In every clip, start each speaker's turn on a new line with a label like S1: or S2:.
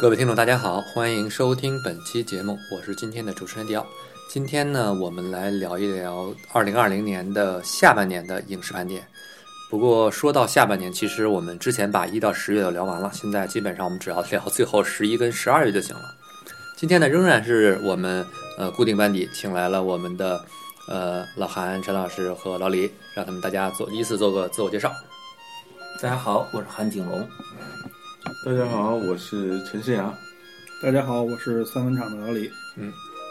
S1: 各位听众，大家好，欢迎收听本期节目，我是今天的主持人迪奥。今天呢，我们来聊一聊二零二零年的下半年的影视盘点。不过说到下半年，其实我们之前把一到十月都聊完了，现在基本上我们只要聊最后十一跟十二月就行了。今天呢，仍然是我们呃固定班底，请来了我们的呃老韩、陈老师和老李，让他们大家做依次做个自我介绍。
S2: 大家好，我是韩景龙。
S3: 大家好，我是陈世阳。
S4: 大家好，我是三文场的老李。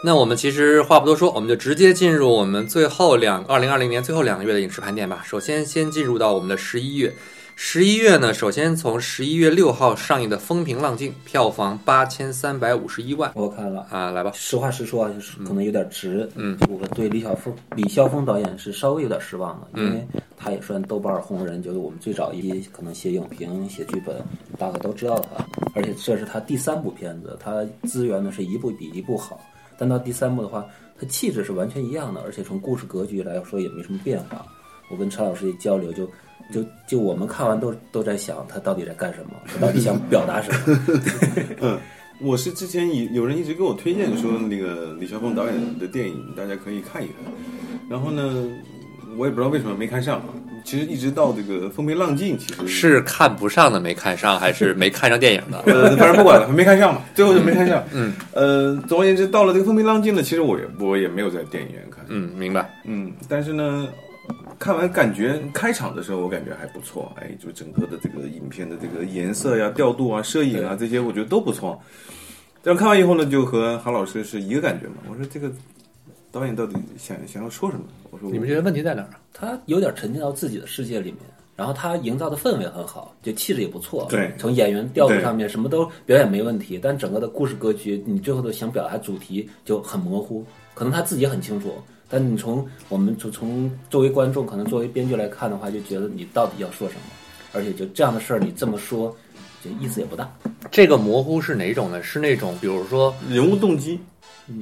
S1: 那我们其实话不多说，我们就直接进入我们最后两二零二零年最后两个月的影视盘点吧。首先，先进入到我们的十一月。十一月呢，首先从十一月六号上映的《风平浪静》，票房八千三百五十一万
S2: 我看了，
S1: 啊，来吧，
S2: 实话实说啊，就是可能有点直。
S1: 嗯，
S2: 我对李晓峰、李霄峰导演是稍微有点失望了，因为他也算豆瓣红人，就是我们最早一可能写影评、写剧本，大家都知道他。而且这是他第三部片子，他资源呢是一部比一部好，但到第三部的话，他气质是完全一样的，而且从故事格局来说也没什么变化。我跟陈老师一交流就。就就我们看完都都在想他到底在干什么，他到底想表达什么？
S3: 我是之前有有人一直跟我推荐说那个李霄峰导演的电影，大家可以看一看。然后呢，我也不知道为什么没看上。啊其实一直到这个《风平浪静》，其实
S1: 是看不上的没看上，还是没看上电影 的？
S3: 呃，反正不管了，没看上嘛，最后就没看上。嗯，呃，总而言之，到了这个《风平浪静》呢，其实我也我也没有在电影院看。
S1: 嗯，明白。
S3: 嗯，但是呢，看完感觉开场的时候，我感觉还不错，哎，就整个的这个影片的这个颜色呀、调度啊、摄影啊这些，我觉得都不错。但看完以后呢，就和韩老师是一个感觉嘛。我说这个导演到底想想要说什么？我说
S1: 你们觉得问题在哪儿啊？
S2: 他有点沉浸到自己的世界里面，然后他营造的氛围很好，就气质也不错。
S3: 对
S2: 从演员调度上面什么都表演没问题，但整个的故事格局，你最后的想表达主题就很模糊，可能他自己很清楚。但你从我们从从作为观众，可能作为编剧来看的话，就觉得你到底要说什么，而且就这样的事儿，你这么说，就意思也不大。
S1: 这个模糊是哪种呢？是那种比如说，
S3: 人物动机，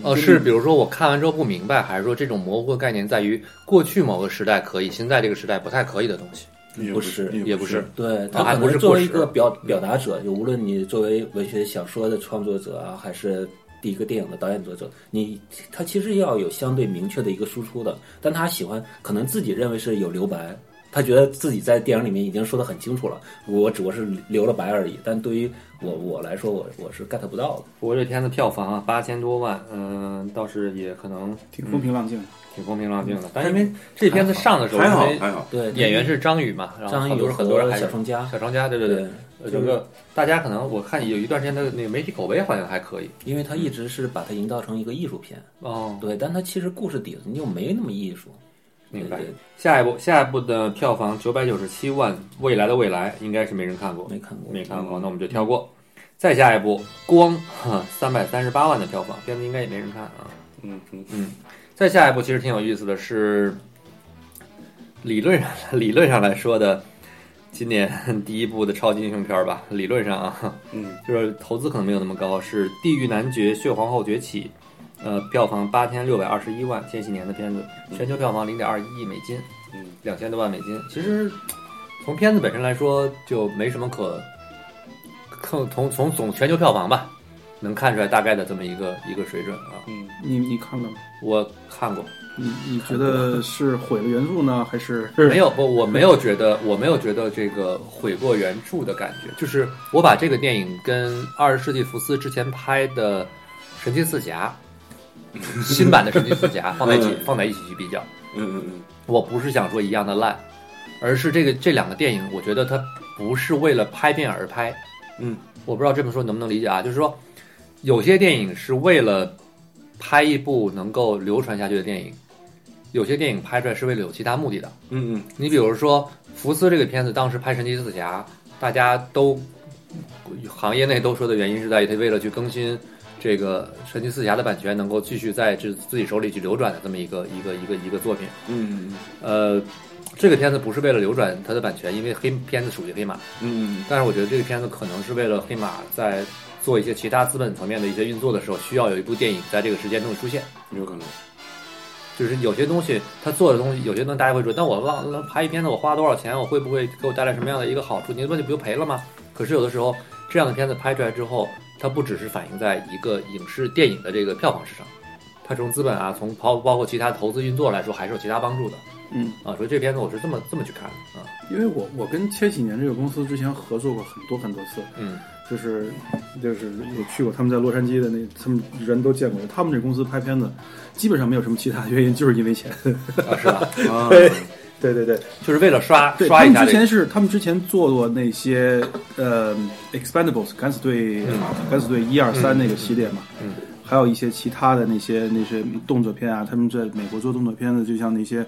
S1: 呃，是比如说我看完之后不明白，还是说这种模糊的概念在于过去某个时代可以，现在这个时代不太可以的东西？
S3: 也
S2: 不是
S1: 也不是，
S2: 对
S1: 啊
S2: 他
S1: 还
S2: 可
S1: 不是
S2: 能作
S1: 过
S2: 为一
S1: 时嗯
S2: 个表表达者，就无论你作为文学小说的创作者啊，还是第一个电影的导演作者，你他其实要有相对明确的一个输出的。但他喜欢，可能自己认为是有留白，他觉得自己在电影里面已经说的很清楚了，我只不过是留了白而已。但对于我我来说，我我是 get 不到的。
S1: 不过这片子票房啊，八千多万，嗯、倒是也可能
S4: 挺风平浪静的，
S1: 挺风平浪静的。但因为这片子上的时候，
S3: 还好
S1: 因为
S3: 还好。
S2: 对，
S1: 演员是张宇嘛，然后
S2: 张
S1: 好
S2: 译
S1: 多很多人还
S2: 小双家，
S1: 小庄家，对对对，呃整个大家可能我看有一段时间的那个媒体口碑好像还可以
S2: 因为他一直是把它营造成一个艺术片，
S1: 哦，
S2: 对，但他其实故事底子又没那么艺术。
S1: 明白
S2: 对。对
S1: 下一部下一部的票房九百九十七万，《未来的未来》应该是没人看过，
S2: 没看过，
S1: 没看过，那我们就跳过。再下一部《光》，三百三十八万的票房，片子应该也没人看啊。
S3: 嗯嗯，
S1: 再下一步其实挺有意思的是，理论上 理论上来说的，今年 第一部的超级英雄片儿吧，理论上啊，
S3: 嗯，
S1: 就是投资可能没有那么高，是《地狱男爵：血皇后崛起》，呃，票房八千六百二十一万，千禧年的片子，全球票房零点二一亿美金，
S3: 嗯，
S1: 两千多万美金，其实从片子本身来说就没什么可，可从从总全球票房吧，能看出来大概的这么一个一个水准啊，
S4: 你你看了吗？
S1: 我看过。
S4: 你你觉得是毁了原著呢，还是
S1: 没有不，我没有觉得，我没有觉得这个悔过原著的感觉。就是我把这个电影跟二十世纪福斯之前拍的《神奇四 侠》新版的《神奇四侠》放在一起
S3: 嗯
S1: 放在一起去比较，
S3: 嗯嗯嗯，
S1: 我不是想说一样的烂，而是这个这两个电影，我觉得它不是为了拍电影而拍。
S3: 嗯，
S1: 我不知道这么说能不能理解啊？就是说，有些电影是为了拍一部能够流传下去的电影，有些电影拍出来是为了有其他目的的。
S3: 嗯嗯
S1: 你比如说福斯这个片子，当时拍《神奇四侠》，大家都行业内都说的原因是在于他为了去更新这个《神奇四侠》的版权，能够继续在自自己手里去流转的这么一个一个一个一个作品。
S3: 嗯嗯
S1: 呃，这个片子不是为了流转它的版权，因为黑片子属于黑马，
S3: 嗯
S1: 但是我觉得这个片子可能是为了黑马在做一些其他资本层面的一些运作的时候，需要有一部电影在这个时间段出现。
S3: 嗯，有可能。
S1: 就是有些东西他做的东西，有些东西大家会说，但我忘了拍一片子我花多少钱，我会不会给我带来什么样的一个好处？你问题不就赔了吗？可是有的时候这样的片子拍出来之后，它不只是反映在一个影视电影的这个票房市场，它从资本啊，从包包括其他投资运作来说，还是有其他帮助的
S4: 嗯，
S1: 啊。所以这片子我是这么这么去看的啊，
S4: 因为我我跟千禧年这个公司之前合作过很多很多次，
S1: 嗯
S4: 就是就是我去过他们在洛杉矶的那，他们人都见过，他们这公司拍片子基本上没有什么其他原因，就是因为钱。
S1: 啊是吧？
S3: 啊，
S4: 对对对，
S1: 就是为了刷
S4: 对
S1: 刷
S4: 他
S1: 一
S4: 们
S1: 下这
S4: 之
S1: 个
S4: 前是他们之前做过那些呃 Expendables 敢死队、敢死队一二三那个系列嘛，
S1: 嗯
S4: 还有一些其他的那些那些动作片啊，他们在美国做动作片的，就像那些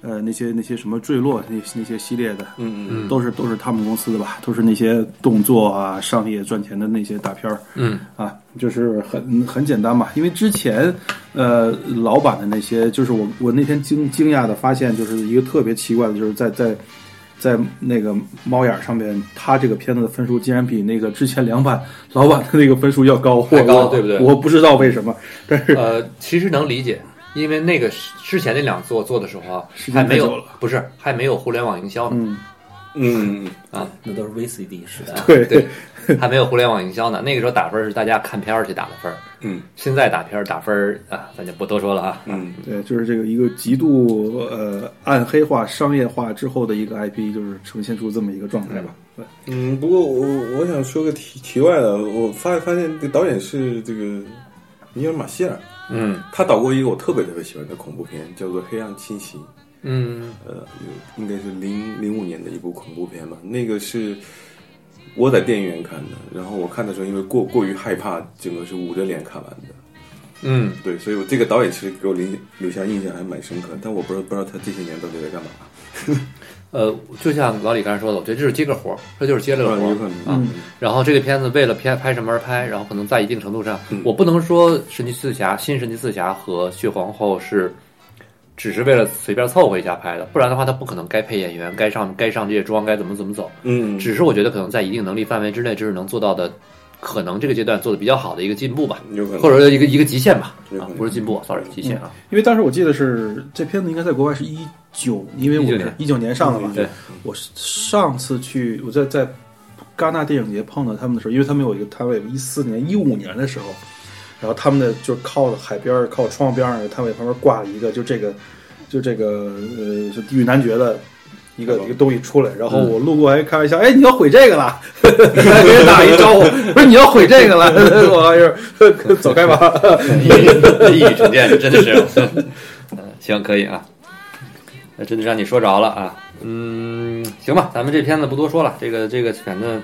S4: 呃那些那些什么坠落那那些系列的，
S3: 嗯
S1: 嗯
S4: 都是都是他们公司的吧，都是那些动作啊、商业赚钱的那些大片儿
S1: 嗯
S4: 啊，就是很很简单嘛。因为之前呃，老版的那些，就是我我那天惊惊讶的发现，就是一个特别奇怪的，就是在在在那个猫眼上面，他这个片子的分数竟然比那个之前两版老版的那个分数要高，
S1: 还高
S4: 我
S1: 对不对
S4: 我不知道为什么，但是
S1: 呃，其实能理解，因为那个是之前那两座做的时候啊
S4: 时，
S1: 还
S4: 间
S1: 没
S4: 太久
S1: 有
S4: 了
S1: 不是还没有互联网营销呢，
S4: 嗯，
S3: 嗯嗯，
S2: 那都是 VCD 时代。
S4: 对
S1: 对，还没有互联网营销呢。那个时候打分儿是大家看片儿去打的分儿，
S3: 嗯
S1: 现在打片儿打分儿啊，咱就不多说了啊。
S3: 嗯
S4: 对，就是这个一个极度呃暗黑化、商业化之后的一个 IP，就是呈现出这么一个状态吧。对，
S3: 嗯。不过我我想说个题题外的，我发发现这个导演是这个尼尔马歇尔，
S1: 嗯
S3: 他导过一个我特别特别喜欢的恐怖片，叫做《黑暗侵袭》。
S1: 嗯
S3: 呃，应该是零零五年的一部恐怖片吧。那个是我在电影院看的，然后我看的时候因为过过于害怕，整个是捂着脸看完的。
S1: 嗯，
S3: 对，所以我这个导演其实给我留留下印象还蛮深刻，但我不知道不知道他这些年到底在干嘛。
S1: 呃，就像老李刚才说的，我觉得这就是接个活儿，这就是接了个活
S3: 啊有
S1: 儿。
S3: 可能，
S1: 嗯然后这个片子为了拍拍什么而拍，然后可能在一定程度上，
S3: 嗯
S1: 我不能说神奇四侠、新神奇四侠和血皇后是只是为了随便凑合一下拍的，不然的话他不可能该配演员、该上该上这些妆、该怎么怎么走。
S3: 嗯，
S1: 只是我觉得可能在一定能力范围之内，这是能做到的，可能这个阶段做的比较好的一个进步吧，
S3: 有可能，
S1: 或者说一个一个极限吧，
S3: 有可
S1: 啊
S3: 能，
S1: 不是进步，sorry，极限啊，
S4: 因为当时我记得是这片子应该在国外是一九，因为我
S1: 19
S4: 是
S1: 年
S4: 一九年上的嘛。
S1: 对，
S4: 我上次去我在在戛纳电影节碰到他们的时候，因为他们有一个摊位，一四年、一五年的时候，然后他们的就靠着海边儿、靠窗户边上的摊位旁边挂了一个，就这个就这个呃是地狱男爵的。一个一个东西出来，然后我路过还开玩笑，哎，你要毁这个了？ 给人打一招呼， 不是你要毁这个了？ 我玩意儿， 走开吧。
S1: 一语成谶，真的是，嗯，行，可以啊，那真的让你说着了啊，嗯，行吧，咱们这片子不多说了，这个这个反正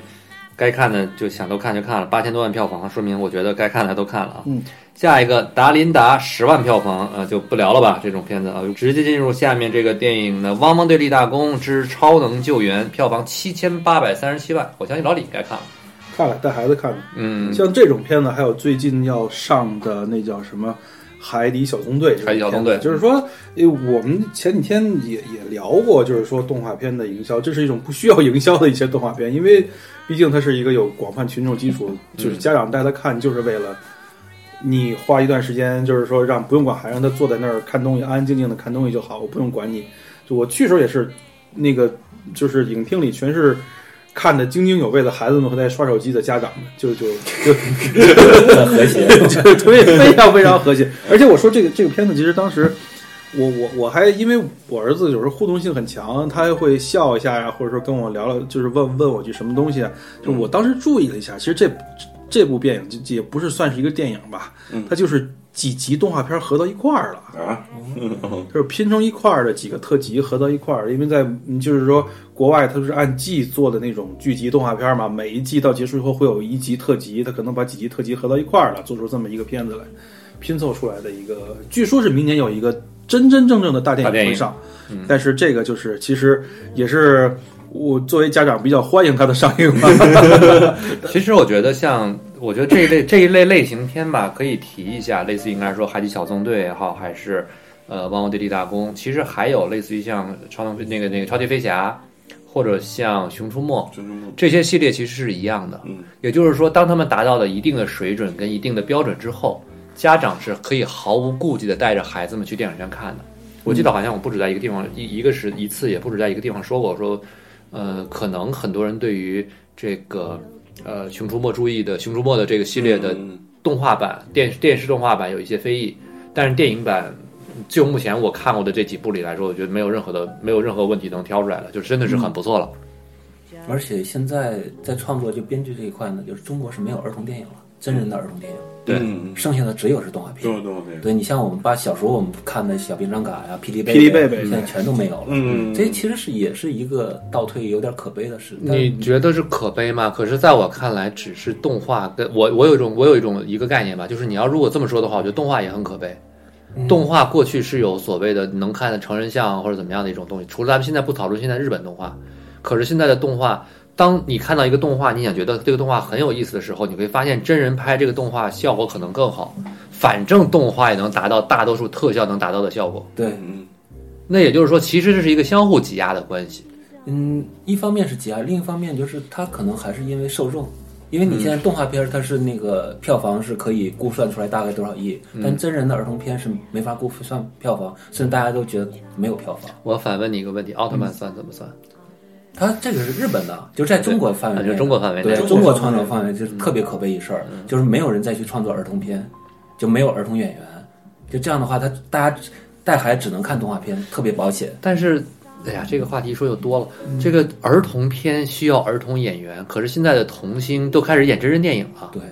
S1: 该看的就想都看就看了，八千多万票房，说明我觉得该看的都看了啊，
S4: 嗯，
S1: 下一个达琳达十万票房，呃，就不聊了吧，这种片子啊，直接进入下面这个电影呢，《汪汪队立大功之超能救援》，票房七千八百三十七万，我相信老李该看了，
S4: 看了，带孩子看了。
S1: 嗯，
S4: 像这种片子，还有最近要上的那叫什么《海底小纵队》这种片子。
S1: 海底小纵队嗯
S4: 就是说，呃我们前几天也也聊过，就是说动画片的营销，这是一种不需要营销的一些动画片，因
S1: 嗯
S4: 为毕竟它是一个有广泛群众基础，就是家长带他看，就是为了。你花一段时间，就是说让不用管孩子，让他坐在那儿看东西，安安静静的看东西就好，我不用管你。就我去时候也是，那个就是影厅里全是看得津津有味的孩子们和在刷手机的家长们，就就就
S2: 很和谐。
S4: 对，特别非常非常和谐。而且我说这个这个片子，其实当时我我我还因为我儿子有时候互动性很强，他还会笑一下呀，或者说跟我聊聊，就是问问我句什么东西啊。就我当时注意了一下，其实这这部电影就也不是算是一个电影吧，
S2: 嗯
S4: 它就是几集动画片合到一块儿了。
S3: 啊，
S4: 就是拼成一块儿的几个特辑合到一块儿，因为在嗯就是说国外它是按季做的那种剧集动画片嘛，每一季到结束以后会有一集特辑，它可能把几集特辑合到一块儿了，做出这么一个片子来，拼凑出来的一个，据说是明年有一个真真正正的大电
S1: 大电
S4: 影
S1: 影
S4: 会上，
S1: 嗯
S4: 但是这个就是其实也是我作为家长比较欢迎它的上映吧。
S1: 其实我觉得像，我觉得这一类这一类类型片吧，可以提一下，类似于应该说《海底小纵队》也好，还是呃《汪汪队立大功》，其实还有类似于像超能那个那个超级飞侠，或者像《熊出没》
S3: 真中
S1: 这些系列，其实是一样的。
S3: 嗯，
S1: 也就是说，当他们达到了一定的水准跟一定的标准之后，家长是可以毫无顾忌的带着孩子们去电影院看的。我记得好像我不止在一个地方一一个是一次，也不止在一个地方说过，说，呃，可能很多人对于这个呃《熊出没》注意的《熊出没》的这个系列
S3: 嗯
S1: 的动画版、电电视动画版有一些非议，但是电影版就目前我看过的这几部里来说，我觉得没有任何的没有任何问题能挑出来了，就真的是很不错了。
S2: 而且现在在创作就编剧这一块呢，就是中国是没有儿童电影了，真人的儿童电影，
S1: 对
S3: 嗯，
S2: 剩下的只有是动画片
S3: 动。画动画片，
S2: 对你像我们把小时候我们看的小兵张嘎呀、霹雳贝
S4: 霹雳贝贝
S2: 现在全都没有了。
S3: 嗯
S2: 这其实是也是一个倒退，有点可悲的事。但
S1: 你觉得是可悲吗？可是，在我看来，只是动画跟我我有一种我有一种一个概念吧，就是你要如果这么说的话，我觉得动画也很可悲。动画过去是有所谓的能看的成人像或者怎么样的一种东西，除了咱们现在不讨论现在日本动画，可是现在的动画，当你看到一个动画，你想觉得这个动画很有意思的时候，你会发现真人拍这个动画效果可能更好，反正动画也能达到大多数特效能达到的效果。
S2: 对，
S3: 嗯
S1: 那也就是说，其实这是一个相互挤压的关系。
S2: 嗯，一方面是挤压，另一方面就是它可能还是因为受众，因为你现在动画片儿它是那个票房是可以估算出来大概多少亿，但真人的儿童片是没法估算票房，甚至大家都觉得没有票房。
S1: 我反问你一个问题：奥特曼算怎么算？
S2: 它啊这个是日本的，就在中国范
S1: 啊
S2: 围
S1: 就
S2: 内，
S1: 是中国范围嗯内
S2: 对
S1: 中
S2: 中
S3: 国
S2: 国
S3: 范
S2: 创
S3: 围
S2: 作范围就是特别可悲一事儿，就是没有人再去创作儿童片，就没有儿童演员，就这样的话，他大家带孩子只能看动画片，特别保险。
S1: 但是，哎呀，这个话题说又多了。
S2: 嗯
S1: 这个儿童片需要儿童演员，可是现在的童星都开始演真人电影了，
S2: 对，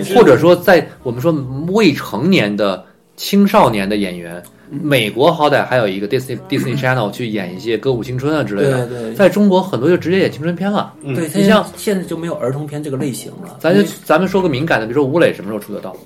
S3: 对，
S1: 或者说在我们说未成年的青少年的演员，
S2: 嗯
S1: 美国好歹还有一个 Disney Disney Channel 去演一些歌舞青春啊之类的，
S2: 对对
S1: 在中国很多就直接演青春片了。
S2: 对，
S1: 你
S2: 他嗯
S1: 像
S2: 像现在就没有儿童片这个类型了，
S1: 咱就
S2: 因为
S1: 咱们说个敏感的，比如说吴磊什么时候出的道，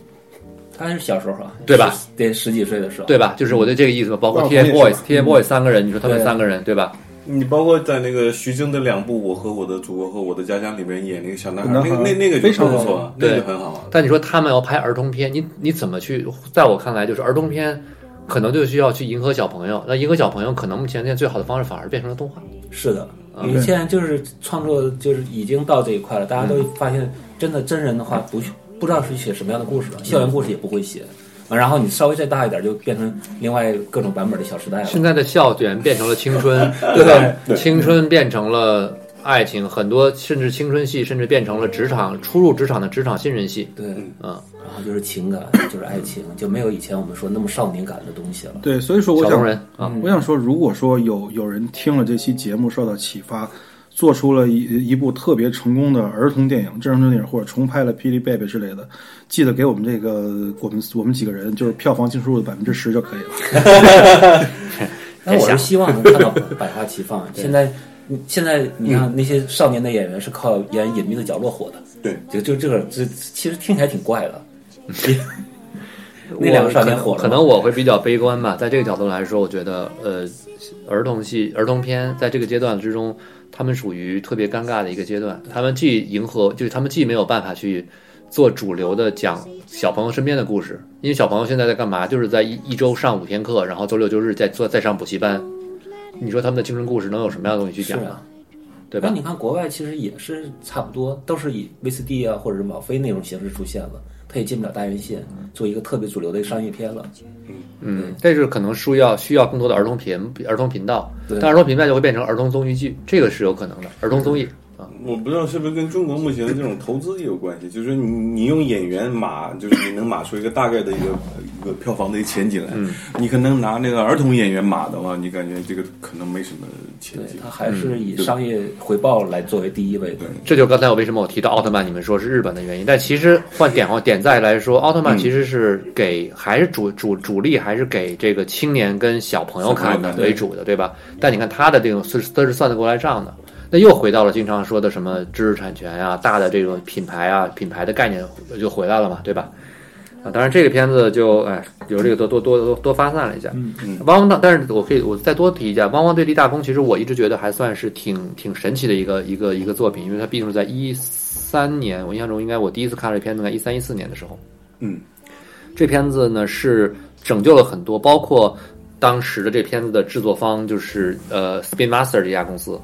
S2: 他是小时候啊，
S1: 对吧
S2: 十？对，十几岁的时候，
S1: 对吧？就是我对这个意思吧。包括
S4: 哦
S1: TFBOYS、
S4: 我也
S1: TFBOYS 三个人，你说他们
S2: 嗯对
S1: 三个人对吧？
S3: 你包括在那个徐峥的两部《我和我的祖国和我的家乡》里面演那个小男孩，
S4: 男
S3: 那
S4: 孩
S3: 个那那个就
S4: 非常
S3: 不
S4: 好
S3: 错
S4: 玩，
S3: 那个
S1: 对
S3: 就很好啊玩。
S1: 但你说他们要拍儿童片，你你怎么去？在我看来，就是儿童片可能就需要去迎合小朋友。那迎合小朋友，可能目前现在最好的方式反而变成了动画。
S2: 是的，因为现在就是创作就是已经到这一块了，大家都发现真的真人的话不去不知道是写什么样的故事了，校园故事也不会写。啊然后你稍微再大一点，就变成另外各种版本的《小时代》
S1: 现
S2: 了。
S1: 在的校园变成了青春， 对吧？青春变成了爱情，很多甚至青春戏，甚至变成了职场初入职场的职场新人戏。
S2: 对，
S1: 嗯，
S2: 然后就是情感，就是爱情，就没有以前我们说那么少年感的东西了。
S4: 对，所以说我
S1: 小
S4: 想
S1: 龙人啊，
S4: 我想说，如果说有有人听了这期节目受到启发，做出了一一部特别成功的儿童电影、真人电影，或者重拍了《霹雳贝贝》之类的，记得给我们这个我们我们几个人就是票房净收入的百分之十就可以了。
S2: 那我是希望能看到百花齐放。现在，嗯现在你看那些少年的演员是靠演《隐秘的角落》火的，
S3: 对，
S2: 就就这个这其实听起来挺怪的。
S1: 我
S2: 那两个少年火了吗
S1: 可能可能我会比较悲观吧，在这个角度来说，我觉得呃，儿童戏、儿童片在这个阶段之中，他们属于特别尴尬的一个阶段。他们既迎合，就是他们既没有办法去做主流的讲小朋友身边的故事，因为小朋友现在在干嘛？就是在一一周上五天课，然后周六周日再做再上补习班。你说他们的青春故事能有什么样的东西去讲
S2: 是
S1: 呢
S2: 啊？
S1: 对
S2: 那
S1: 吧？
S2: 你看国外其实也是差不多，都是以 VCD 啊或者是网飞那种形式出现了，它也进不了大院线，做一个特别主流的商业片了。
S1: 嗯，这就是可能需要需要更多的儿童频儿童频道，
S2: 对
S1: 但儿童频道就会变成儿童综艺剧，这个是有可能的，儿童综艺啊。
S3: 我不知道是不是跟中国目前的这种投资也有关系，就是你你用演员码，就是你能码出一个大概的一个一个票房的一个前景来。你可能拿那个儿童演员码的话，你感觉这个可能没什么前
S2: 对
S3: 景，。
S2: 它
S1: 嗯
S2: 还是以商业回报来作为第一位的。
S1: 这就是刚才我为什么我提到奥特曼，你们说是日本的原因，但其实换点换点在来说，奥特曼其实是给还是主主主力还是给这个青年跟小朋友看的
S3: 小朋友看
S1: 为主的，对吧？但你看他的这种是都是算得过来账的，那又回到了经常说的什么知识产权啊、大的这种品牌啊、品牌的概念就回来了嘛，对吧？啊，当然这个片子就哎，有这个多多多多多发散了一下。嗯嗯。汪汪大，但是我可以我再多提一下，《汪汪队立大功》其实我一直觉得还算是挺挺神奇的一个一个一个作品，因为它毕竟是在一三年，我印象中应该我第一次看这片子在一三一四年的时候。
S3: 嗯，
S1: 这片子呢是拯救了很多，包括当时的这片子的制作方就是呃 Spin Master 这家公司，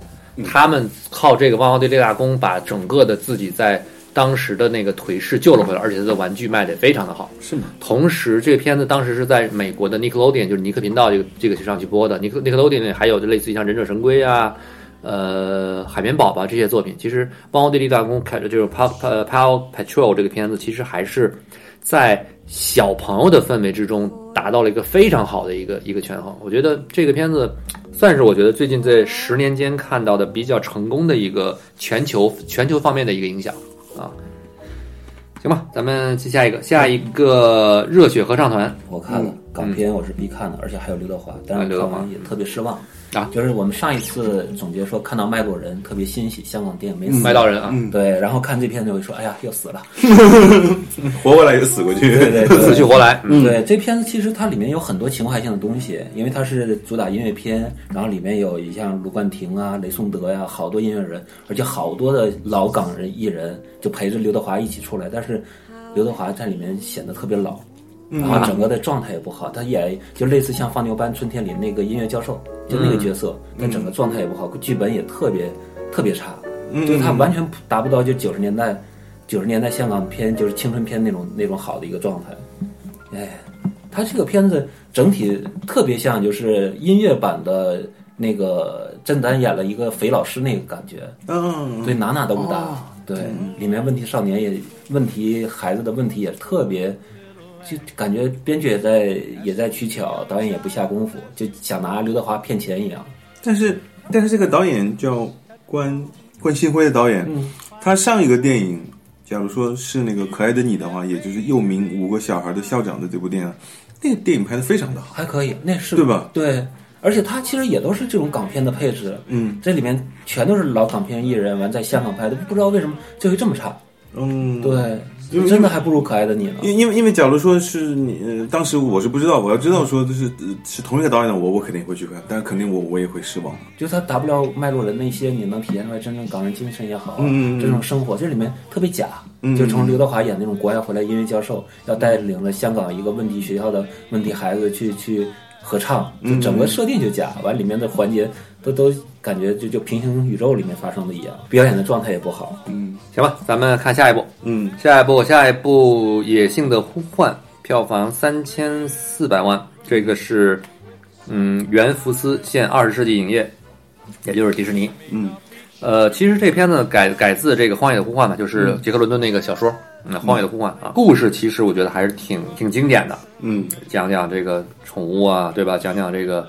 S1: 他们靠这个《汪汪队立大功》把整个的自己在当时的那个颓势救了回来，而且他的玩具卖的也非常的好。
S3: 是吗？
S1: 同时，这个片子当时是在美国的 Nickelodeon，就是尼克频道这个这个上去播的。尼克 Nickelodeon 里还有就类似于像《忍者神龟》啊，呃海绵宝宝这些作品，其实《汪欧地利大公》开就是 Paw Paw- Paw Patrol 这个片子，其实还是在小朋友的氛围之中达到了一个非常好的一个一个权衡。我觉得这个片子算是我觉得最近这十年间看到的比较成功的一个全球全球方面的一个影响啊。行吧，咱们去下一个，下一个热血合唱团
S2: 我看
S1: 嗯
S2: 了港片，我是必看的，而且还有刘德华，但是
S1: 啊刘德
S2: 看
S1: 华
S2: 完也特别失望。
S1: 啊
S2: 就是我们上一次总结说看到卖国人特别欣喜，香港电影没死，
S1: 麦道人啊，
S2: 对，然后看这片就会说，哎呀，又死了，
S3: 活过来又死过去。
S2: 对对对，
S1: 死去活来，嗯，
S2: 对，这片子其实它里面有很多情怀性的东西，因为它是主打音乐片，然后里面有一像卢冠廷啊、雷颂德呀、好多音乐人，而且好多的老港人艺人就陪着刘德华一起出来，但是刘德华在里面显得特别老。然后整个的状态也不好，他也就类似像《放牛班春天》里那个音乐教授，就那个角色，但整个状态也不好，剧本也特别特别差，
S3: 嗯
S2: 就是他完全达不到就九十年代九十年代香港片就是青春片那种那种好的一个状态。哎，它这个片子整体特别像就是音乐版的那个甄丹演了一个肥老师那个感觉，
S3: 嗯，
S2: 对，哪哪都不搭。对，里面问题少年也问题孩子的问题也特别，就感觉编剧也在也在取巧，导演也不下功夫，就想拿刘德华骗钱一样。
S3: 但是但是这个导演叫关关新辉的导演，他上一个电影，假如说是那个《可爱的你》的话，也就是又名五个小孩的校长的这部电影，那个电影拍的非常的好。
S2: 还可以，那是
S3: 对吧？
S2: 对，而且它其实也都是这种港片的配置，
S3: 嗯
S2: 这里面全都是老港片艺人，完在香港拍的，不知道为什么这回这么差。
S3: 嗯，
S2: 对，
S3: 因为
S2: 真的还不如可爱的你呢。
S3: 因因为因为，假如说是你、呃，当时我是不知道，我要知道说就是、呃、是同一个导演的我，我肯定会去看，但肯定我我也会失望。
S2: 就他达不了麦洛人那些，你能体现出来真正港人精神也好啊，
S3: 嗯嗯嗯嗯
S2: 这种生活，这里面特别假。就从刘德华演那种国外回来音乐教授，要带领着香港一个问题学校的问题孩子去去合唱，
S3: 嗯
S2: 就整个设定就假，完里面的环节都都感觉就就平行宇宙里面发生的一样，表演的状态也不好。
S1: 行吧，咱们看下一部，
S3: 嗯，
S1: 下一部，下一部《野性的呼唤》票房三千四百万，这个是嗯原福斯现二十世纪影业，也就是迪士尼。
S3: 嗯，
S1: 呃，其实这片子改改自这个《荒野的呼唤》嘛，就是杰克伦敦那个小说，嗯，《荒野的呼唤》啊，故事其实我觉得还是挺挺经典的，
S3: 嗯
S1: 讲讲这个宠物啊，对吧？讲讲这个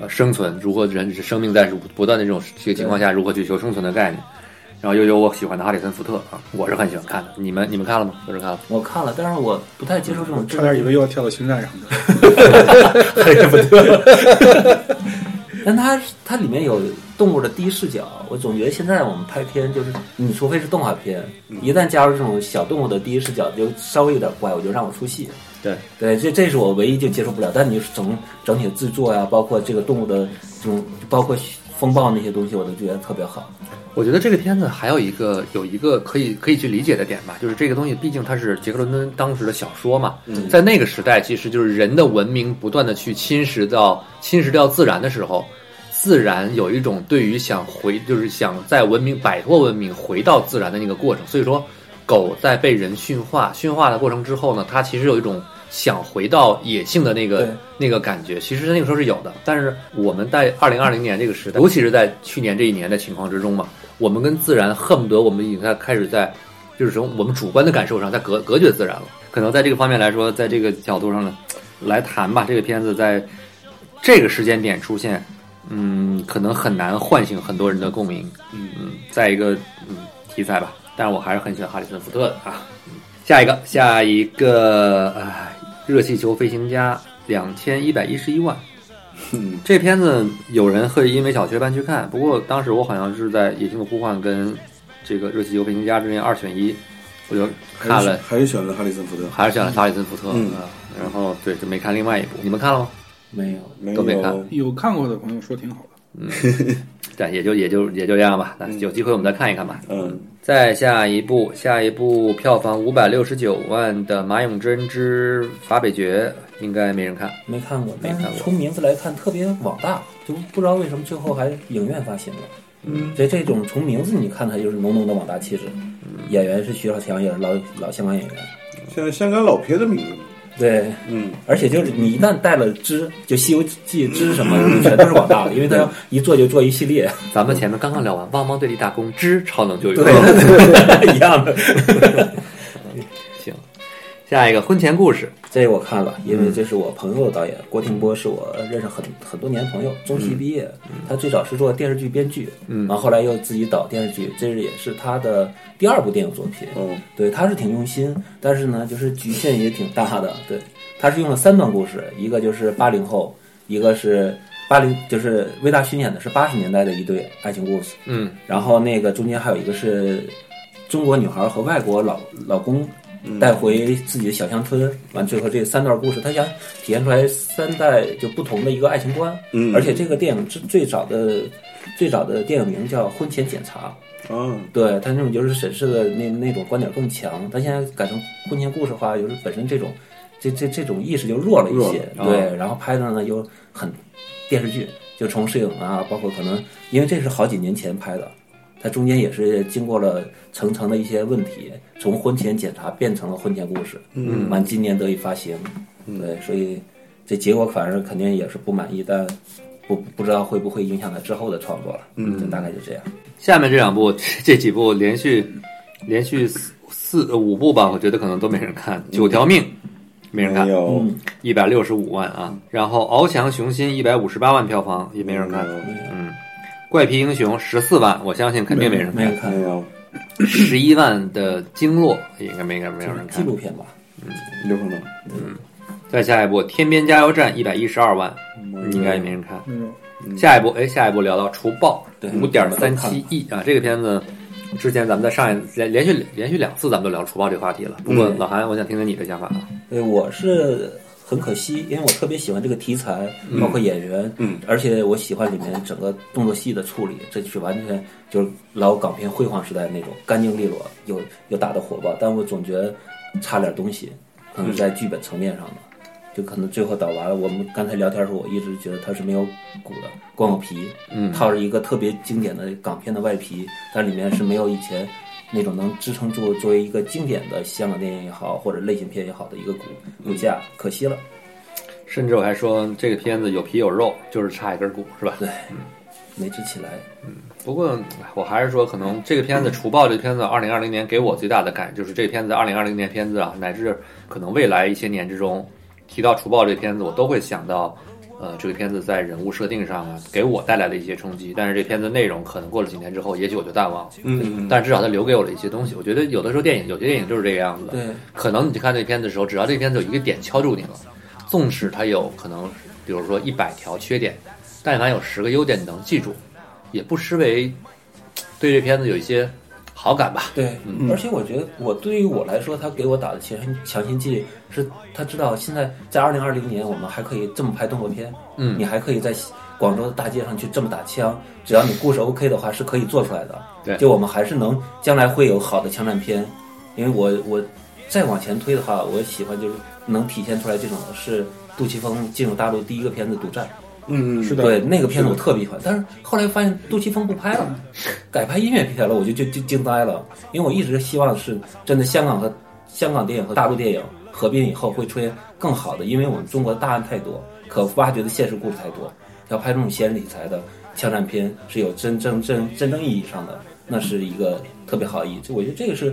S1: 呃生存如何人生命在不断的这种这个情况下如何去求生存的概念。然后又有我喜欢的哈里森福特啊，我是很喜欢看的。你们你们看了吗？有人看了吗？
S2: 我看了，但是我不太接受这种制
S4: 差点以为又要跳到星战上了。
S2: 但它它里面有动物的第一视角，我总觉得现在我们拍片就是，你除非是动画片，一旦加入这种小动物的第一视角，就稍微有点怪，我就让我出戏。
S1: 对
S2: 对，这这是我唯一就接受不了。但你整整体的制作呀、包括这个动物的这种，包括风暴那些东西，我都觉得特别好。
S1: 我觉得这个片子还有一个有一个可以可以去理解的点吧，就是这个东西毕竟它是杰克伦敦当时的小说嘛，在那个时代，其实就是人的文明不断的去侵蚀到侵蚀掉自然的时候，自然有一种对于想回就是想在文明摆脱文明回到自然的那个过程，所以说狗在被人驯化驯化的过程之后呢，它其实有一种想回到野性的那个
S2: 对
S1: 那个感觉，其实那个时候是有的。但是我们在二零二零年这个时代，尤其是在去年这一年的情况之中嘛，我们跟自然恨不得我们已经在开始在，就是从我们主观的感受上在隔隔绝自然了。可能在这个方面来说，在这个角度上呢，来谈吧，这个片子在这个时间点出现，嗯，可能很难唤醒很多人的共鸣。嗯嗯，再一个，嗯，题材吧，但是我还是很喜欢哈里森福特的啊。下一个，下一个，唉，《热气球飞行家》两千一百一十一万。
S3: 嗯
S1: 这片子有人会因为小雀斑去看，不过当时我好像是在《野性的呼唤》跟这个《热气球飞行家》之间二选一，我就看了，
S3: 还是选了哈里森福特，
S1: 还是选了哈里森福特。
S3: 嗯
S1: 啊然后对，就没看另外一部。你们看了吗？
S2: 没有，
S3: 没
S1: 都
S3: 有
S1: 没看
S4: 有看过的朋友说挺好的。
S1: 对，也就也就也就这样吧。那有机会我们再看一看吧。
S3: 嗯，
S1: 再下一部，下一部票房五百六十九万的《马永贞之法北绝》，应该没人看。
S2: 没看过。
S1: 没看过
S2: 但是从名字来看，特别网大，就不知道为什么最后还影院发行了。嗯，所以这种从名字你看它就是浓浓的网大气质。演员是徐少强，也是老老香港演员。
S3: 像香港老片的名字，
S2: 对，
S3: 嗯，
S2: 而且就是你一旦带了知，就《西游记》知什么，全都是往大的，因为它要一做就做一系列，
S1: 咱们前面刚刚聊完《汪汪队立大功之超能救援》，
S2: 一样的。
S1: 行， 下一个婚前故事，
S2: 这我看了，因为这是我朋友的导演，郭廷波是我认识很很多年的朋友，中戏毕业，他最早是做电视剧编剧，
S1: 嗯
S2: 然后后来又自己导电视剧，这是也是他的第二部电影作品，
S3: 哦，
S2: 对，他是挺用心，但是呢，就是局限也挺大的，对，他是用了三段故事，一个就是八零后，一个是八零，就是魏大勋演的是八十年代的一对爱情故事，
S1: 嗯
S2: 然后那个中间还有一个是中国女孩和外国老老公带回自己的小乡村，完最后这三段故事，他想体现出来三代就不同的一个爱情观。
S3: 嗯
S2: 而且这个电影是最早的最早的电影名叫《婚前检查》，
S3: 啊，
S2: 对他那种就是审视的那那种观点更强。他现在改成婚前故事化，就是本身这种这这这种意识就弱了一些，
S1: 弱了
S2: 对，然后拍的呢又很电视剧，就从摄影啊，包括可能因为这是好几年前拍的，它中间也是经过了层层的一些问题，从婚前检查变成了婚前故事，嗯，完今年得以发行，对，所以这结果反正肯定也是不满意，但不不知道会不会影响他之后的创作了，嗯，就大概就这样。
S1: 下面这两部 这几部连续连续四四五部吧，我觉得可能都没人看，《九条命》没人看
S3: 没，有，
S2: 嗯
S1: 一百六十五万啊，然后《翱翔雄心》一百五十八万票房也没人看，
S2: 嗯
S3: 没
S1: 怪皮英雄》十四万，我相信肯定没人看
S2: 没人，
S3: 有，
S2: 看
S3: 没有，
S1: 十一万的《经络》也应该没应该没有人
S2: 纪
S1: 看。
S2: 录片吧，
S3: 有可能，
S1: 再下一部《天边加油站》一百一十二万，
S2: 嗯
S1: 应该也没人看。
S4: 没有。
S1: 下一部，哎，下一部聊到《除暴
S2: 对》
S1: 五点三七亿啊，这个片子之前咱们在上一连连续连续两次咱们都聊《除暴》这个话题了。不
S2: 嗯
S1: 过老韩，我想听听你的想法啊。
S2: 对，呃我是很可惜，因为我特别喜欢这个题材，包括演员，
S3: 嗯，
S2: 而且我喜欢里面整个动作戏的处理，这是完全就是老港片辉煌时代那种干净利落，又又打得火爆，但我总觉得差点东西，可
S1: 嗯
S2: 能在剧本层面上的。就可能最后导完了，我们刚才聊天的时候，我一直觉得它是没有骨的，光有皮，
S1: 嗯
S2: 套着一个特别经典的港片的外皮，但里面是没有以前那种能支撑住作为一个经典的香港电影也好，或者类型片也好的一个骨骨架，可惜了。
S1: 甚至我还说这个片子有皮有肉，就是差一根骨，是吧？
S2: 对，没支起来。
S1: 不过哎我还是说，可能这个片子《除暴》这个片子，二零二零年给我最大的感觉就是，这个片子二零二零年片子啊，乃至可能未来一些年之中，提到《除暴》这个片子，我都会想到，呃，这个片子在人物设定上啊，给我带来的一些冲击。但是这片子内容可能过了几年之后，也许我就淡忘了。
S3: 嗯，
S1: 但至少它留给我了一些东西。我觉得有的时候电影，有些电影就是这个样子的。
S2: 对，
S1: 可能你去看这片子的时候，只要这片子有一个点敲住你了，纵使它有可能，比如说一百条缺点，但凡有十个优点你能记住，也不失为嘖对这片子有一些好感吧。嗯
S2: 对，而且我觉得我对于我来说，他给我打的强心强心剂是，他知道现在在二零二零年，我们还可以这么拍动作片，
S1: 嗯
S2: 你还可以在广州的大街上去这么打枪，只要你故事 OK 的话，是可以做出来的。
S1: 对
S2: 就我们还是能将来会有好的枪战片，因为我我再往前推的话，我喜欢就是能体现出来这种是杜琪峰进入大陆第一个片子《独占》。
S3: 嗯嗯，
S4: 是的
S2: 对，那个片子我特别喜欢，但是后来发现杜琪峰不拍了，改拍音乐片了，我就就就惊呆了，因为我一直希望是真的香港和香港电影和大陆电影合并以后会出现更好的，因为我们中国大案太多，可挖掘的现实故事太多，要拍这种闲理财的枪战片是有真正真真正意义上的，那是一个特别好的意义，就我觉得这个是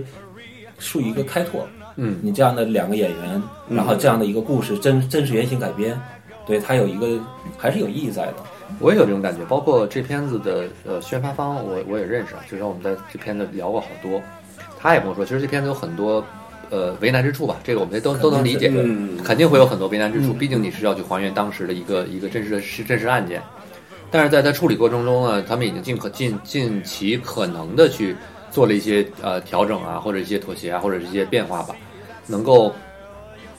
S2: 属于一个开拓。
S1: 嗯
S2: 你这样的两个演员，然后这样的一个故事真真实原型改编，对它有一个还是有意义在的。
S1: 我也有这种感觉，包括这片子的呃宣发方，我我也认识啊，就是我们在这片子聊过好多，他也跟我说，其实这片子有很多呃为难之处吧，这个我们这都都能理解，
S3: 嗯
S1: 肯定会有很多为难之处，毕竟你是要去还原当时的一个一个真实的是真实案件，但是在他处理过程中呢，他们已经尽可尽尽其可能的去做了一些呃调整啊，或者一些妥协啊，或者是一些变化吧，能够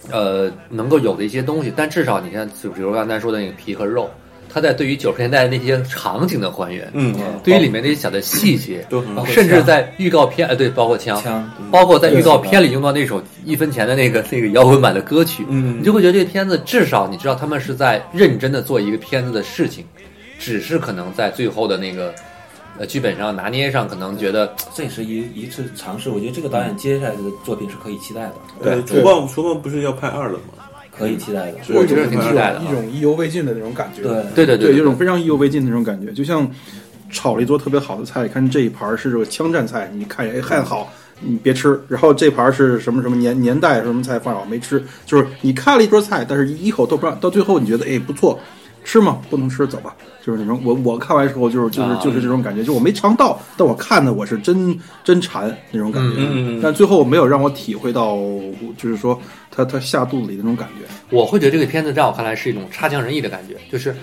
S1: 呃能够有的一些东西，但至少你看，就比如刚才说的那个皮和肉，它在对于九十年代那些场景的还原，
S3: 嗯，
S1: 对于里面那些小的细节，
S4: 嗯
S3: 都很好，
S1: 甚至在预告片，呃，对，包括枪，
S2: 枪
S1: 包括在预告片里用到那首一分钱的那个那个摇滚版的歌曲，
S3: 嗯
S1: 你就会觉得这片子至少你知道他们是在认真的做一个片子的事情，只是可能在最后的那个呃剧本上拿捏上，可能觉得
S2: 这也是一一次尝试，我觉得这个导演接下来的作品是可以期待的。
S3: 呃，除暴除暴不是要拍二了吗？
S2: 可以期待的。
S4: 是有一
S1: 我觉
S4: 种
S1: 得挺期待的啊
S4: 一种意犹未尽的那种感觉。
S2: 对
S1: 对对
S4: 对，
S1: 对
S4: 有种非常意犹未尽的那种感觉，就像炒了一桌特别好的菜，看这一盘儿是个枪战菜，你看哎看好，你别吃；然后这盘儿是什么什么年年代什么菜放好没吃，就是你看了一桌菜，但是一口都不让，到最后你觉得哎不错。吃吗？不能吃，走吧。就是那种我我看完之后就是就是
S1: 啊
S4: 就是这种感觉，就我没尝到，但我看的我是真真馋那种感觉。
S3: 嗯嗯嗯
S4: 但最后没有让我体会到，就是说它它下肚子里的那种感觉。
S1: 我会觉得这个片子在我看来是一种差强人意的感觉，就是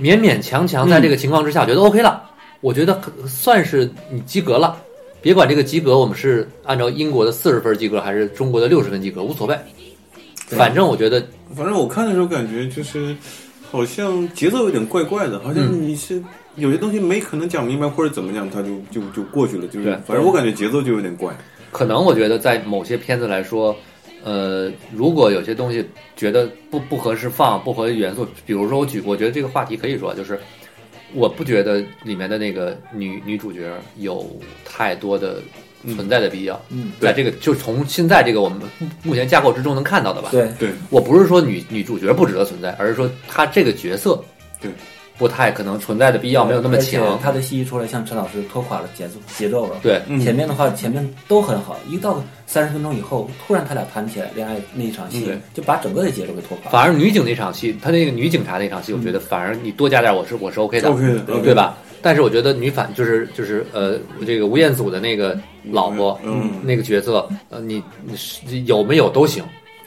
S1: 勉勉强强在这个情况之下，觉得 OK 了，我觉得可算是你及格了。别管这个及格，我们是按照英国的四十分及格，还是中国的六十分及格，无所谓。反正我觉得，
S3: 反正我看的时候感觉就是，好像节奏有点怪怪的，好像你是、有些东西没可能讲明白或者怎么样，它就就就过去了，就是
S1: 对
S3: 反正我感觉节奏就有点怪。
S1: 可能我觉得在某些片子来说，呃，如果有些东西觉得不不合适放，不合元素，比如说我举，我觉得这个话题可以说，就是我不觉得里面的那个女女主角有太多的存在的必要。
S2: 嗯，
S1: 在这个就从现在这个我们目前架构之中能看到的吧。
S2: 对，
S3: 对，
S1: 我不是说女女主角不值得存在，而是说她这个角色，
S3: 对，
S1: 不太可能存在的必要没有那么
S2: 而且
S1: 强。
S2: 他的戏一出来，像陈老师拖垮了节奏节奏了。
S1: 对，
S3: 嗯
S2: 前面的话前面都很好，一到三十分钟以后，突然他俩谈起来恋爱那一场戏，
S3: 嗯
S2: 就把整个的节奏给拖垮。
S1: 反而女警那场戏，她那个女警察那场
S3: 嗯
S1: 戏，我觉得反而你多加点我是我是 OK 的
S3: OK 的，OK 的
S1: 对吧？但是我觉得女反就是就是呃，这个吴彦祖的那个老婆，
S3: 嗯
S1: 那个角色，呃，你你是有没有都行，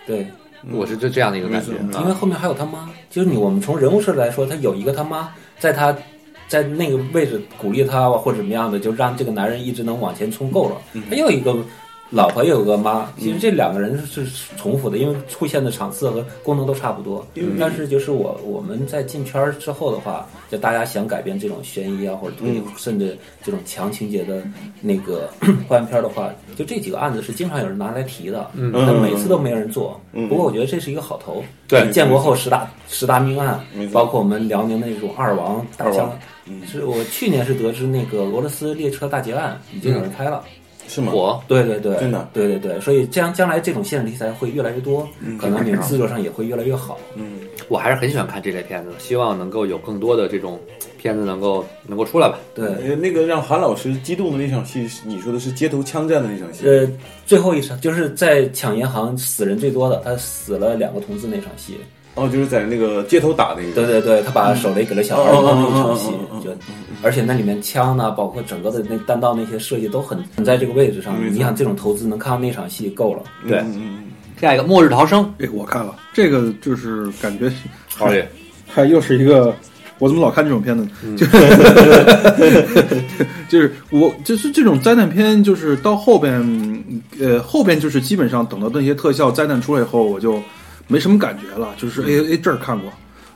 S2: 对，
S1: 我是这这样的一个感觉
S3: 嗯没错
S1: 啊
S2: 因为后面还有他妈，就是你我们从人物设置来说，他有一个他妈在他在那个位置鼓励他或者怎么样的，就让这个男人一直能往前冲够了。他又有一个老婆，又有个妈，其实这两个人是是重复的，因为出现的场次和功能都差不多。但是就是我我们在进圈儿之后的话，就大家想改变这种悬疑啊或者推理，甚至这种强情节的那个 科幻片儿的话，就这几个案子是经常有人拿来提的，但每次都没有人做。
S3: 嗯
S2: 不过我觉得这是一个好头。
S1: 对
S2: 建国后十大十大命案
S3: 没，错
S2: 包括我们辽宁的那种二王大
S3: 二
S2: 枪
S3: 王，嗯
S2: 是我去年是得知那个俄罗斯列车大劫案已经有人拍了。
S3: 是吗？
S1: 火
S2: 对对对，
S3: 嗯真的
S2: 对对对，所以将将来这种现实题材会越来越多，可能你们制作上也会越来越好。
S3: 嗯，
S1: 我还是很喜欢看这类片子，希望能够有更多的这种片子能够能够出来吧。
S2: 对，
S3: 呃，那个让韩老师激动的那场戏，你说的是街头枪战的那场戏，
S2: 呃，最后一场就是在抢银行死人最多的，他死了两个同志那场戏。
S3: 哦，就是在那个街头打那
S2: 对
S3: 个，
S2: 对对，他把手雷给了小
S3: 嗯
S2: 孩儿那一场戏
S3: 嗯嗯嗯嗯嗯，
S2: 就而且那里面枪呢，包括整个的那弹道那些设计都很很在这个位置上。
S3: 没错
S2: 你想这种投资能看到那场戏够了。
S1: 对
S3: 嗯嗯
S1: 下一个《末日逃生
S4: 这个哎我看了，这个就是感觉》，
S1: 好嘞，
S4: 还又是一个，我怎么老看这种片子？就是就是 我就是这种灾难片，就是到后边，呃，后边就是基本上等到那些特效灾难出来以后，我就没什么感觉了。就是哎哎，这儿看过，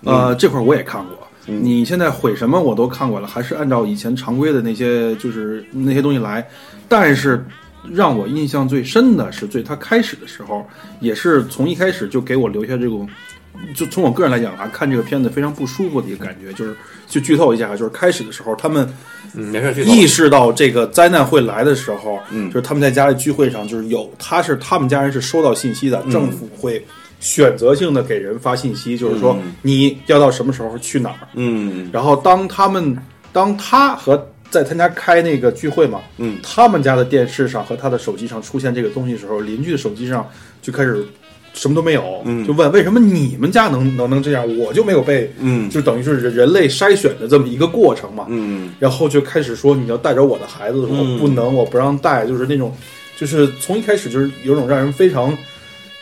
S4: 呃，这块儿我也看过。你现在毁什么我都看过了，还是按照以前常规的那些就是那些东西来，但是让我印象最深的是最它开始的时候，也是从一开始就给我留下这种就从我个人来讲啊，看这个片子非常不舒服的一个感觉，就是就剧透一下，就是开始的时候，他们
S1: 嗯，没事，去
S4: 意识到这个灾难会来的时候，
S3: 嗯
S4: 就是他们在家里聚会上，就是有他是他们家人是收到信息的，
S3: 嗯
S4: 政府会选择性的给人发信息，就是说
S3: 嗯
S4: 你要到什么时候去哪儿，
S3: 嗯
S4: 然后当他们当他和在他家开那个聚会嘛，
S3: 嗯
S4: 他们家的电视上和他的手机上出现这个东西的时候，邻居的手机上就开始什么都没有，
S3: 嗯
S4: 就问为什么你们家能能能这样，我就没有被，
S3: 嗯
S4: 就等于是人人类筛选的这么一个过程嘛，
S3: 嗯
S4: 然后就开始说你要带着我的孩子，
S3: 嗯
S4: 我不能，我不让带，就是那种，就是从一开始就是有种让人非常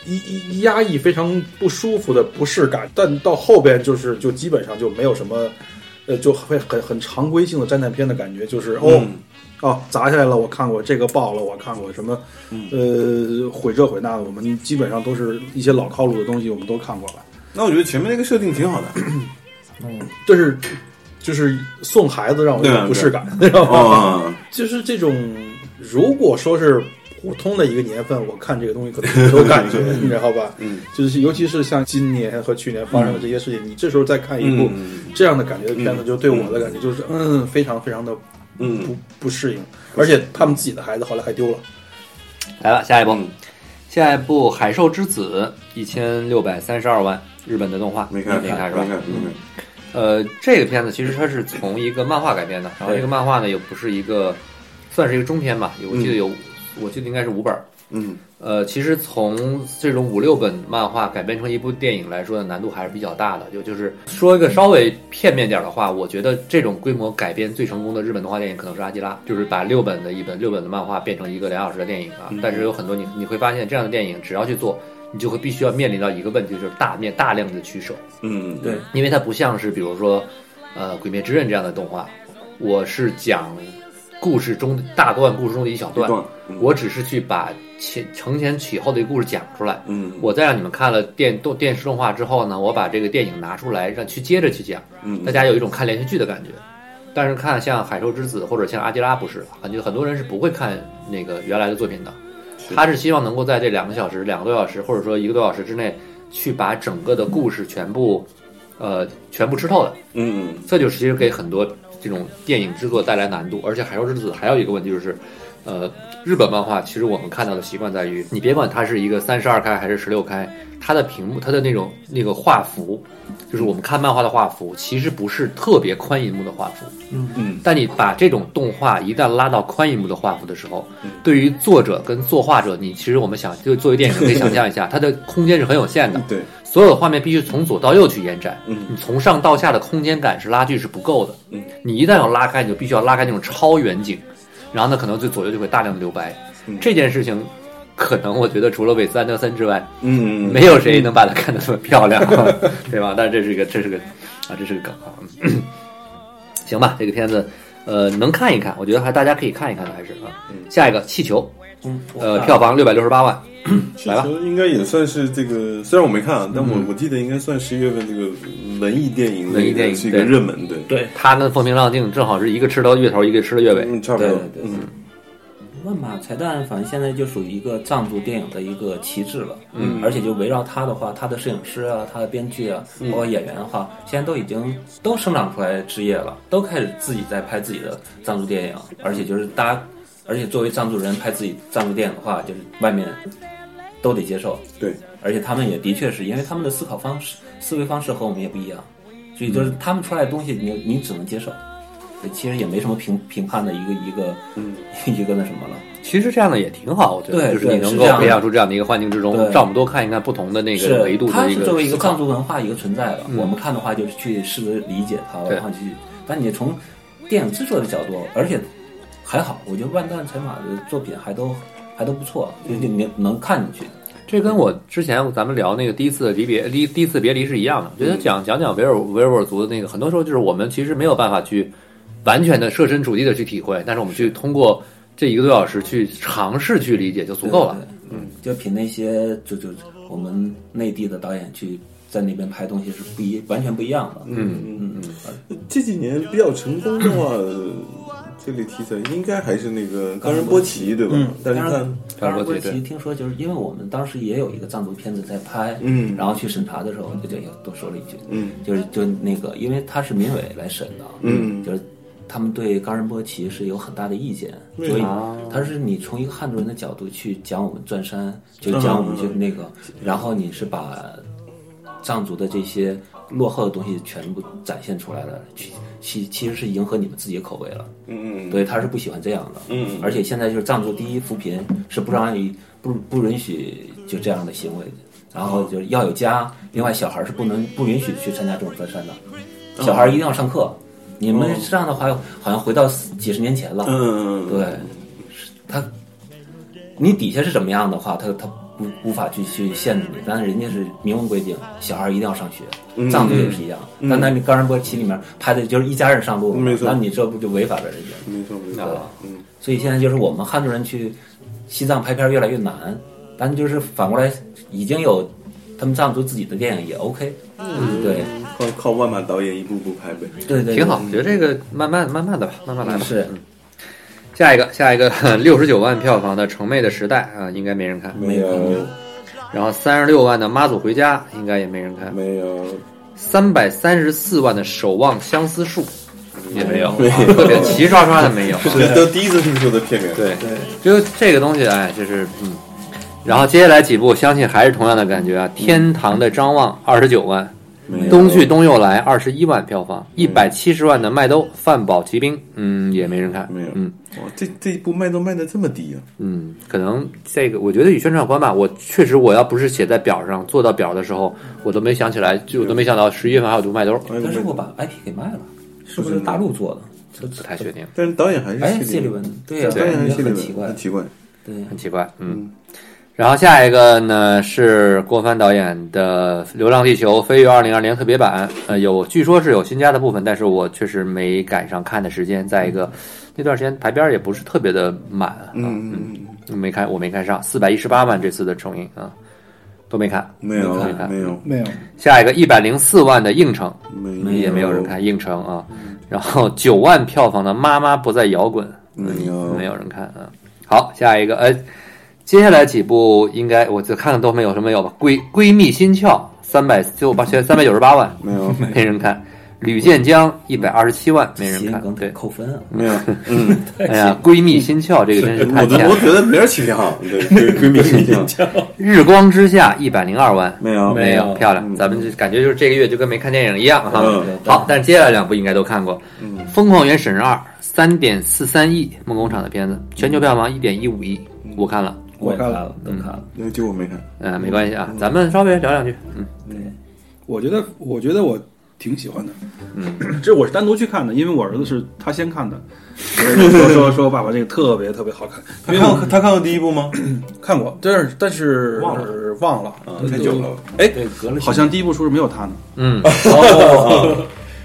S4: 一压抑、非常不舒服的不适感，但到后边就是就基本上就没有什么，呃，就会很很常规性的灾难片的感觉，就是哦。
S3: 嗯
S4: 哦，砸下来了，我看过这个爆了，我看过什么，
S3: 嗯
S4: 呃，毁这毁那的，我们基本上都是一些老套路的东西，我们都看过了。
S3: 那我觉得前面那个设定挺好的，
S4: 但是，就是送孩子让我有
S3: 对啊
S4: 点不 适感，知道吗？
S3: 哦，
S4: 就是这种，如果说是普通的一个年份，我看这个东西可能没有感觉，你知道吧？
S3: 嗯，
S4: 就是尤其是像今年和去年发生的这些事情，你这时候再看一部
S3: 嗯
S4: 这样的感觉的片子，就对我的感觉就是，嗯，非常非常的不
S3: 嗯
S4: 不适应，而且他们自己的孩子后来还丢了。
S1: 来吧，下一步。
S3: 嗯
S1: 下一部《海兽之子》一千六百三十二万，日本的动画，
S3: 没
S1: 你
S3: 看，
S1: 没
S3: 看
S1: 看是
S3: 没
S1: 吧
S3: 看，？没看。
S1: 呃，这个片子其实它是从一个漫画改编的，然后这个漫画呢也不是一个，算是一个中篇吧，我记得有，我记得应该是五本儿。
S3: 嗯，
S1: 呃，其实从这种五六本漫画改编成一部电影来说呢，难度还是比较大的。就就是说一个稍微片面点儿的话，我觉得这种规模改编最成功的日本动画电影可能是《阿基拉》，就是把六本的一本六本的漫画变成一个两小时的电影啊。但是有很多你你会发现，这样的电影只要去做，你就会必须要面临到一个问题，就是大面大量的取舍。
S3: 嗯，
S2: 对，
S1: 因为它不像是比如说，呃，《鬼灭之刃》这样的动画，我是讲故事中大段故事中的一小
S3: 一
S1: 段，
S3: 段，嗯
S1: 我只是去把前承前启后的一个故事讲出来。
S3: 嗯，
S1: 我再让你们看了电动电视动画之后呢，我把这个电影拿出来，让去接着去讲，
S3: 嗯
S1: 大家有一种看连续剧的感觉。但是看像《海兽之子》或者像《阿基拉》不是，感觉很多人是不会看那个原来的作品的，他是希望能够在这两个小时、两个多小时，或者说一个多小时之内，去把整个的故事全部，呃，全部吃透的。
S3: 嗯嗯
S1: 这就是其实给很多这种电影制作带来难度。而且《海兽之子》还有一个问题就是，呃，日本漫画其实我们看到的习惯在于，你别管它是一个三十二开还是十六开，它的屏幕它的那种那个画幅，就是我们看漫画的画幅，其实不是特别宽银幕的画幅。
S3: 嗯，
S1: 但你把这种动画一旦拉到宽银幕的画幅的时候，对于作者跟作画者，你其实我们想就作为电影人可以想象一下，它的空间是很有限的。
S3: 对，
S1: 所有的画面必须从左到右去延展，
S3: 嗯
S1: 你从上到下的空间感是拉距是不够的，
S3: 嗯，
S1: 你一旦要拉开，你就必须要拉开那种超远景，然后呢，可能就左右就会大量的留白，
S3: 嗯
S1: 这件事情，可能我觉得除了韦斯安德森之外，
S3: 嗯嗯，
S1: 没有谁能把它看得这么漂 亮，对吧？但是这是一个，这是个啊，这是个梗啊， 嗯行吧，这个片子，呃，能看一看，我觉得还大家可以看一看的，还是啊，下一个气球，
S2: 嗯，我
S1: 呃，
S2: 看
S1: 票房六百六十八万，
S3: 气
S1: 来吧
S3: 球应该也算是这个，虽然我没看啊，但我我记得应该算十一月份这个文艺电影的
S1: 文艺电影
S3: 是一个
S1: 对
S3: 热门，对，
S2: 对，
S1: 它跟《风平浪静》正好是一个吃到月头，一个吃到月尾。
S3: 嗯，差不多
S2: 对，对对
S3: 嗯
S2: 乱码彩蛋，反正现在就属于一个藏族电影的一个旗帜了。嗯，而且就围绕他的话，他的摄影师啊，他的编剧啊，包括演员的话，现在都已经都生长出来职业了，都开始自己在拍自己的藏族电影，而且就是大家，而且作为藏族人拍自己藏族电影的话，就是外面都得接受，
S3: 对，
S2: 而且他们也的确是因为他们的思考方式、思维方式和我们也不一样，所以
S1: 嗯
S2: 就是他们出来的东西你，你只能接受。对其实也没什么评评判的一个一个、
S1: 嗯
S2: 一个那什么了。
S1: 其实这样的也挺好，我觉得，
S2: 对
S1: 就是你能
S2: 是
S1: 够
S2: 这样的
S1: 培养出这样的一个环境之中，
S2: 对
S1: 让我们多看一看不同的那
S2: 是
S1: 个维度
S2: 它
S1: 的
S2: 是
S1: 一个
S2: 作为一
S1: 思
S2: 个
S1: 考嗯
S2: 藏。族文化一个存在的。我们看的话，就是去试着理解它，
S1: 对
S2: 然后去。但你从电影制作的角度，而且还好，我觉得万代采马的作品还都还都不错，就是你
S1: 嗯
S2: 能能看进去。
S1: 这跟我之前咱们聊那个第一次离别、第第一次别离是一样的。我觉得
S2: 嗯
S1: 讲讲讲维吾尔维吾尔族的那个，很多时候就是我们其实没有办法去完全的设身处地的去体会，但是我们去通过这一个多小时去尝试去理解就足够了。
S2: 对。嗯，就凭那些就就我们内地的导演去在那边拍东西是不一完全不一样的。嗯嗯嗯，
S3: 这几年比较成功的话，呃这类题材应该还是那个冈仁波齐，对吧？但是
S2: 当然
S3: 看，，
S2: 当然，
S1: 波
S2: 波
S1: 奇对
S2: 奇听说就是因为我们当时也有一个藏族片子在拍，
S3: 嗯
S2: 然后去审查的时候，就这也多说了一句，
S3: 嗯，
S2: 就是就那个，因为他是民委来审的，
S3: 嗯
S2: 就是他们对冈仁波齐是有很大的意见，
S3: 为
S2: 所以
S3: 啥
S2: 他是你从一个汉族人的角度去讲我们钻山，就
S3: 嗯
S2: 讲我们就那个，然后你是把藏族的这些落后的东西全部展现出来了，其其其实是迎合你们自己的口味了。
S3: 嗯嗯
S2: 所以他是不喜欢这样的。
S3: 嗯
S2: 而且现在就是藏族第一扶贫是不让你不不允许就这样的行为的，然后就是要有家，另外小孩是不能不允许去参加这种专山的，
S3: 哦
S2: 小孩一定要上课。你们这样的话，好像回到几十年前了。
S3: 嗯
S2: 对，是他，你底下是怎么样的话，他他无无法去去限制你，但是人家是明文规定，小孩一定要上学，
S3: 嗯
S2: 藏族也是一样。但那你《冈仁波齐》里面拍的就是一家人上路嘛，
S3: 没错
S2: 那你这不就违反了人家？
S3: 没错没错，嗯
S2: 所以现在就是我们汉族人去西藏拍片越来越难，但就是反过来已经有他们藏族自己的电影也 OK，嗯，对
S3: 靠靠万马导演一步步拍呗。
S2: 对对，
S1: 挺好，我觉得这个慢慢慢慢的吧，慢慢来吧。嗯
S2: 嗯是
S1: 下一个，下一个 六十九万票房的《城妹的时代》啊，应该没人看。
S3: 没有
S1: 然后三十六万的《妈祖回家》应该也没人看，
S3: 没 有，
S1: 三百三十四万的《守望相思树》也没有，
S3: 没有
S1: 特别齐刷 刷的没有。
S3: 这都第一次听说的片名。
S1: 对，就这个东西，哎，就是嗯，然后接下来几部，相信还是同样的感觉啊。天堂的张望二十九万，
S3: 没有
S1: 东去东又来二十一万票房，一百七十万的麦兜饭堡骑兵，嗯，也没人看，
S3: 没有
S1: 嗯
S3: 哇，这这一部卖都卖的这么低啊！
S1: 嗯，可能这个我觉得与宣传有关吧。我确实我要不是写在表上，做到表的时候，我都没想起来，就我都没想到十一月份还有读麦兜，
S3: 哎
S2: 但是我把 IP 给卖了，是不是大陆做的？这
S1: 不太确定，
S3: 但是导演还
S2: 哎，
S3: 是
S2: 谢
S3: 谢
S2: 立
S3: 立
S2: 文，对呀、
S3: 导演还
S2: 也
S3: 是谢立
S2: 很
S3: 文，
S2: 奇怪
S3: 很，奇怪。
S2: 对，
S1: 很奇怪，嗯。然后下一个呢是郭帆导演的《流浪地球：飞越2020》特别版，呃，有据说是有新加的部分，但是我确实没赶上看的时间。再一个，那段时间排片也不是特别的满啊，
S3: 嗯嗯嗯，
S1: 没看，我没看上，四百一十八万这次的重映啊，都没看。
S3: 没有
S1: 没看
S3: 没有
S4: 没有，
S1: 下一个一百零四万的《应城》，
S3: 没
S1: 也没有人
S3: 嗯
S1: 看，《应城》啊，然后九万票房的《妈妈不再摇滚》，
S3: 没嗯有
S1: 没有人看啊。好，下一个，呃，接下来几部应该我就看看都没有什么有吧。闺闺蜜心窍三百九八千三百九十八万，
S3: 嗯没有
S1: 没人看。吕建江一百二十七万，没人
S2: 谐音
S1: 看。
S2: 梗得
S1: 对，
S2: 扣分啊。
S3: 没有，嗯，
S1: 哎呀，闺蜜心窍这个真是
S3: 我
S1: 太
S3: 都
S1: 欠
S3: 我
S1: 了。
S3: 觉得没人起跳，对对，闺蜜起跳，
S1: 日光之下一百零二万，
S3: 哦没有
S1: 没
S2: 没有
S1: 漂亮。咱们就感觉就是这个月就跟没看电影一样哈。
S3: 嗯
S1: 好，但是接下来两部应该都看过，《疯狂原始人二》三点四三亿梦工厂的片子，全球票房一点一五亿，我看了，
S2: 我也
S4: 看
S2: 看
S4: 了
S2: 了，嗯都看了。
S3: 那就我没看，
S1: 嗯，没关系啊，咱们稍微聊两句，嗯，
S4: 我觉得，我觉得我挺喜欢的。嗯， 这我是单独去看的，因为我儿子是他先看的，说说说爸爸这个特别特别好看，
S3: 他看过他看过第一部吗？
S4: 看过，但是但是
S3: 忘啊
S4: 了忘了，
S3: 太久了，
S4: 哎
S2: 对，隔了
S4: 好像第一部书是没有 他呢。
S1: 嗯，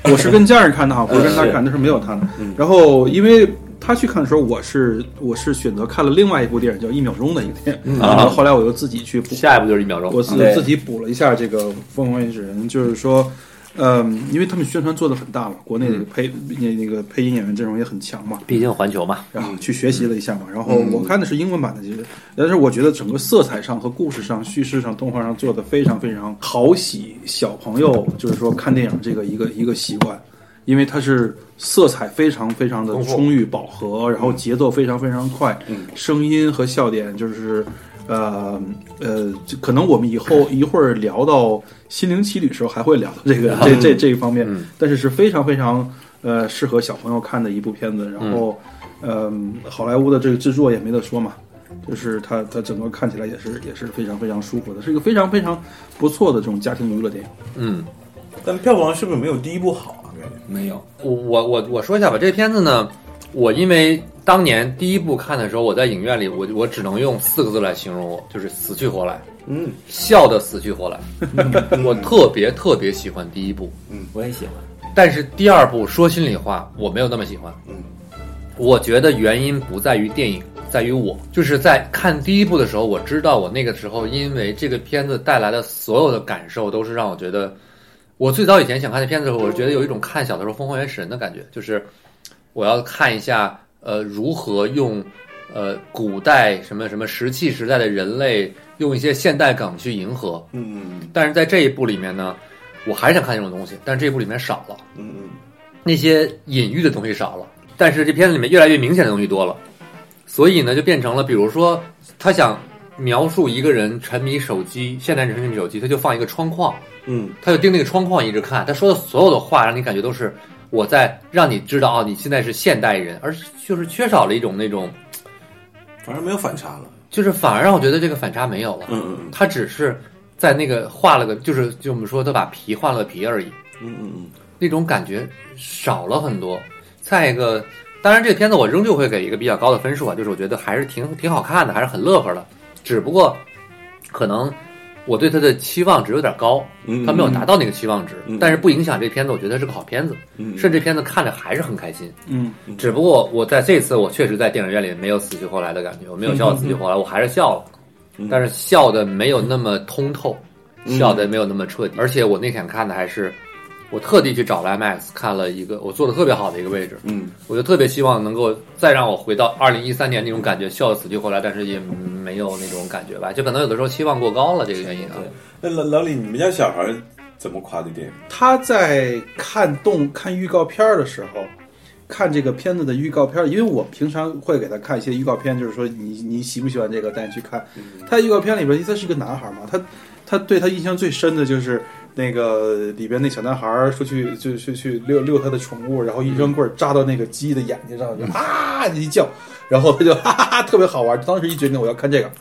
S4: 我是跟家人看的哈，不是跟他看，那是没有他的。然后因为他去看的时候，我是我是选择看了另外一部电影叫《一秒钟》的一个电影， 然后后来我又自己去补，
S1: 下一步就是一秒钟，
S4: 我自
S2: 对
S4: 自己补了一下这个《疯狂原始人》，就是说，嗯，因为他们宣传做的很大嘛，国内那个配那那个配音演员阵容也很强嘛，
S1: 毕竟环球嘛，
S4: 然后去学习了一下嘛。然后我看的是英文版的，其实，但是我觉得整个色彩上和故事上、叙事上、动画上做的非常非常讨喜小朋友，就是说看电影这个一个一个习惯，因为它是色彩非常非常的充裕饱和，然后节奏非常非常快，声音和笑点就是。呃呃，这可能我们以后一会儿聊到《心灵奇旅》时候还会聊到这个这这这一方面，但是是非常非常呃适合小朋友看的一部片子。然后，嗯，好莱坞的这个制作也没得说嘛，就是它它整个看起来也是也是非常非常舒服的，是一个非常非常不错的这种家庭娱乐电影。
S1: 嗯，
S3: 但票房是不是没有第一部好啊？
S2: 没有，
S1: 我我我我说一下吧，这片子呢，我因为当年第一部看的时候，我在影院里，我我只能用四个字来形容我，就是死去活来，
S3: 嗯，
S1: 笑得死去活来，我特别特别喜欢第一部，
S2: 我也喜欢。
S1: 但是第二部，说心里话，我没有那么喜欢。
S3: 嗯，
S1: 我觉得原因不在于电影，在于我。就是在看第一部的时候，我知道我那个时候因为这个片子带来的所有的感受，都是让我觉得，我最早以前想看这片子的时候，我觉得有一种看小的时候《疯狂原始人》的感觉，就是我要看一下，呃，如何用。呃，古代什么什么石器时代的人类用一些现代梗去迎合，
S3: 嗯
S1: 但是在这一部里面呢，我还想看这种东西，但是这一部里面少了，
S3: 嗯嗯
S1: 那些隐喻的东西少了，但是这片子里面越来越明显的东西多了，所以呢，就变成了，比如说他想描述一个人沉迷手机，现代人沉迷手机，他就放一个窗框，
S3: 嗯
S1: 他就盯那个窗框一直看，他说的所有的话让你感觉都是我在让你知道哦，你现在是现代人，而是就是缺少了一种那种，
S3: 嗯，反正没有反差了。
S1: 就是反而让我觉得这个反差没有了，
S3: 嗯嗯
S1: 他只是在那个画了个，就是就我们说他把皮换了个皮而已。
S3: 嗯嗯
S1: 那种感觉少了很多。再一个，当然这个片子我仍旧会给一个比较高的分数啊，就是我觉得还是挺挺好看的，还是很乐呵的。只不过可能我对它的期望值有点高，
S3: 嗯，
S1: 它没有达到那个期望值，
S3: 嗯
S1: 但是不影响这片子，我觉得是个好片子，
S3: 嗯，
S1: 甚至片子看着还是很开心。
S4: 嗯，
S1: 只不过我在这次我确实在电影院里没有死去活来的感觉，我没有笑到死去活来，我还是笑了，
S3: 嗯
S1: 但是笑的没有那么通透，笑的没有那么彻底。而且我那天看的还是我特地去找了 IMAX 看了一个我坐的特别好的一个位置，
S3: 嗯
S1: 我就特别希望能够再让我回到二零一三年那种感觉，笑得死去活来，但是也没有那种感觉吧，就可能有的时候期望过高了这个原因啊。
S3: 那老老李，你们家小孩怎么夸的电影？
S4: 他在看动看预告片儿的时候，看这个片子的预告片，因为我平常会给他看一些预告片，就是说你你喜不喜欢这个，带你去看。他预告片里边，他是个男孩嘛，他他对他印象最深的就是那个里边那小男孩儿说去就去去遛遛他的宠物，然后一扔棍儿扎到那个鸡的眼睛上，就啊一叫，然后他就哈哈哈特别好玩。当时一决定我要看这个，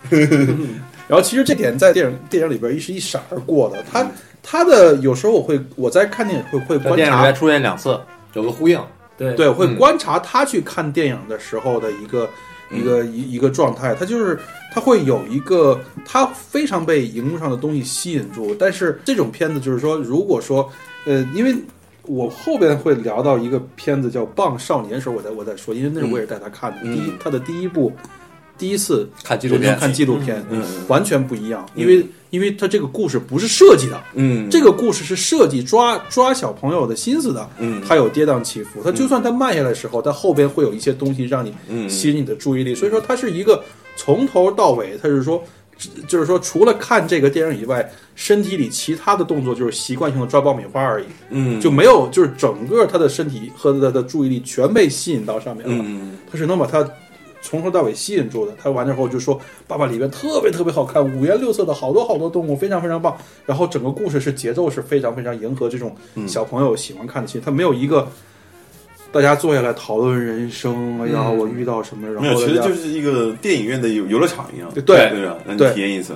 S4: 然后其实这点在电影电影里边一是一闪而过的。他他的有时候我会我在看电影会会
S1: 在
S4: 观
S1: 电影里
S4: 察
S1: 面出现两次，有个呼应。
S2: 对
S4: 对，我会
S1: 嗯
S4: 观察他去看电影的时候的一个、
S3: 嗯
S4: 一个一一个状态，他就是他会有一个他非常被荧幕上的东西吸引住，但是这种片子就是说，如果说呃，因为我后边会聊到一个片子叫《棒少年》的时候，我再我再说，因为那是我也是带他看的，
S3: 嗯
S4: 第一他的第一部第一次
S1: 看纪录片
S4: 人生看纪录片，
S3: 嗯嗯
S4: 完全不一样，因为因为他这个故事不是设计的，
S3: 嗯，
S4: 这个故事是设计抓抓小朋友的心思的，
S3: 嗯
S4: 它有跌宕起伏，它就算它慢下来的时候，它后边会有一些东西让
S3: 嗯
S4: 你吸引你的注意力，所以说它是一个从头到尾，它是说，就是说除了看这个电影以外，身体里其他的动作就是习惯性的抓爆米花而已，
S3: 嗯
S4: 就没有就是整个他的身体和他的注意力全被吸引到上面了，
S3: 嗯
S4: 他是能把他。从头到尾吸引住的，他完之后就说：“爸爸里边特别特别好看，五颜六色的好多好多动物，非常非常棒。”然后整个故事是节奏是非常非常迎合这种小朋友喜欢看的戏，他没有一个大家坐下来讨论人生，哎呀，我遇到什么，然
S3: 没有，
S4: 后
S3: 其实
S4: 大家
S3: 就是一个电影院的游游乐场一样，
S4: 对
S3: 对吧？让你
S4: 对
S3: 体验一次，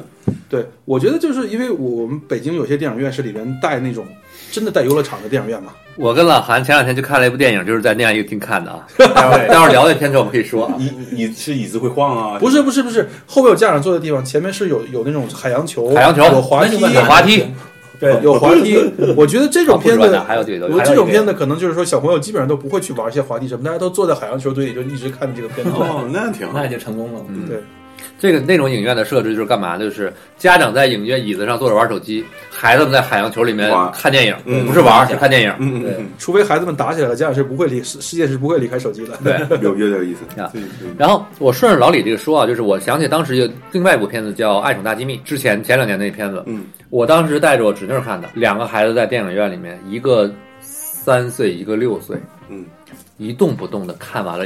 S4: 对，我觉得就是因为我我们北京有些电影院是里边带那种真的带游乐场的电影院嘛，
S1: 我跟老韩前两天去看了一部电影，就是在那样一个厅看的 啊。待会儿待会儿聊这片子我们可以说啊。
S3: 椅椅是椅子会晃啊，
S4: 不是不是不是，后面有家长坐的地方，前面是有有那种海洋球、啊
S1: 海洋球
S4: 有滑梯、
S1: 有滑梯，
S4: 对，有滑梯。我觉得这种片
S1: 啊不
S4: 子
S1: 止吧，还有这个
S4: 我
S1: 还有
S4: 这种
S1: 一个
S4: 片子可能就是说小朋友基本上都不会去玩一些滑梯什么，大家都坐在海洋球堆里就一直看这个 片子。
S3: 哦，那挺好
S2: 那，也就成功了。
S1: 嗯
S4: 对，
S1: 这个那种影院的设置就是干嘛？就是家长在影院椅子上坐着玩手机，孩子们在海洋球里面
S3: 玩
S1: 看电影，
S3: 嗯
S1: 不是玩是看电影。
S3: 嗯
S2: 对
S3: 嗯
S4: 除非孩子们打起来了，家长是不会离世世界是不会离开手机的。
S1: 对，
S3: 嗯，有有点意思
S1: 啊
S3: 对对
S1: 然后我顺着老李这个说啊，就是我想起当时有另外一部片子叫《爱宠大机密》，之前前两年那片子，
S3: 嗯
S1: 我当时带着我侄女儿看的，两个孩子在电影院里面，一个三岁，一个六岁，
S3: 嗯，
S1: 一动不动的看完了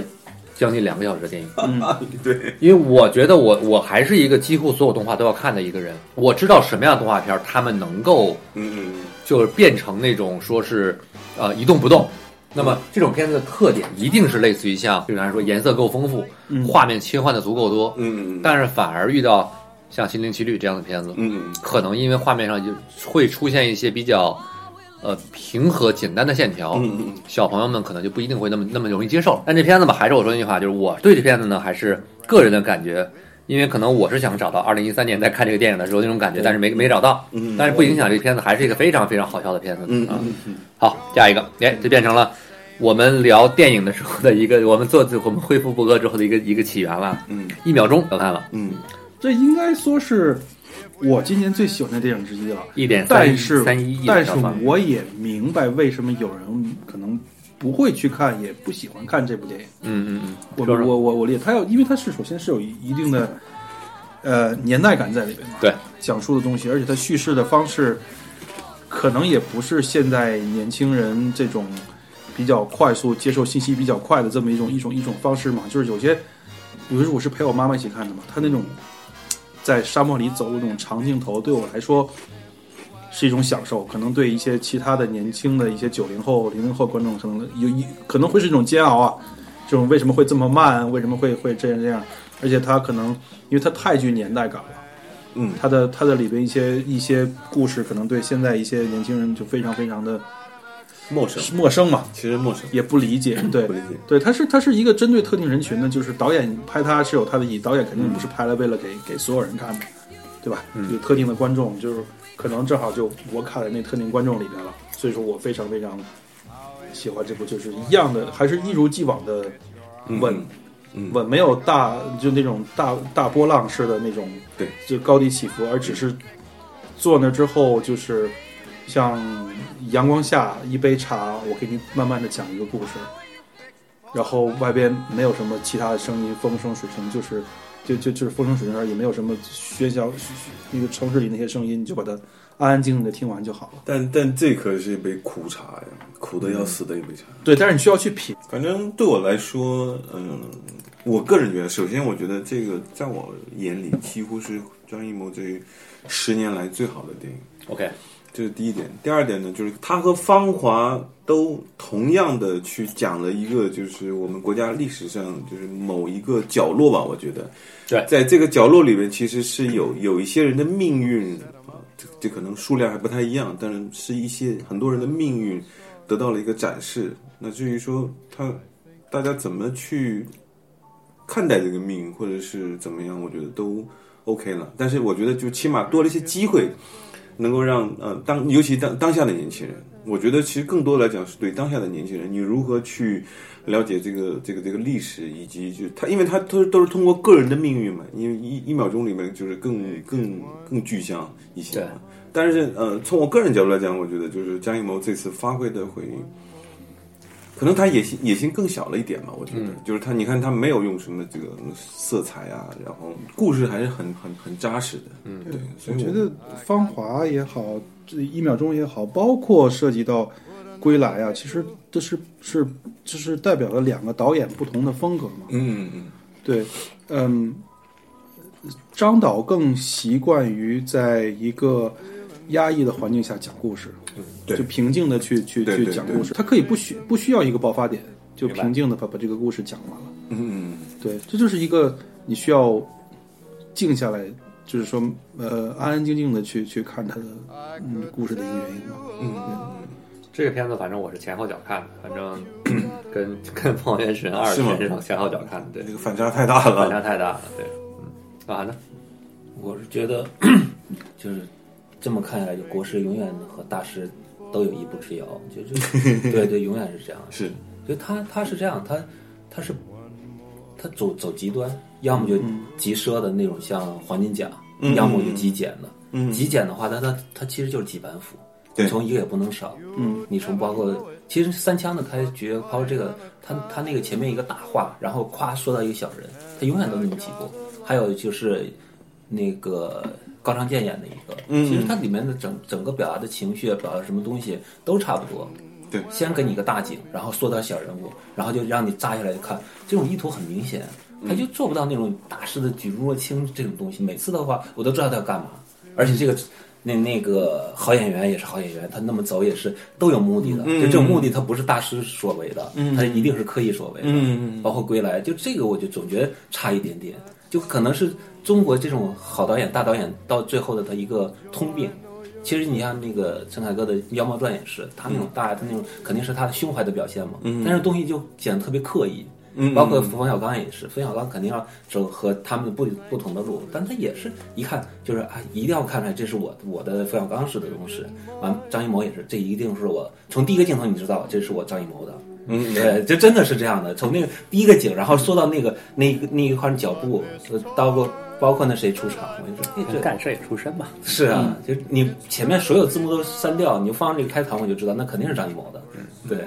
S1: 将近两个小时的电影。
S3: 对，
S1: 因为我觉得我我还是一个几乎所有动画都要看的一个人，我知道什么样的动画片儿他们能够
S3: 嗯嗯
S1: 就是变成那种说是呃一动不动。那么这种片子的特点一定是类似于像，比方说颜色够丰富，画面切换的足够多，
S3: 嗯嗯嗯
S1: 但是反而遇到像《心灵奇旅》这样的片子，
S3: 嗯
S1: 可能因为画面上就会出现一些比较呃平和简单的线条，
S3: 嗯嗯嗯
S1: 小朋友们可能就不一定会那么那么容易接受。但这片子吧，还是我说那句话，就是我对这片子呢，还是个人的感觉，因为可能我是想找到二零一三年在看这个电影的时候那种感觉，但是没没找到。
S3: 嗯
S1: 但是不影响这个片子还是一个非常非常好笑的片子。
S3: 嗯
S1: 啊
S3: 嗯，
S1: 好，下一个，哎，这变成了。我们聊电影的时候的一个，我们做我们恢复播客之后的一个一个起源了。
S3: 嗯，
S1: 一秒钟，我看了
S3: 嗯
S4: 这应该说是我今年最喜欢的电影之一了。
S1: 一点
S4: 但
S1: 三
S4: 是
S1: 三一亿的
S4: 但
S1: 票
S4: 是
S1: 房，
S4: 我也明白为什么有人可能不会去看，也不喜欢看这部电影。
S1: 嗯嗯嗯，
S4: 我
S1: 说说
S4: 我我我理解，它要因为它是首先是有一一定的呃年代感在里边嘛，
S1: 对，
S4: 讲述的东西，而且它叙事的方式可能也不是现在年轻人这种比较快速接受信息比较快的这么一种一种一种方式嘛，就是有些，比如说我是陪我妈妈一起看的嘛，她那种在沙漠里走路那种长镜头，对我来说。是一种享受，可能对一些其他的年轻的一些九零后、零零后观众，可能有一可能会是一种煎熬啊。这种为什么会这么慢，为什么会会这样这样，而且它可能因为它太具年代感了，
S3: 嗯
S4: 它的它的里边一些一些故事，可能对现在一些年轻人就非常非常的
S3: 陌生，
S4: 陌生嘛，
S3: 其实陌生，
S4: 也不理 解，对
S3: 不理解
S4: 对，它是它是一个针对特定人群的，就是导演拍它是有它的意义，导演肯定不是拍了为了给给所有人看的，对吧？
S3: 嗯
S4: 有特定的观众，就是可能正好就我卡在那特定观众里边了，所以说我非常非常喜欢这部，就是一样的，还是一如既往的稳。
S3: 嗯
S4: 稳没有大就那种大大波浪式的那种，
S3: 对，
S4: 就高低起伏，而只是坐那之后就是像阳光下一杯茶，我给你慢慢的讲一个故事，然后外边没有什么其他的声音，风声水声，就是就就就是风生水起，也没有什么喧嚣，那个城市里那些声音，你就把它安安静静的听完就好了。
S3: 但但这可是一杯苦茶呀，苦的要死的一杯茶。
S4: 对，但是你需要去品，
S3: 反正对我来说，嗯，我个人觉得，首先我觉得这个在我眼里几乎是张艺谋这十年来最好的电影，
S1: OK，
S3: 这是第一点。第二点呢，就是他和《芳华》都同样的去讲了一个，就是我们国家历史上就是某一个角落吧，我觉得，
S1: 对
S3: 在这个角落里面，其实是有有一些人的命运啊，这这可能数量还不太一样，但是是一些很多人的命运得到了一个展示。那至于说他大家怎么去看待这个命运，或者是怎么样，我觉得都 OK 了。但是我觉得就起码多了一些机会，能够让呃当尤其当当下的年轻人，我觉得其实更多来讲是对当下的年轻人，你如何去了解这个这个这个历史，以及就他，因为他都都是通过个人的命运嘛，因为一一秒钟里面就是更更更具象一些嘛。但是呃，从我个人角度来讲，我觉得就是张艺谋这次发挥的会。可能他野心野心更小了一点吧，我觉得，就是他，你看他没有用什么这个色彩啊，然后故事还是很很很扎实的，嗯，对，所
S4: 我
S3: 以
S4: 觉得《芳华》也好，这《一秒钟》也好，包括涉及到《归来》啊，其实这是是这是代表了两个导演不同的风格嘛。
S3: 嗯嗯
S4: 对，嗯，张导更习惯于在一个压抑的环境下讲故事，
S3: 嗯对
S4: 就平静的去去
S3: 对
S4: 去
S3: 对
S4: 讲
S3: 对
S4: 故事，他可以不需不需要一个爆发点，就
S1: 明白
S4: 平静的把把这个故事讲完了。
S3: 嗯嗯
S4: 对，这就是一个你需要静下来，就是说，呃，安安静静的去去看他的嗯故事的一个原因嘛。
S1: 这个片子反正我是前后脚看的，反正跟 跟《怦然神二》
S3: 是吗
S1: 这种前后脚看，对
S3: 嗯，，这个反差太大
S1: 反
S3: 了，
S1: 差太大了，对，嗯，干啥呢？
S2: 我是觉得，就是这么看下来，就国师永远和大师都有一步之遥，就 就对对，永远是这样。
S3: 是
S2: 就他他是这样，他他是他走走极端，要么就极奢的那种，像黄金甲，
S3: 嗯
S2: 要么就极简的。
S3: 嗯
S2: 极简的话，它它它其实就是几板斧，
S3: 对
S2: 你从一个也不能少。
S4: 嗯，
S2: 你从包括其实三枪的开局，包括这个，他他那个前面一个大话，然后夸说到一个小人，他永远都那么几步。还有就是那个高长健演的一个，
S3: 嗯
S2: 其实它里面的整整个表达的情绪、啊表达什么东西都差不多。
S3: 对
S2: 先给你一个大景，然后缩到小人物，然后就让你扎下来就看，这种意图很明显，他就做不到那种大师的举重若轻这种东西。每次的话，我都知道他要干嘛，而且这个那那个好演员也是好演员，他那么走也是都有目的的，就这种目的他不是大师所为的，他一定是刻意所为的。
S3: 嗯
S2: 包括归来，就这个我就总觉得差一点点，就可能是中国这种好导演、大导演到最后的他一个通病。其实你像那个陈凯歌的《妖猫传》也是，他那种大，他那种肯定是他的胸怀的表现嘛，但是东西就显得特别刻意。
S3: 嗯
S2: 包括冯小刚也是，冯小刚肯定要走和他们不不同的路，但他也是一看就是啊，一定要看出来这是我我的冯小刚式的东西。完、张艺谋也是，这一定是我从第一个镜头你知道这是我张艺谋的，
S3: 嗯
S2: 对，这真的是这样的。从那个第一个景，然后说到那个那那一块脚步，呃包括包括那谁出场，我就说，哎，这
S1: 干事也出身嘛，
S2: 是啊，
S3: 嗯
S2: 就是你前面所有字幕都删掉，你就放上这个开场，我就知道那肯定是张艺谋的，
S3: 嗯
S2: 对。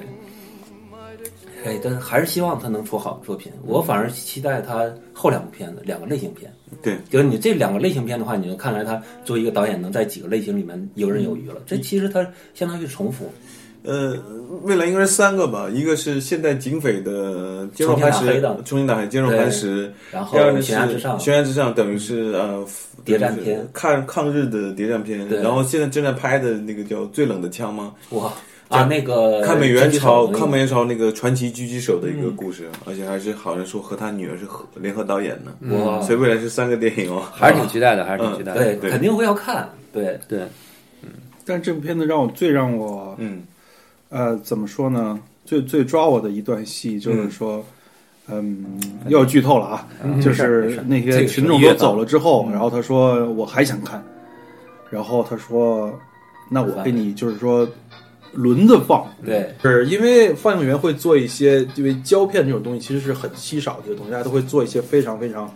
S2: 哎，但是还是希望他能出好作品。我反而期待他后两部片子，两个类型片。
S3: 对，
S2: 就是你这两个类型片的话，你就看来他作为一个导演，能在几个类型里面游刃有余了。
S3: 嗯
S2: 这其实他相当于重复，
S3: 呃，未来应该是三个吧，一个是现代警匪的坚若
S2: 重庆
S3: 磐
S2: 打黑
S3: 石
S2: 的，
S3: 重新打黑坚若
S2: 对
S3: 磐石，
S2: 然后
S3: 第二个是
S2: 悬崖之上
S3: 悬崖之上等于是呃
S2: 谍战片，
S3: 就是抗抗日的谍战片，
S2: 对
S3: 然后现在正在拍的那个叫《最冷的枪》吗？
S2: 哇啊，那个
S3: 抗美援朝，
S2: 狙击手那个
S3: 抗美援朝那个传奇狙击手的一个故事，而且还是好像说和他女儿是合联合导演的，
S2: 哇
S3: 嗯所以未来是三个电影哦。
S1: 还是挺期待的，还是挺期待的，
S2: 对，
S3: 对
S2: 肯定会要看，对，
S1: 对，
S4: 但是这部片子让我最让我
S3: 嗯
S4: 呃怎么说呢？最最抓我的一段戏就是说，嗯，又要剧透了啊，
S2: 嗯
S4: 就是那
S2: 这
S4: 些
S2: 个是
S4: 群众
S2: 约嗯
S4: 都
S2: 的
S4: 走了之后，然后他说我还想看，然后他说那我给你就是说轮着放，
S2: 对，
S4: 是因为放映员会做一些，因为胶片这种东西其实是很稀少的一个东西，大家都会做一些非常非常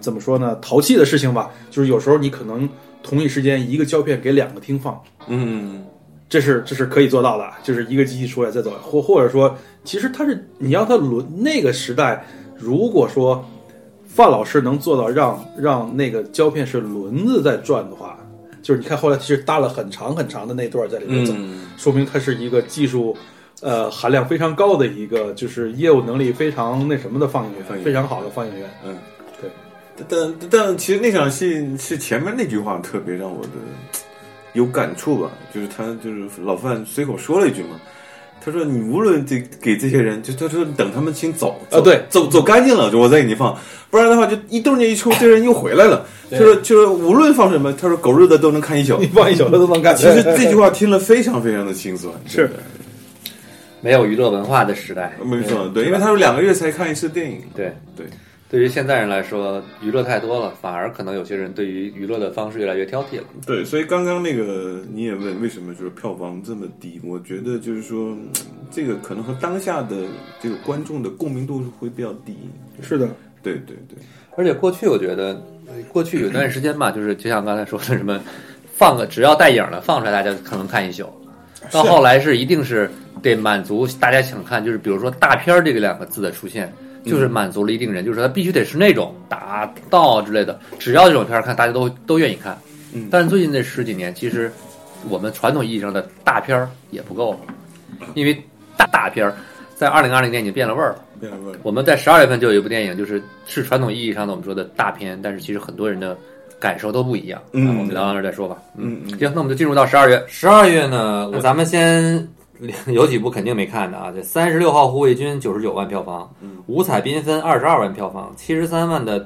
S4: 怎么说呢，淘气的事情吧。就是有时候你可能同一时间一个胶片给两个厅放，
S3: 嗯
S4: 这是 这是可以做到的，啊就是一个机器出来再走，或或者说，其实它是你要它轮那个时代，如果说范老师能做到让让那个胶片是轮子在转的话，就是你看后来其实搭了很长很长的那段在里面走，
S3: 嗯，
S4: 说明它是一个技术呃含量非常高的一个，就是业务能力非常那什么的放映
S3: 放映员
S4: 员，非常好的放映员。
S3: 嗯，
S4: 对
S3: 但。但但其实那场戏是前面那句话特别让我的有感触吧，就是他就是老范随口说了一句嘛，他说你无论这给这些人，就他说你等他们先走
S4: 啊对
S3: 走走干净了，我再给你放，不然的话就一动静一出，这人又回来了。他说就是无论放什么，他说狗日的都能看一宿
S4: 你。放一宿他都能干。
S3: 其实 这句话听了非常非常的心酸，
S4: 是
S3: 真的
S1: 没有娱乐文化的时代，
S3: 没错，对，因为他说两个月才看一次电影，
S1: 对。
S3: 嗯对，
S1: 对于现在人来说，娱乐太多了，反而可能有些人对于娱乐的方式越来越挑剔了。
S3: 对，所以刚刚那个你也问为什么就是票房这么低，我觉得就是说，嗯这个可能和当下的这个观众的共鸣度会比较低。
S4: 是的，
S3: 对对对，
S1: 而且过去我觉得，呃过去有段时间吧，就是就像刚才说的什么，放个只要带影儿的放出来，大家可能看一宿。 到后来是一定是得满足大家想看，就是比如说“大片儿”这个两个字的出现，就是满足了一定人，就是它必须得是那种打道之类的，只要这种片儿看，大家都都愿意看。
S3: 嗯
S1: 但是最近这十几年，其实我们传统意义上的大片儿也不够了，因为大大片儿在二零二零年已经变了味儿了。
S3: 没有问
S1: 我们在十二月份就有一部电影，就是是传统意义上的我们说的大片，但是其实很多人的感受都不一样。
S3: 嗯
S1: 啊我们聊到这儿再说吧。
S3: 嗯嗯
S1: 行，那我们就进入到十二月。嗯十二月呢，我咱们先有几部肯定没看的啊，这三十六号护卫军九十九万票房，
S3: 嗯
S1: 五彩缤纷二十二万票房，七十三万的《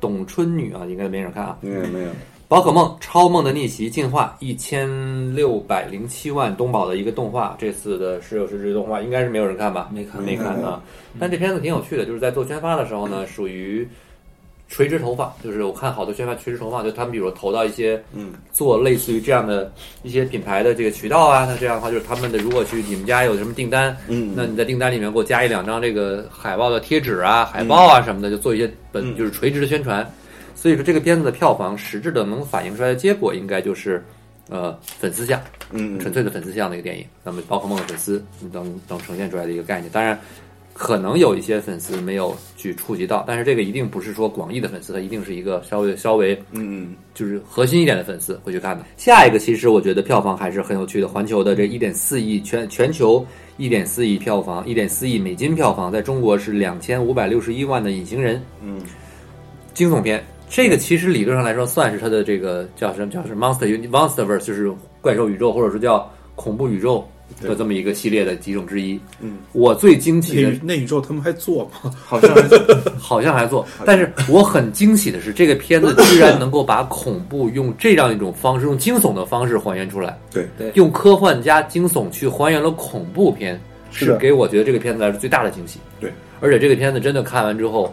S1: 董春女》啊，应该没人看啊，
S3: 没有没有，
S1: 宝可梦超梦的逆袭进化一千六百零七万，东宝的一个动画，这次的十有十之动画应该是没有人看吧？
S2: 没看
S1: 没看啊。
S3: 嗯
S1: 但这片子挺有趣的，就是在做宣发的时候呢，属于垂直投放，就是我看好多宣发垂直投放，就他们比如投到一些
S3: 嗯
S1: 做类似于这样的一些品牌的这个渠道啊，那这样的话就是他们的如果去你们家有什么订单，
S3: 嗯，
S1: 那你在订单里面给我加一两张这个海报的贴纸啊、海报啊什么的，就做一些本
S3: 嗯
S1: 就是垂直的宣传。所以说这个片子的票房实质的能反映出来的结果，应该就是呃粉丝向，
S3: 嗯
S1: 纯粹的粉丝向的一个电影。那么宝可梦的粉丝能能呈现出来的一个概念，当然。可能有一些粉丝没有去触及到，但是这个一定不是说广义的粉丝，它一定是一个稍微稍微
S3: 嗯
S1: 就是核心一点的粉丝会去看的。下一个其实我觉得票房还是很有趣的，环球的这一点四亿全全球一点四亿票房，一点四亿美金票房，在中国是两千五百六十一万的《隐形人》
S3: 嗯
S1: 惊悚片。这个其实理论上来说算是它的这个叫什么叫是 monster uni- monsterverse，就是怪兽宇宙，或者说叫恐怖宇宙的
S3: 对
S1: 这么一个系列的几种之一。
S3: 嗯，
S1: 我最惊
S4: 那
S1: 奇的
S4: 那宇宙他们还做吗？
S3: 嗯，好像还是
S1: 好像还做，但是我很惊喜的是，这个片子居然能够把恐怖用这样一种方式，用惊悚的方式还原出来，
S3: 对
S2: 对
S1: 用科幻加惊悚去还原了恐怖片，
S4: 是
S1: 是
S4: 的
S1: 给我觉得这个片子来说最大的惊喜。
S3: 对，
S1: 而且这个片子真的看完之后，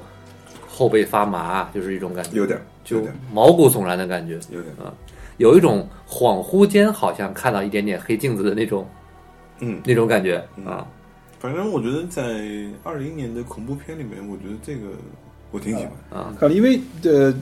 S1: 后背发麻，就是一种感觉，
S3: 有点儿有
S1: 就
S3: 点儿
S1: 毛骨悚然的感觉，
S3: 有点儿，
S1: 有一种恍惚间好像看到一点点黑镜子的那种
S3: 嗯，
S1: 那种感觉
S3: 嗯
S1: 啊。
S3: 反正我觉得在二零年的恐怖片里面，我觉得这个呃我挺喜欢。
S4: 看了，因为呃，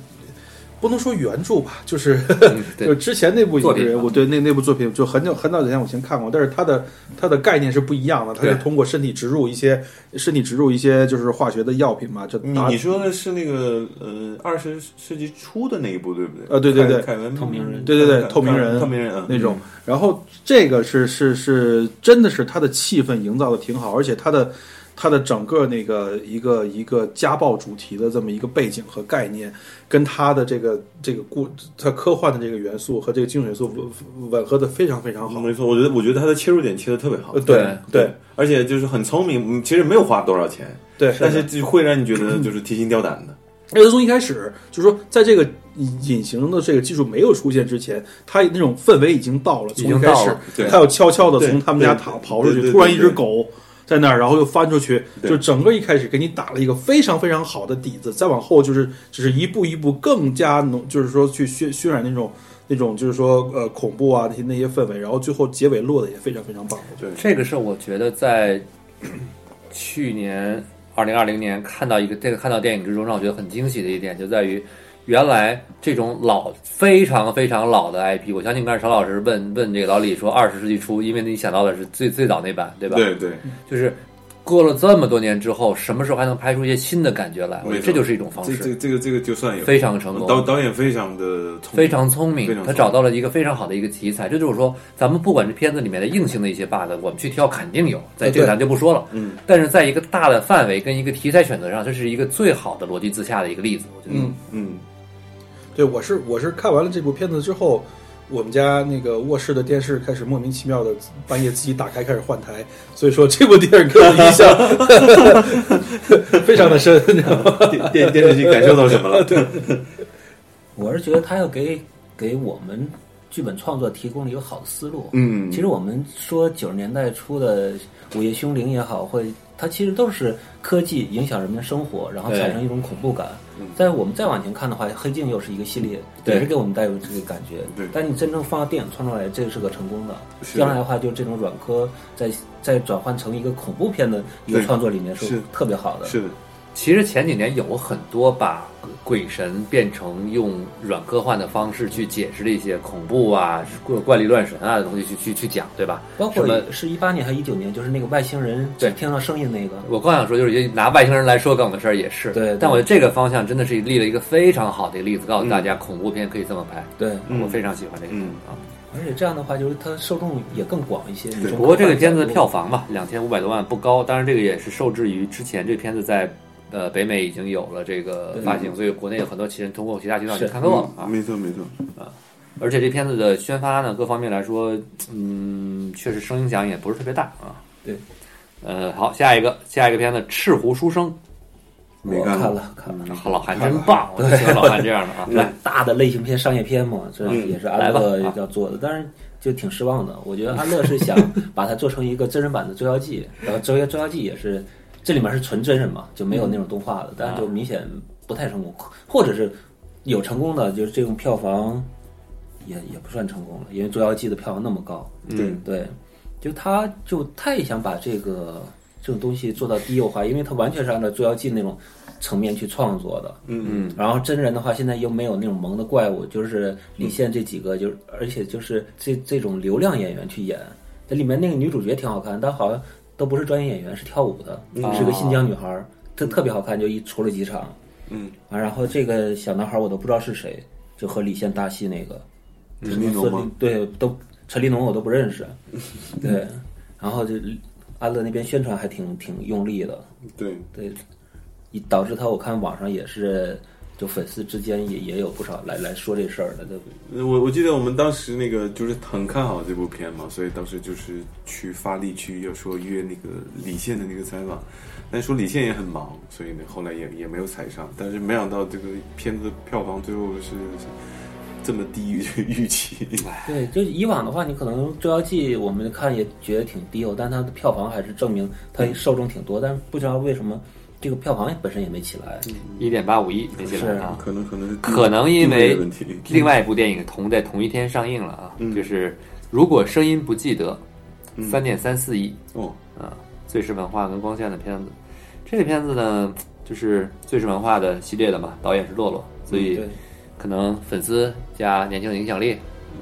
S4: 不能说原著吧，就是、
S1: 嗯对
S4: 就之前那部《
S1: 作
S4: 影
S1: 品
S4: 之人》，
S1: 吧
S4: 我对那那部作品就很久很早之前我先看过，但是它的它的概念是不一样的，它是
S1: 对
S4: 通过身体植入一些身体植入一些就是化学的药品嘛，就
S3: 你
S4: 打
S3: 你说的是那个呃二十世纪初的那一部对不对？
S4: 呃对对
S3: 凯
S4: 对
S3: 凯文
S2: 透明人
S4: 对对对
S3: 凯
S4: 透明人
S3: 凯透明人啊，
S4: 那种。然后这个是是是，真的是它的气氛营造的挺好，而且它的它的整个那个一个一个家暴主题的这么一个背景和概念，跟它的这个这个故它科幻的这个元素和这个惊悚元素吻吻合的非常非常好。
S3: 没错，我觉得我觉得他的切入点切的特别好
S4: 呃，，对对
S3: 而且就是很聪明，嗯其实没有花多少钱，
S4: 对，
S3: 但是就会让你觉得就是提心吊胆的。
S4: 而且从一开始就说，在这个隐形的这个技术没有出现之前，它那种氛围已经到了。
S1: 已
S4: 从
S1: 经
S4: 一
S1: 到
S4: 开
S1: 了
S4: 始，
S3: 对
S4: 他要悄悄的从
S3: 对
S4: 他们家
S3: 对
S4: 塔跑出去，
S3: 对对
S4: 突然一只
S3: 对对
S4: 狗在那儿，然后又翻出去，
S3: 对
S4: 就整个一开始给你打了一个非常非常好的底子。再往后就是只是一步一步更加浓，就是说去渲渲染那种那种就是说呃恐怖啊那些那些氛围，然后最后结尾落的也非常非常棒。我觉得
S1: 这个是我觉得在去年二零二零年看到一个这个看到电影之中，让我觉得很惊喜的一点，就在于原来这种老非常非常老的 IP，我相信刚才邵老师问问这个老李说，二十世纪初，因为你想到的是最最早那版，对吧？，
S3: 对对，
S1: 就是过了这么多年之后，什么时候还能拍出一些新的感觉来？我觉
S3: 没
S1: 得
S3: 错
S1: 这就是一种方
S3: 这这
S1: 式，
S3: 这个这个就算有
S1: 非常成功。
S3: 导导演非常的聪明
S1: 非常聪
S3: 非
S1: 明，
S3: 常聪明
S1: 他找到了一个非常好的一个题材。这就是说，咱们不管是片子里面的硬性的一些 bug，我们去挑肯定有，在这
S4: 对
S1: 个咱就不说了。
S3: 嗯，
S1: 但是在一个大的范围跟一个题材选择上，这是一个最好的逻辑自洽的一个例子。我觉得，
S4: 嗯，
S3: 嗯
S4: 对，我是我是看完了这部片子之后，我们家那个卧室的电视开始莫名其妙的半夜自己打开开始换台，所以说这部电影给我印象 非常的深，你知道吗？
S3: 电电电视剧感受到什么 了？
S2: 我是觉得他要给给我们剧本创作提供了一个好的思路。
S3: 嗯
S2: 其实我们说九十年代初的《午夜凶铃》也好，或者它其实都是科技影响人们生活，然后
S1: 对
S2: 产生一种恐怖感。在我们再往前看的话，《黑镜》又是一个系列，
S1: 对
S2: 也是给我们带有这个感觉。
S3: 对
S2: 但你真正放到电影创作来，这是个成功的。
S3: 是
S2: 将来的话，就这种软科再再转换成一个恐怖片的一个
S3: 对
S2: 创作里面是
S3: 是
S2: 特别好的。
S3: 是的，
S1: 其实前几年有很多把鬼神变成用软科幻的方式去解释的一些恐怖啊、怪怪力乱神啊的东西去去去讲，对吧？
S2: 包
S1: 什么
S2: 括是一八年还是一九年，就是那个外星人
S1: 对
S2: 听到声音那个，
S1: 我刚想说，就是拿外星人来说梗的事儿也是，
S2: 对对
S1: 但我觉得这个方向真的是立了一个非常好的一个例子，告诉大家恐怖片可以这么拍。
S2: 对，
S3: 嗯
S1: 我非常喜欢这个片子啊。
S2: 而且这样的话，就是它受众也更广一些。你
S1: 不过这个片子的票房吧，两千五百多万不高，当然这个也是受制于之前这片子在呃北美已经有了这个发行，所以国内有很多其人通过其他渠道去
S2: 是嗯
S1: 看过了啊。
S3: 嗯没错没错，
S1: 而且这片子的宣发呢，各方面来说，嗯，确实声音响也不是特别大啊。
S2: 对，
S1: 呃，好，下一个下一个片子《赤狐书生
S3: 没
S2: 我看
S3: 过
S2: 了看了，》，
S1: 老韩真棒，我就喜欢老韩这样 的啊。来，
S2: 大的类型片、商业片嘛，这
S3: 嗯
S2: 也是
S1: 来
S2: 阿
S1: 吧
S2: 乐
S1: 啊
S2: 要做的，但是就挺失望的。我觉得阿乐是 想把它做成一个真人版的《捉妖记》，然后《捉妖捉妖记》也是这里面是纯真人嘛，就没有那种动画
S1: 嗯
S2: 的，但是就明显不太成功，或者是有成功的，就是这种票房也也不算成功了，因为《捉妖记》的票房那么高，
S1: 嗯
S3: 对
S2: 对，就他就太想把这个这种东西做到低幼化，因为他完全是按照《捉妖记》那种层面去创作的。
S3: 嗯
S2: 然后真人的话，现在又没有那种萌的怪物，就是李现这几个，就是而且就是这这种流量演员去演，这里面那个女主角挺好看，但好像都不是专业演员，是跳舞的，是个新疆女孩儿，特特别好看，就一出了几场。
S3: 嗯
S2: 啊，然后这个小男孩儿我都不知道是谁，就和李现搭戏那个，
S3: 陈
S1: 嗯
S3: 立农嗯吗？
S2: 对，都陈立农我都不认 识，对，然后就安乐那边宣传还挺挺用力的，
S3: 对，
S2: 对，以导致他我看网上也是，就粉丝之间也也有不少来来说这事儿的，对不对？
S3: 呃我我记得我们当时那个就是很看好这部片嘛，所以当时就是去发力去要说约那个李现的那个采访，但说李现也很忙，所以呢后来也也没有采上。但是没想到这个片子的票房最后是是这么低于预期，
S2: 对，就以往的话，你可能《捉妖记》我们看也觉得挺低幼，但它的票房还是证明它受众挺多，但是不知道为什么这个票房本身也没起来。
S1: 一点八五亿没进来
S2: 是
S1: 啊。
S3: 可能可 能是
S1: 可能因
S3: 地位
S1: 为
S3: 的问题，
S1: 另外一部电影同在同一天上映了啊，
S3: 嗯
S1: 就是《如果声音不记得》，三点三四亿
S3: 哦，
S1: 啊，最是文化跟光线的片子。这个片子呢，就是最是文化的系列的嘛，导演是洛洛，
S3: 嗯
S1: 所以
S2: 对，
S1: 可能粉丝加年轻人影响力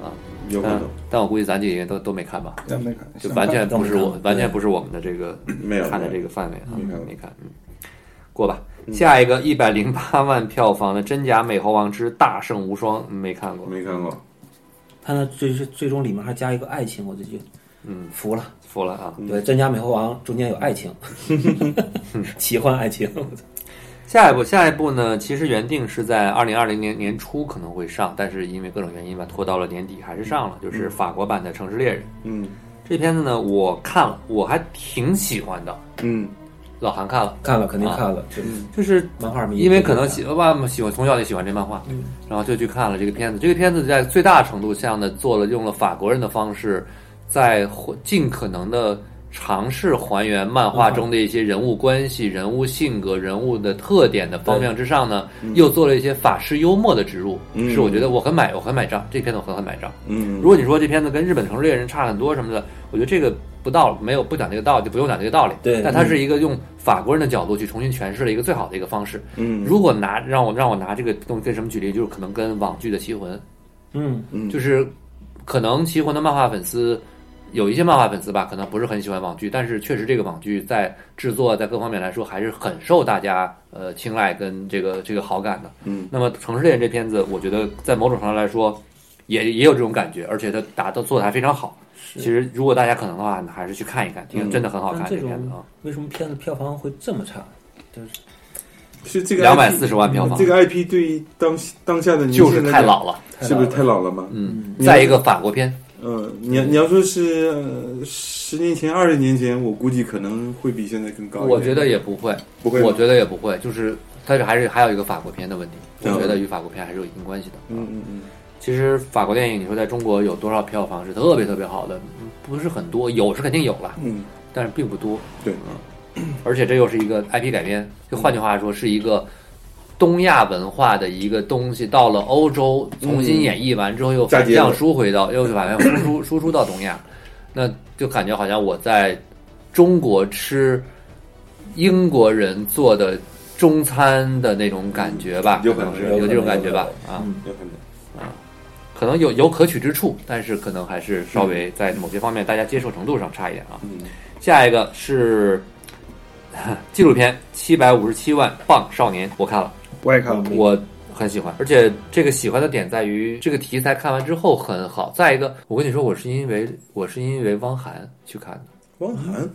S1: 啊，
S3: 有可
S1: 但
S3: 能
S1: 但我估计咱几个人都都没 看吧，
S4: 咱没看，
S1: 就完全不是我
S2: 想看
S1: 完全不是我们的这个
S3: 没有
S1: 看的
S3: 没有
S1: 这个范围啊，
S3: 没看嗯
S1: 没看，嗯，过吧。下一个一百零八万票房的《真假美猴王之大圣无双》，没看过，
S3: 没看过，
S2: 它呢最最最终里面还加一个爱情，我就觉得，嗯，服了。
S1: 服了啊！
S2: 嗯对，《真假美猴王》中间有爱情， 奇幻爱情。
S1: 下一步，下一步呢？其实原定是在二零二零年年初可能会上，但是因为各种原因吧，拖到了年底，还是上了。就是法国版的《城市猎人》
S3: 嗯
S1: 这片子呢，我看了，我还挺喜欢的。
S3: 嗯
S1: 老韩看了，
S2: 看了肯定看了，这
S1: 就是
S2: 漫画迷
S1: 啊嗯因为可能喜爸爸喜欢从小就喜欢这漫画，然后就去看了这个片子。这个片子在最大程度上的做了用了法国人的方式，在还尽可能的尝试还原漫画中的一些人物关系、人物性格、人物的特点的方面之上呢，又做了一些法式幽默的植入，
S3: 嗯
S1: 是我觉得我很买，我很买账。这片子我很很买账。
S3: 嗯
S1: 如果你说这片子跟日本城市猎人差很多什么的，我觉得这个不道没有不讲这个道理，就不用讲这个道理。
S2: 对
S1: 但它是一个用法国人的角度去重新诠释了一个最好的一个方式。
S3: 嗯
S1: 如果拿让我让我拿这个东西跟什么举例，就是可能跟网剧的《棋魂
S2: 嗯，》，
S3: 嗯
S1: 就是可能《棋魂》的漫画粉丝有一些漫画粉丝吧，可能不是很喜欢网剧，但是确实这个网剧在制作在各方面来说还是很受大家呃青睐跟这个这个好感的。
S3: 嗯，
S1: 那么《城市猎人》这片子，我觉得在某种程度来说也也有这种感觉，而且它打的做的还非常好。其实如果大家可能的话，还是去看
S3: 嗯
S1: 一看，挺真的很好看
S2: 但
S1: 这
S2: 这
S1: 片子
S2: 种
S1: 啊，
S2: 为什么片子票房会这么差？就是
S3: 是这个
S1: 两百四十万票房
S3: 这，个 IP 对于当当下的年轻
S1: 就
S3: 人
S1: 是
S3: 来
S1: 太
S3: 讲，
S1: 老了。
S3: 是不是太老了嘛？
S1: 嗯，
S3: 嗯
S1: 再一个法国片，
S3: 嗯，你要你要说是呃十年前、二十年前，我估计可能会比现在更高一点。
S1: 我觉得也不会，
S3: 不会吗
S1: 我觉得也不会，就是它是还是还有一个法国片的问题，我
S3: 嗯
S1: 觉得与法国片还是有一定关系的。
S3: 嗯嗯嗯，
S1: 其实法国电影，你说在中国有多少票房是特别特别好的？嗯不是很多，有是肯定有了，
S3: 嗯，
S1: 但是并不多。
S3: 对，
S1: 嗯而且这又是一个 IP 改编，就换句话说，是一个东亚文化的一个东西，到了欧洲重新演绎完之后，又
S3: 嫁
S1: 反
S3: 接了
S1: 向输回到，又是反向输出输出到东亚，那就感觉好像我在中国吃英国人做的中餐的那种感觉吧，
S3: 有
S1: 可能是
S3: 可能
S1: 有这种感觉吧
S2: 有可，
S1: 啊。
S3: 有可能。
S1: 可能有有可取之处，但是可能还是稍微在某些方面大家接受程度上差一点啊。
S3: 嗯，
S1: 下一个是呵纪录片《七百五十七万磅少年》，我看了，
S4: 我也看了，
S1: 我很喜欢，而且这个喜欢的点在于这个题材看完之后很好。再一个，我跟你说，我是因为我是因为汪涵去看的，
S3: 汪涵
S1: 啊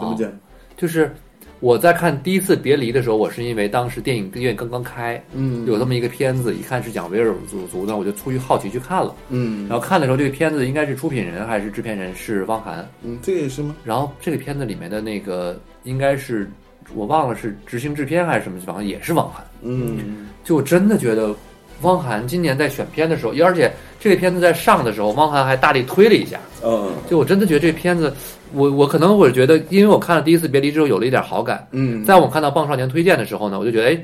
S3: 怎么讲？
S1: 就是我在看第一次《别离》的时候，我是因为当时电影院刚刚开，
S3: 嗯
S1: 有这么一个片子，一看是讲维吾尔族的，我就出于好奇去看了。
S3: 嗯
S1: 然后看的时候，这个片子应该是出品人还是制片人是汪涵。
S3: 嗯，这个也是吗？
S1: 然后这个片子里面的那个应该是我忘了是执行制片还是什么，反正也是汪涵。
S3: 嗯，
S1: 就我真的觉得汪涵今年在选片的时候，而且这个片子在上的时候，汪涵还大力推了一下。
S3: 哦，
S1: 就我真的觉得这片子，我我可能我觉得，因为我看了第一次《别离》之后有了一点好感。
S3: 嗯，
S1: 在我看到《棒少年》推荐的时候呢，我就觉得，哎，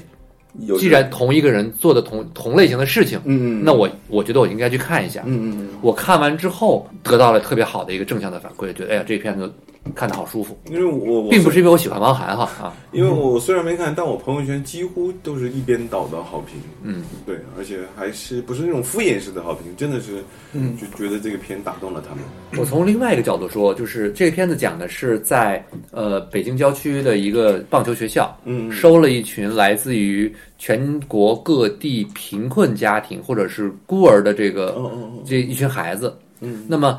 S3: 有
S1: 既然同一个人做的同同类型的事情，
S3: 嗯，
S1: 那我我觉得我应该去看一下。
S3: 嗯嗯，
S1: 我看完之后得到了特别好的一个正向的反馈，觉得哎呀，这片子看的好舒服，
S3: 因为我我
S1: 并不是因为我喜欢汪涵哈啊，
S3: 因为我虽然没看，但我朋友圈几乎都是一边倒的好评。
S1: 嗯，
S3: 对，而且还是不是那种敷衍式的好评，真的是，
S4: 嗯
S3: 就觉得这个片打动了他们。
S1: 我从另外一个角度说，就是这个片子讲的是在呃北京郊区的一个棒球学校，
S3: 嗯
S1: 收了一群来自于全国各地贫困家庭或者是孤儿的这个
S3: 哦哦哦，
S1: 这一群孩子。
S3: 嗯，
S1: 那么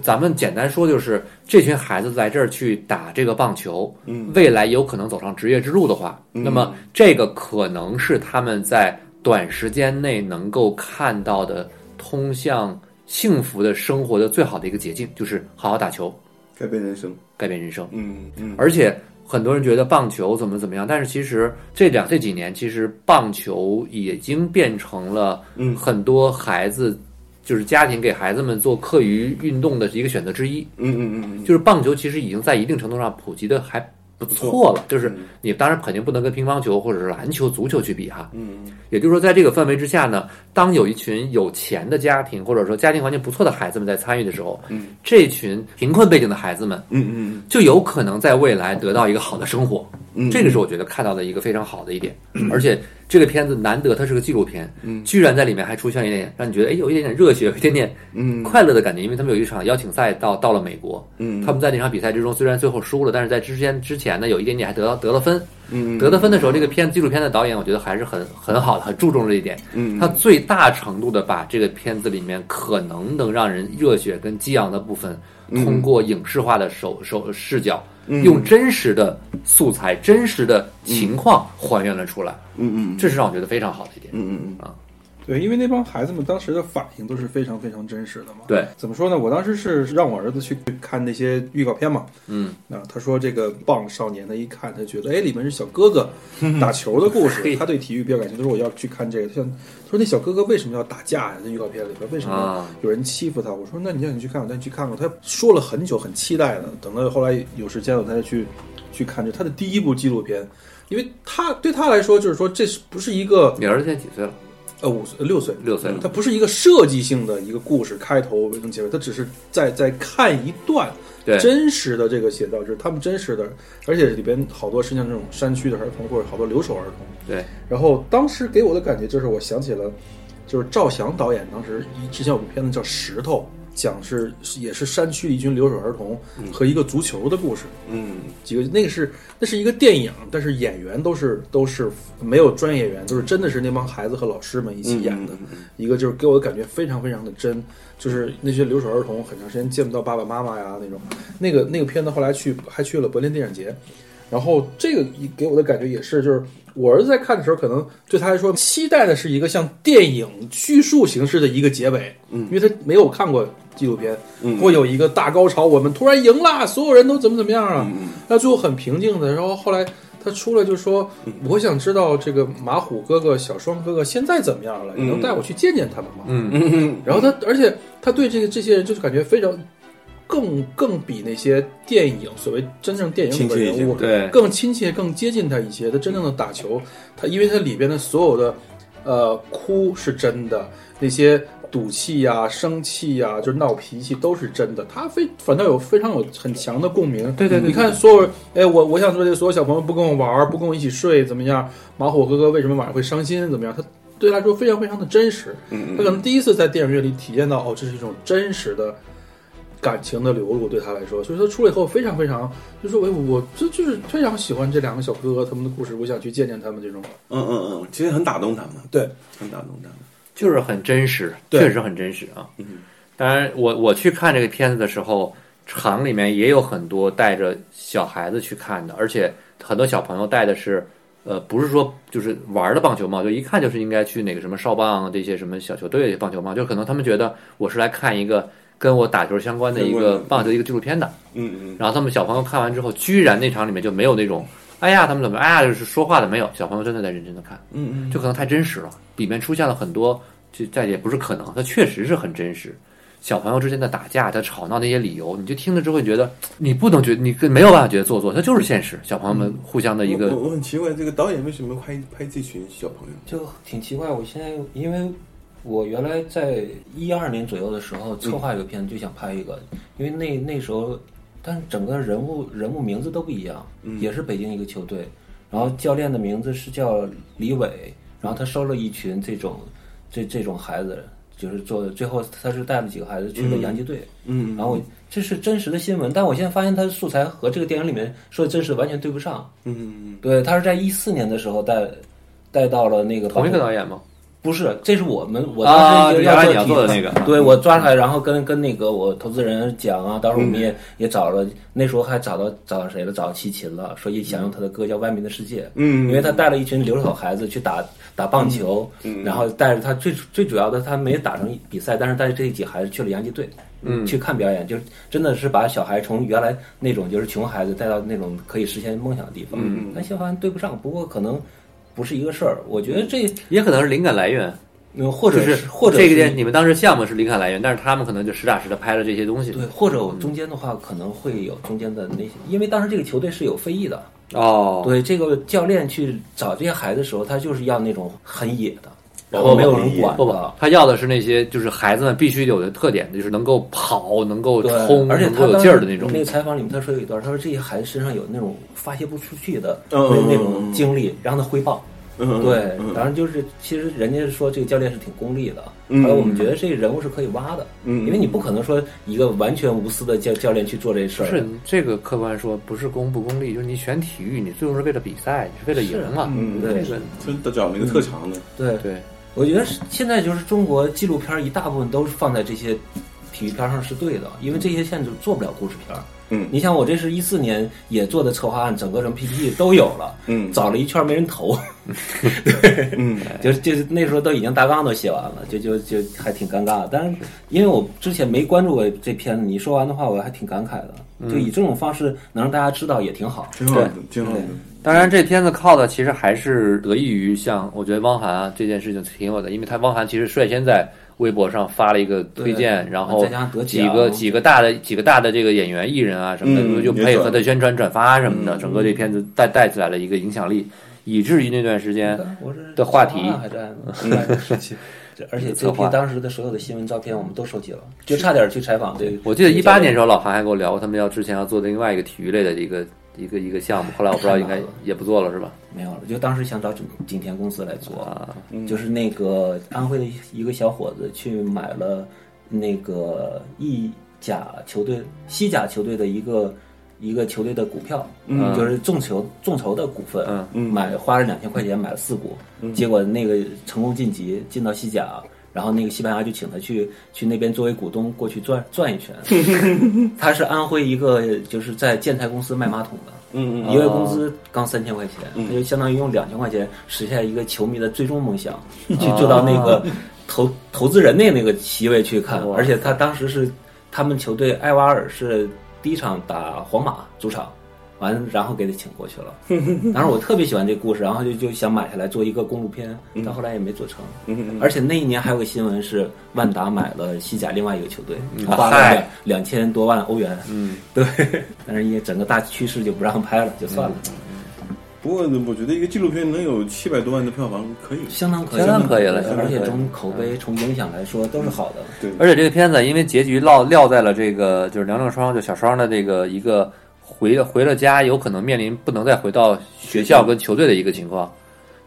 S1: 咱们简单说，就是这群孩子在这儿去打这个棒球，
S3: 嗯
S1: 未来有可能走上职业之路的话，
S3: 嗯
S1: 那么这个可能是他们在短时间内能够看到的通向幸福的生活的最好的一个捷径，就是好好打球，
S3: 改变人生。
S1: 改变人生。
S3: 嗯嗯，
S1: 而且很多人觉得棒球怎么怎么样，但是其实这两这几年，其实棒球已经变成了
S3: 嗯
S1: 很多孩子，就是家庭给孩子们做课余运动的一个选择之一。
S3: 嗯嗯嗯嗯，
S1: 就是棒球其实已经在一定程度上普及的还不错了，就是你当然肯定不能跟乒乓球或者是篮球、足球去比哈。
S3: 嗯
S1: 也就是说，在这个氛围之下呢，当有一群有钱的家庭或者说家庭环境不错的孩子们在参与的时候，
S3: 嗯
S1: 这群贫困背景的孩子们
S3: 嗯嗯
S1: 就有可能在未来得到一个好的生活。
S3: 嗯，
S1: 这个是我觉得看到的一个非常好的一点，而且这个片子难得它是个纪录片，
S3: 嗯
S1: 居然在里面还出现一点让你觉得哎有一点点热血，有一点点
S3: 嗯
S1: 快乐的感觉，因为他们有一场邀请赛到到了美国，
S3: 嗯
S1: 他们在那场比赛之中虽然最后输了，但是在之前之前呢有一点点还得到得了分，
S3: 嗯
S1: 得了分的时候，这个片纪录片的导演我觉得还是很很好的，很注重这一点，
S3: 嗯
S1: 他最大程度的把这个片子里面可能能让人热血跟激昂的部分，通过影视化的
S3: 嗯
S1: 手手视角，用真实的素材、真实的情况还原了出来，
S3: 嗯嗯
S1: 这是让我觉得非常好的一点。啊
S3: 嗯嗯嗯，
S4: 对，因为那帮孩子们当时的反应都是非常非常真实的嘛。
S1: 对，
S4: 怎么说呢？我当时是让我儿子去看那些预告片嘛，
S1: 嗯，
S4: 啊，他说这个《棒少年》，他一看他觉得，哎，里面是小哥哥打球的故
S1: 嘿
S4: 事，他对体育比较感兴趣，他说我要去看这个。他想他说那小哥哥为什么要打架呀、在预告片里边为什么
S1: 啊
S4: 有人欺负他？我说那你让你去看，我带你去看看。他说了很久，很期待的。等到后来有时间了，他才去去看这他的第一部纪录片，因为他对他来说就是说这是不是一个
S1: 你儿子现在几岁了？
S4: 呃五岁呃六岁
S1: 六岁了
S4: 它不是一个设计性的一个故事开头跟结尾，它只是在在看一段
S1: 对
S4: 真实的这个写照，就是他们真实的，而且里边好多是像这种山区的儿童或者好多留守儿童。
S1: 对，
S4: 然后当时给我的感觉就是，我想起了就是赵翔导演当时一之前有部片子叫《石头》，讲是也是山区一群留守儿童
S1: 嗯
S4: 和一个足球的故事，
S3: 嗯，
S4: 几个那个是那是一个电影，但是演员都是都是没有专业演员，都是真的是那帮孩子和老师们一起演的。
S3: 嗯嗯
S4: 一个就是给我的感觉非常非常的真，就是那些留守儿童很长时间见不到爸爸妈妈呀那种。那个那个片子后来去还去了柏林电影节，然后这个一给我的感觉也是，就是我儿子在看的时候，可能对他来说期待的是一个像电影叙述形式的一个结尾，
S3: 嗯
S4: 因为他没有看过纪录片，
S3: 嗯
S4: 会有一个大高潮，我们突然赢了，所有人都怎么怎么样啊，
S3: 嗯
S4: 那最后很平静的，然后后来。他出来就说：“
S3: 嗯
S4: 我想知道这个马虎哥哥、小双哥哥现在怎么样了？你能
S3: 嗯
S4: 带我去见见他们吗？”
S1: 嗯
S3: 嗯嗯
S4: 然后他，而且他对这个这些人就是感觉非常更更比那些电影所谓真正电影里
S3: 亲切
S4: 边
S3: 一些
S4: 人物
S1: 对，
S4: 更亲切、更接近他一些。他真正的打球，他因为他里边的所有的呃哭是真的，那些赌气呀、生气呀、就是闹脾气都是真的。他非反倒有非常有很强的共鸣。
S1: 对对对
S4: 你看所有哎，我我想说这所有小朋友不跟我玩儿，不跟我一起睡，怎么样？马虎哥哥为什么晚上会伤心？怎么样？他对他来说非常非常的真实。
S3: 嗯
S4: 他可能第一次在电影院里体验到，哦，这是一种真实的感情的流露，对他来说，所以说出来以后非常非常，就说，哎，我这就是非常喜欢这两个小哥哥他们的故事，我想去见见他们这种。
S3: 嗯嗯，其实很打动他们，
S4: 对，
S3: 很打动他们。
S1: 就是很真实，
S4: 对
S1: 确实很真实啊。当然我，我去看这个片子的时候，场里面也有很多带着小孩子去看的，而且很多小朋友带的是，呃，不是说就是玩的棒球帽，就一看就是应该去哪个什么少棒啊这些什么小球队棒球帽，就可能他们觉得我是来看一个跟我打球相关的一
S3: 相关
S1: 个
S3: 的
S1: 棒球的一个纪录片的。
S3: 嗯嗯
S1: 然后他们小朋友看完之后，居然那场里面就没有那种，哎呀，他们怎么，哎呀，就是说话的没有，小朋友真的在认真的看。
S3: 嗯嗯，
S1: 就可能太真实了，里面出现了很多，就但也不是可能，它确实是很真实。小朋友之间的打架、他吵闹那些理由，你就听了之后，你觉得你不能觉得你跟没有办法觉得做作，它就是现实。小朋友们
S2: 嗯
S1: 互相的一
S3: 我
S1: 个，
S3: 我我很奇怪，这个导演为什么拍拍这群小朋友？
S2: 就挺奇怪。我现在因为我原来在一二年左右的时候策划一个片子，就想拍一个，因为那那时候，但是整个人物人物名字都不一样，也是北京一个球队，然后教练的名字是叫李伟，然后他收了一群这种这这种孩子。就是做最后，他是带了几个孩子去了洋基队，
S3: 嗯，
S2: 然后我这是真实的新闻，但我现在发现他的素材和这个电影里面说的真实的完全对不上。
S3: 嗯
S2: 对，他是在一四年的时候带带到了那个
S1: 同一个导演吗？
S2: 不是，这是我们我
S1: 啊
S2: 当时
S1: 原来
S2: 要
S1: 你要做的
S2: 题
S1: 那个
S2: 对我抓出来，然后跟跟那个我投资人讲啊，当时我们也、也找了，那时候还找到找到谁了？找到齐秦了，说也想用他的歌叫《外面的世界》，
S3: 嗯
S2: 因为他带了一群留守孩子去打打棒球，然后带着他最最主要的他没打成比赛，但是带着这几孩子去了洋基队。嗯，去看表演，就是真的是把小孩从原来那种就是穷孩子带到那种可以实现梦想的地方。嗯，但现在发现对不上，不过可能不是一个事儿。我觉得这
S1: 也可能是灵感来源，
S2: 嗯，或者
S1: 就是
S2: 或者
S1: 这个
S2: 是
S1: 电你们当时项目是灵感来源，但是他们可能就实打实的拍了这些东西。
S2: 对，或者我
S1: 嗯
S2: 中间的话可能会有中间的那些，因为当时这个球队是有非议的，
S1: 哦，
S2: 对这个教练去找这些孩子的时候，他就是要那种很野的，然后没有人
S1: 哦
S2: 管
S1: 不不
S2: 的，，
S1: 他要的是那些就是孩子们必须有的特点，就是能够跑、能够
S2: 对
S1: 冲、，
S2: 而且
S1: 能
S2: 他
S1: 够有
S2: 当
S1: 劲儿
S2: 时
S1: 的那种。
S2: 那个采访里面他说有一段，他说这些孩子身上有那种发泄不出去的
S3: 嗯
S2: 那
S3: 嗯嗯
S2: 那
S3: 嗯嗯
S2: 种经历，让他挥棒。
S3: 嗯，
S2: 对，当然就是，其实人家说这个教练是挺功利的，
S3: 嗯
S2: 后来我们觉得这个人物是可以挖的，
S3: 嗯嗯
S2: 因为你不可能说一个完全无私的教教练去做这
S1: 不
S2: 事儿，
S1: 是这个客观说，不是功不功利，就是你选体育，你最终是为了比赛，你是为了赢嘛。
S3: 嗯
S1: 这
S2: 对
S1: 个
S3: 就找那个特长的，
S2: 对
S1: 对，
S2: 我觉得是现在就是中国纪录片儿一大部分都是放在这些体育片儿上是对的，因为这些现在就做不了故事片儿。
S3: 嗯
S2: 你像我这是一四年也做的策划案，整个什么 PPT 都有了，
S3: 嗯
S2: 找了一圈儿没人投，
S3: 嗯
S2: 就是就是那时候都已经大纲都写完了，就就就还挺尴尬。但是因为我之前没关注过这片子，你说完的话我还挺感慨的。就以这种方式能让大家知道也挺好。
S3: 挺好的，挺好的。
S1: 当然这片子靠的其实还是得益于像我觉得汪涵啊这件事情挺有的，因为他汪涵其实率先在微博上发了一个推荐，
S2: 对
S1: 然后
S2: 再加上得奖
S1: 几个几个大的几个大的这个演员艺人啊什么的，
S3: 嗯
S1: 就
S3: 也
S1: 配合
S3: 转
S1: 他宣传转发什么的，整个这片子带带起来了一个影响力，以至于那段时间
S2: 我是
S1: 的话题
S2: 策划案还在呢，这而且 这
S1: 策
S2: 批
S1: 划
S2: 当时的所有的新闻照片我们都收集了，就差点去采访这个。
S1: 我记得一八年的时候，老韩还跟我聊过，他们要之前要做的另外一个体育类的一个一个一个项目，后来我不知道应该也不做了是吧？
S2: 没有了，就当时想找景景
S1: 啊嗯
S2: 田公司来做，就是那个安徽的一个小伙子去买了那个意甲球队、西甲球队的一个一个球队的股票，
S1: 嗯
S2: 就是众筹众筹的股份，
S1: 嗯
S3: 嗯
S2: 买花了两千块钱买了四股，结果那个成功晋级进到西甲。然后那个西班牙就请他去去那边作为股东过去转转一 圈，他是安徽一个就是在建材公司卖马桶的，
S3: 嗯
S2: 一个月工资刚三千块钱，他就相当于用两千块钱实现一个球迷的最终 梦想，去坐到那
S3: 哦
S2: 个投投资人的那个席位去看。而且他当时是他们球队埃瓦尔是第一场打皇马主场，完然后给他请过去了。当时我
S1: 嗯
S2: 特别喜欢这故事，然后就就想买下来做一个公路片，
S1: 嗯
S2: 但后来也没做成。而且那一年还有个新闻是万达买了西甲另外一个球队，花
S1: 嗯
S2: 了两
S1: 嗨
S2: 两千多万欧元。嗯， 对，但是也整个大趋势就不让拍了，就算了，
S1: 嗯
S3: 不过我觉得一个纪录片能有七百多万的票房可以，
S2: 相当可以，
S1: 相当可以了相当
S2: 而
S1: 可以
S2: 且
S1: 了嗯
S2: 从口碑、从影响来说都是好的。
S3: 对，
S1: 而且这个片子因为结局落撂在了这个就是梁正双就小双的这个一个回了回了家，有可能面临不能再回到学校跟球队的一个情况，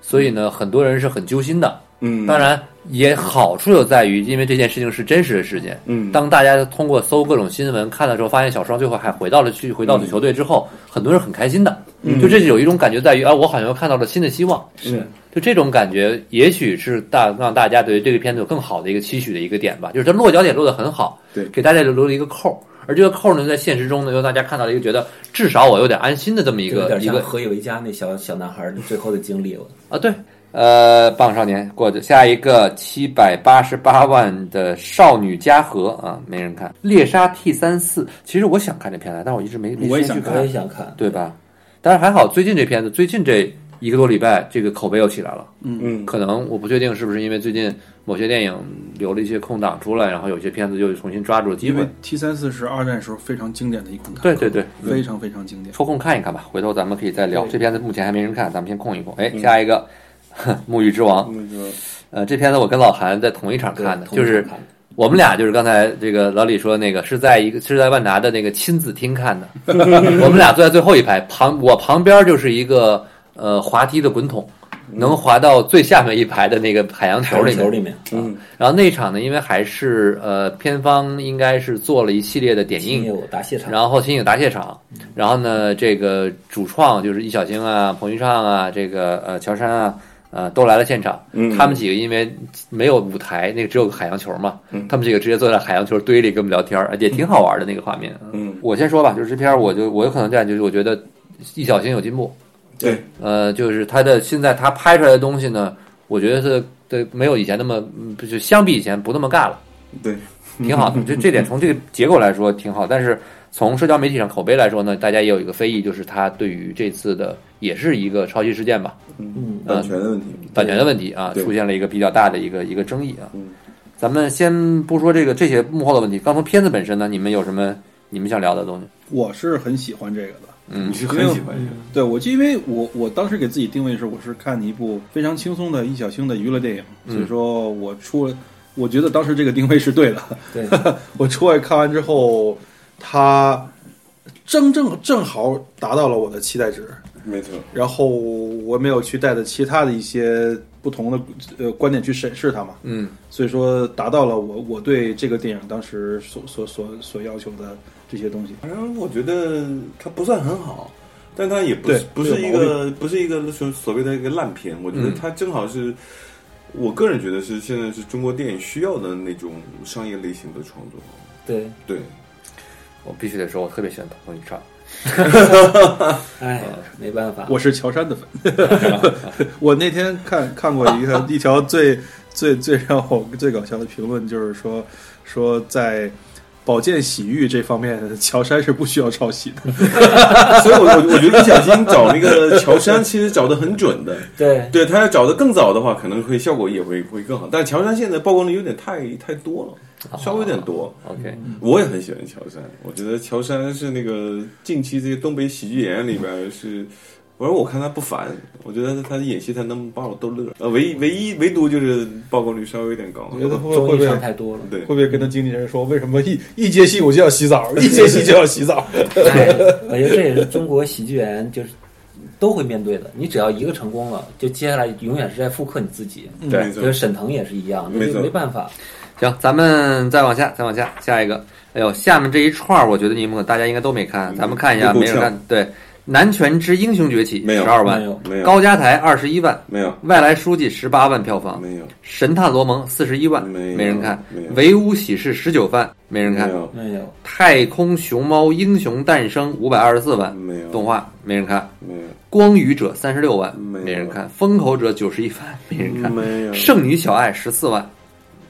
S1: 所以呢，很多人是很揪心的。
S3: 嗯，
S1: 当然，也好处就在于，因为这件事情是真实的事件。
S3: 嗯
S1: 当大家通过搜各种新闻看的时候，发现小双最后还回到了去回到了球队之后，很多人很开心的。就这是有一种感觉在于，啊，我好像又看到了新的希望。
S3: 嗯是
S1: 就这种感觉，也许是大让大家对于这个片子有更好的一个期许的一个点吧，就是它落脚点落得很好，
S3: 对
S1: 给大家留了一个扣儿，而这个扣儿呢，在现实中呢，让大家看到了一个觉得至少我有点安心的这么一
S2: 有
S1: 个
S2: 点
S1: 一
S2: 像
S1: 个
S2: 何以为家那小小男孩最后的经历了。
S1: 啊，对，呃，棒少年过去，下一个七百八十八万的少女嘉禾啊，没人看，猎杀 T 三四，其实我想看这片来，但我一直没没
S3: 我也
S1: 先去
S3: 想
S2: 我
S1: 看
S2: 也，想看，
S1: 对吧？但是还好，最近这片子，最近这一个多礼拜，这个口碑又起来了。
S3: 嗯
S1: 可能我不确定是不是因为最近某些电影留了一些空档出来，然后有些片子又重新抓住了机
S4: 因
S1: 会
S4: 为。T 三四是二战时候非常经典的一款坦克，
S1: 对对对，
S4: 非常非常经典。
S1: 抽空看一看吧，回头咱们可以再聊。这片子目前还没人看，咱们先空一空。
S3: 嗯
S1: 哎，下一个 《沐浴之王》，
S3: 那个
S1: 呃，这片子我跟老韩在同一场
S2: 对
S1: 看的，
S2: 同
S1: 就
S2: 时
S1: 是
S2: 看的
S1: 我们俩就是刚才这个老李说那个是在一个是在万达的那个亲子厅看 的，我们俩坐在最后一排，旁我旁边就是一个呃滑梯的滚筒，能滑到最下面一排的那个海洋球
S2: 嗯球
S1: 里面
S2: 球。里面，
S3: 嗯
S1: 然后那场呢，因为还是呃片方应该是做了一系列的点
S2: 因为
S1: 映，
S2: 我答谢场，
S1: 然后新影答谢场，然后呢，这个主创就是易小星啊、彭昱畅啊、这个呃乔杉啊。呃，都来了现场。
S3: 嗯
S1: 他们几个因为没有舞台，那个只有个海洋球嘛，
S3: 嗯
S1: 他们几个直接坐在海洋球堆里跟我们聊天儿，也挺好玩的那个画面。
S3: 嗯，
S1: 我先说吧，就是这片儿，我就我有可能这样，就是我觉得易小星有进步，
S3: 对，
S1: 呃，就是他的现在他拍出来的东西呢，我觉得是对没有以前那么，嗯就相比以前不那么尬了，
S3: 对，
S1: 挺
S3: 嗯
S1: 好的。就这点从这个结构来说挺好，但是从社交媒体上口碑来说呢，大家也有一个非议，就是他对于这次的也是一个抄袭事件吧，
S2: 嗯，
S3: 版权的问题，
S1: 版权的问题啊，
S3: 对
S1: 出现了一个比较大的一个一个争议啊
S3: 嗯。
S1: 咱们先不说这个这些幕后的问题，刚从片子本身呢，你们有什么你们想聊的东西？
S4: 我是很喜欢这个的，
S1: 嗯
S3: 你是很喜欢这个，
S4: 对我就因为我我当时给自己定位是我是看一部非常轻松的易小星的娱乐电影，所以说我出了，我觉得当时这个定位是对的。
S2: 对，
S4: 我出来看完之后，它正正正好达到了我的期待值，
S3: 没错，
S4: 然后我没有去带着其他的一些不同的呃观点去审视它嘛，
S1: 嗯
S4: 所以说达到了我我对这个电影当时所所所所要求的这些东西。
S3: 反正我觉得它不算很好，但它也不是
S4: 对
S3: 不是一
S4: 没有
S3: 个不是一个所所谓的一个烂片，我觉得
S1: 嗯
S3: 它正好是。我个人觉得是现在是中国电影需要的那种商业类型的创作，
S2: 对，
S3: 对，
S1: 我必须得说，我特别喜欢彭昱畅。
S2: 哎
S1: 呃
S2: 呀，没办法，
S4: 我是乔杉的粉， 我那天看看过一个一条最最最让我最搞笑的评论，就是说说在保健洗浴这方面，乔杉是不需要抄袭的。
S3: 所以我我我觉得易小星找那个乔杉其实找的很准的，
S2: 对，
S3: 对他要找的更早的话，可能会效果也会会更好。但乔杉现在曝光的有点太太多了，稍微有点多。
S1: OK，
S3: 我也很喜欢乔杉，我觉得乔杉是那个近期这些东北喜剧演员里边是，反正我看他不烦，我觉得他演戏他能把我逗乐。呃，唯一唯一唯独就是曝光率稍微有点高
S4: 我。觉得会
S2: 综
S4: 会
S2: 艺
S4: 不
S2: 上
S4: 会？
S2: 太多了，
S3: 对
S4: 会不会跟他经纪人说，为什么一一接戏我就要洗澡，一接戏就要洗澡？
S2: 哎，我觉得这也是中国喜剧演员就是都会面对的。你只要一个成功了，就接下来永远是在复刻你自己。
S3: 嗯对，没
S2: 就是
S3: 错
S2: 沈腾也是一样，
S3: 没
S2: 那
S3: 错
S2: 就没办法。
S1: 行，咱们再往下，再往下，下一个。哎呦，下面这一串儿，我觉得你们大家应该都没看，咱们看一下，
S3: 嗯
S1: 没人看。对，《南拳之英雄崛起》
S3: 没有
S1: 十二
S2: 没
S1: 万
S2: 有，
S3: 没有
S1: 高家台二十一万，
S3: 没有
S1: 外来书记十八万票房，《
S3: 没有
S1: 神探罗蒙》四十一万，
S3: 没有
S1: 没人看，
S3: 没有
S1: 《唯屋喜事》十九万，没人
S3: 没
S1: 看，《
S3: 有
S2: 没有，
S1: 太空熊猫英雄诞生》五百二十四万，
S3: 没有
S1: 动画没人看，《
S3: 没有
S1: 光宇者》三十六万，
S3: 没有
S1: 没人看，《风口者》九十一万，没人看，
S3: 没有
S1: 《圣女小爱》十四万，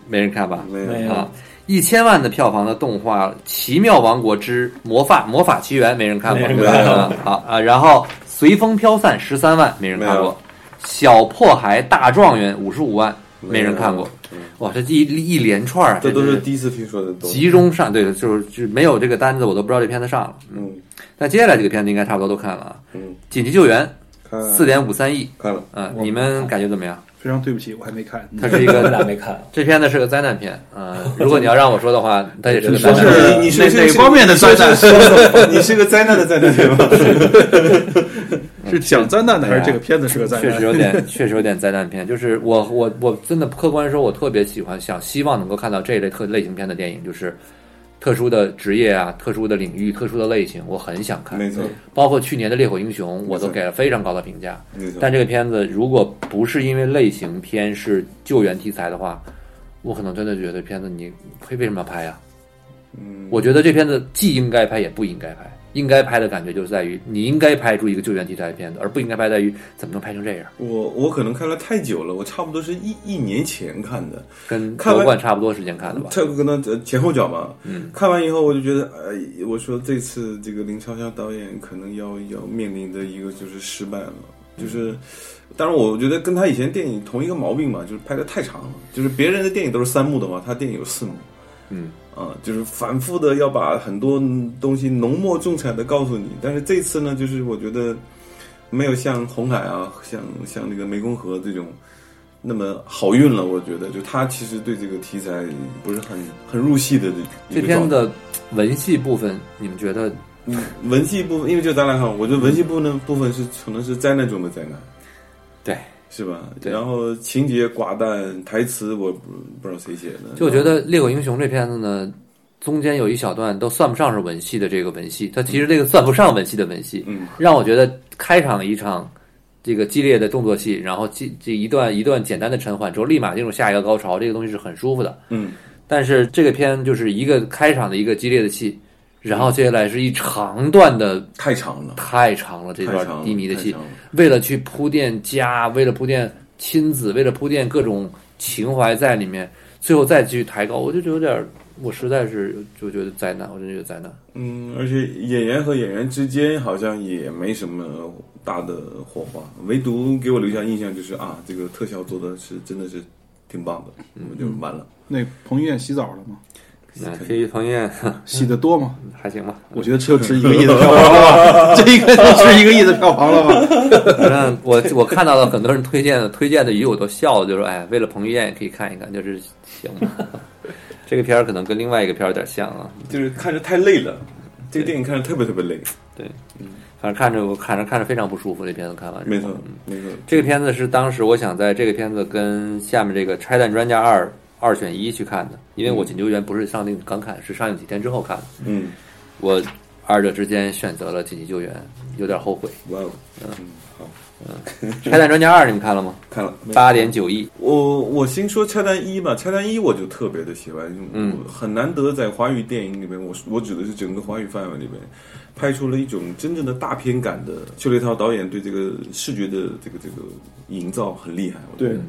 S1: 没人看吧？
S3: 没
S2: 没
S3: 有
S2: 有
S1: 啊，一千万的票房的动画《奇妙王国之魔法魔法奇缘》没人看过，
S2: 没人
S3: 看过
S1: 啊好啊，然后《随风飘散》十三万没人看
S3: 没
S1: 过，
S3: 有
S1: 《小破孩大状元》五十五万没人看过
S3: 没有，
S1: 哇，这一一连串啊，
S3: 这都
S1: 真
S3: 是
S1: 是
S3: 第一次听说的，都
S1: 集中上，对，就是就没有这个单子，我都不知道这片子上了。嗯，
S3: 嗯
S1: 那接下来几个片子应该差不多都看了啊，
S3: 嗯，
S1: 《紧急救援
S3: 看》
S1: 四点五三亿，
S3: 嗯看了，
S1: 啊，
S2: 我
S1: 你们感觉怎么样？
S4: 非常对不起，我还没看。
S1: 它是一
S2: 我们
S1: 个
S2: 俩没看。
S1: 这片子是个灾难片啊、如果你要让我说的话，它也是个灾 难
S4: 你说
S1: 片。
S3: 你你是
S4: 是哪
S3: 是
S4: 哪
S3: 是
S4: 方面的灾难
S3: 是是是你是个灾难的灾难对吧？
S4: 是讲灾难的还是
S1: 对啊
S4: 这个片子是个灾
S1: 确
S4: 难
S1: 实？有点， 确实有点灾难片。就是我，我，我真的客观说，我特别喜欢，想希望能够看到这一类特类型片的电影，就是特殊的职业啊、特殊的领域、特殊的类型，我很想看。
S3: 没错，
S1: 包括去年的《烈火英雄》，我都
S3: 没错
S1: 给了非常高的评价。
S3: 没错，
S1: 但这个片子如果不是因为类型片是救援题材的话，我可能真的觉得片子你为为什么要拍呀、啊
S3: 嗯
S1: 我觉得这片子既应该拍也不应该拍。应该拍的感觉就是在于你应该拍出一个救援题材的片子，而不应该拍在于怎么能拍成这样。
S3: 我我可能看了太久了，我差不多是一一年前看的，
S1: 跟
S3: 看
S1: 夺
S3: 完
S1: 冠差不多时间看的吧？
S3: 这个可能呃前后脚嘛。嗯，看完以后我就觉得，哎，我说这次这个林超香导演可能要要面临的一个就是失败了，就是，当然我觉得跟他以前电影同一个毛病嘛，就是拍的太长了，就是别人的电影都是三幕的话，他电影有四幕。
S1: 嗯，
S3: 啊，就是反复的要把很多东西浓墨重彩的告诉你，但是这次呢，就是我觉得没有像红海啊，像像那个湄公河这种那么好运了。我觉得，就他其实对这个题材不是很呃很入戏的一
S1: 这
S3: 个
S1: 片
S3: 状态。
S1: 的文戏部分，你们觉得
S3: 嗯文戏部分，因为就咱俩看，我觉得文戏部分部分是可能是灾难中的灾难，
S1: 对？
S3: 是吧？
S1: 对
S3: 然后情节寡淡，台词我不不知道谁写的，
S1: 就我觉得《烈火英雄》这片子呢，中间有一小段都算不上是文戏的这个文戏，它其实这个算不上文戏的文戏，
S3: 嗯，
S1: 让我觉得开场一场这个激烈的动作戏，然后这这一段一段简单的沉缓之后，立马进入下一个高潮，这个东西是很舒服的。
S3: 嗯，
S1: 但是这个片就是一个开场的一个激烈的戏，然后接下来是一长段的
S3: 太长了，
S1: 太长了这
S3: 太长
S1: 段
S3: 了
S1: 低迷的
S3: 太
S1: 戏
S3: 长了，
S1: 为了去铺垫家，为了铺垫亲子，为了铺垫各种情怀在里面，最后再继续抬高，我就觉得有点儿，我实在是就觉得灾难，我真觉得灾难。
S3: 嗯，而且演员和演员之间好像也没什么大的火花，唯独给我留下印象就是啊，这个特效做的是真的是挺棒的，我就完了。
S4: 那彭于晏洗澡了吗？
S1: 那这一方面
S4: 洗的多吗？
S1: 还行吧，
S4: 我觉得这就值一个亿的票房 了吧？这应该就值一个亿的票房了吧？
S1: 反正 我我看到了很多人推荐的推荐的鱼，我都笑了，就说哎，为了彭于晏也可以看一看，就是行 吧。这个片儿可能跟另外一个片儿有点像啊，
S3: 就是看着太累了，这个电影看着特别特别累。
S1: 对，反正看着我看着看着非常不舒服，这片子看完之后
S3: 没错，没错，
S1: 这个片子是当时我想在这个片子跟下面这个《拆弹专家二》二选一去看的，因为我《紧急救援》不是上映刚看，是上映几天之后看的。
S3: 嗯，
S1: 我二者之间选择了《紧急救援》，有点后悔。
S3: 哇哦，嗯，好，
S1: 《拆弹专家二》你们看了吗？
S3: 看了。
S1: 八点九亿，
S3: 我我先说拆弹一吧，拆弹一我就特别的喜欢，嗯，很难得在华语电影里边，我我指的是整个华语范围里边，拍出了一种真正的大片感的。邱礼涛导演对这个视觉的这个这个营造很厉害，我觉得
S4: 对，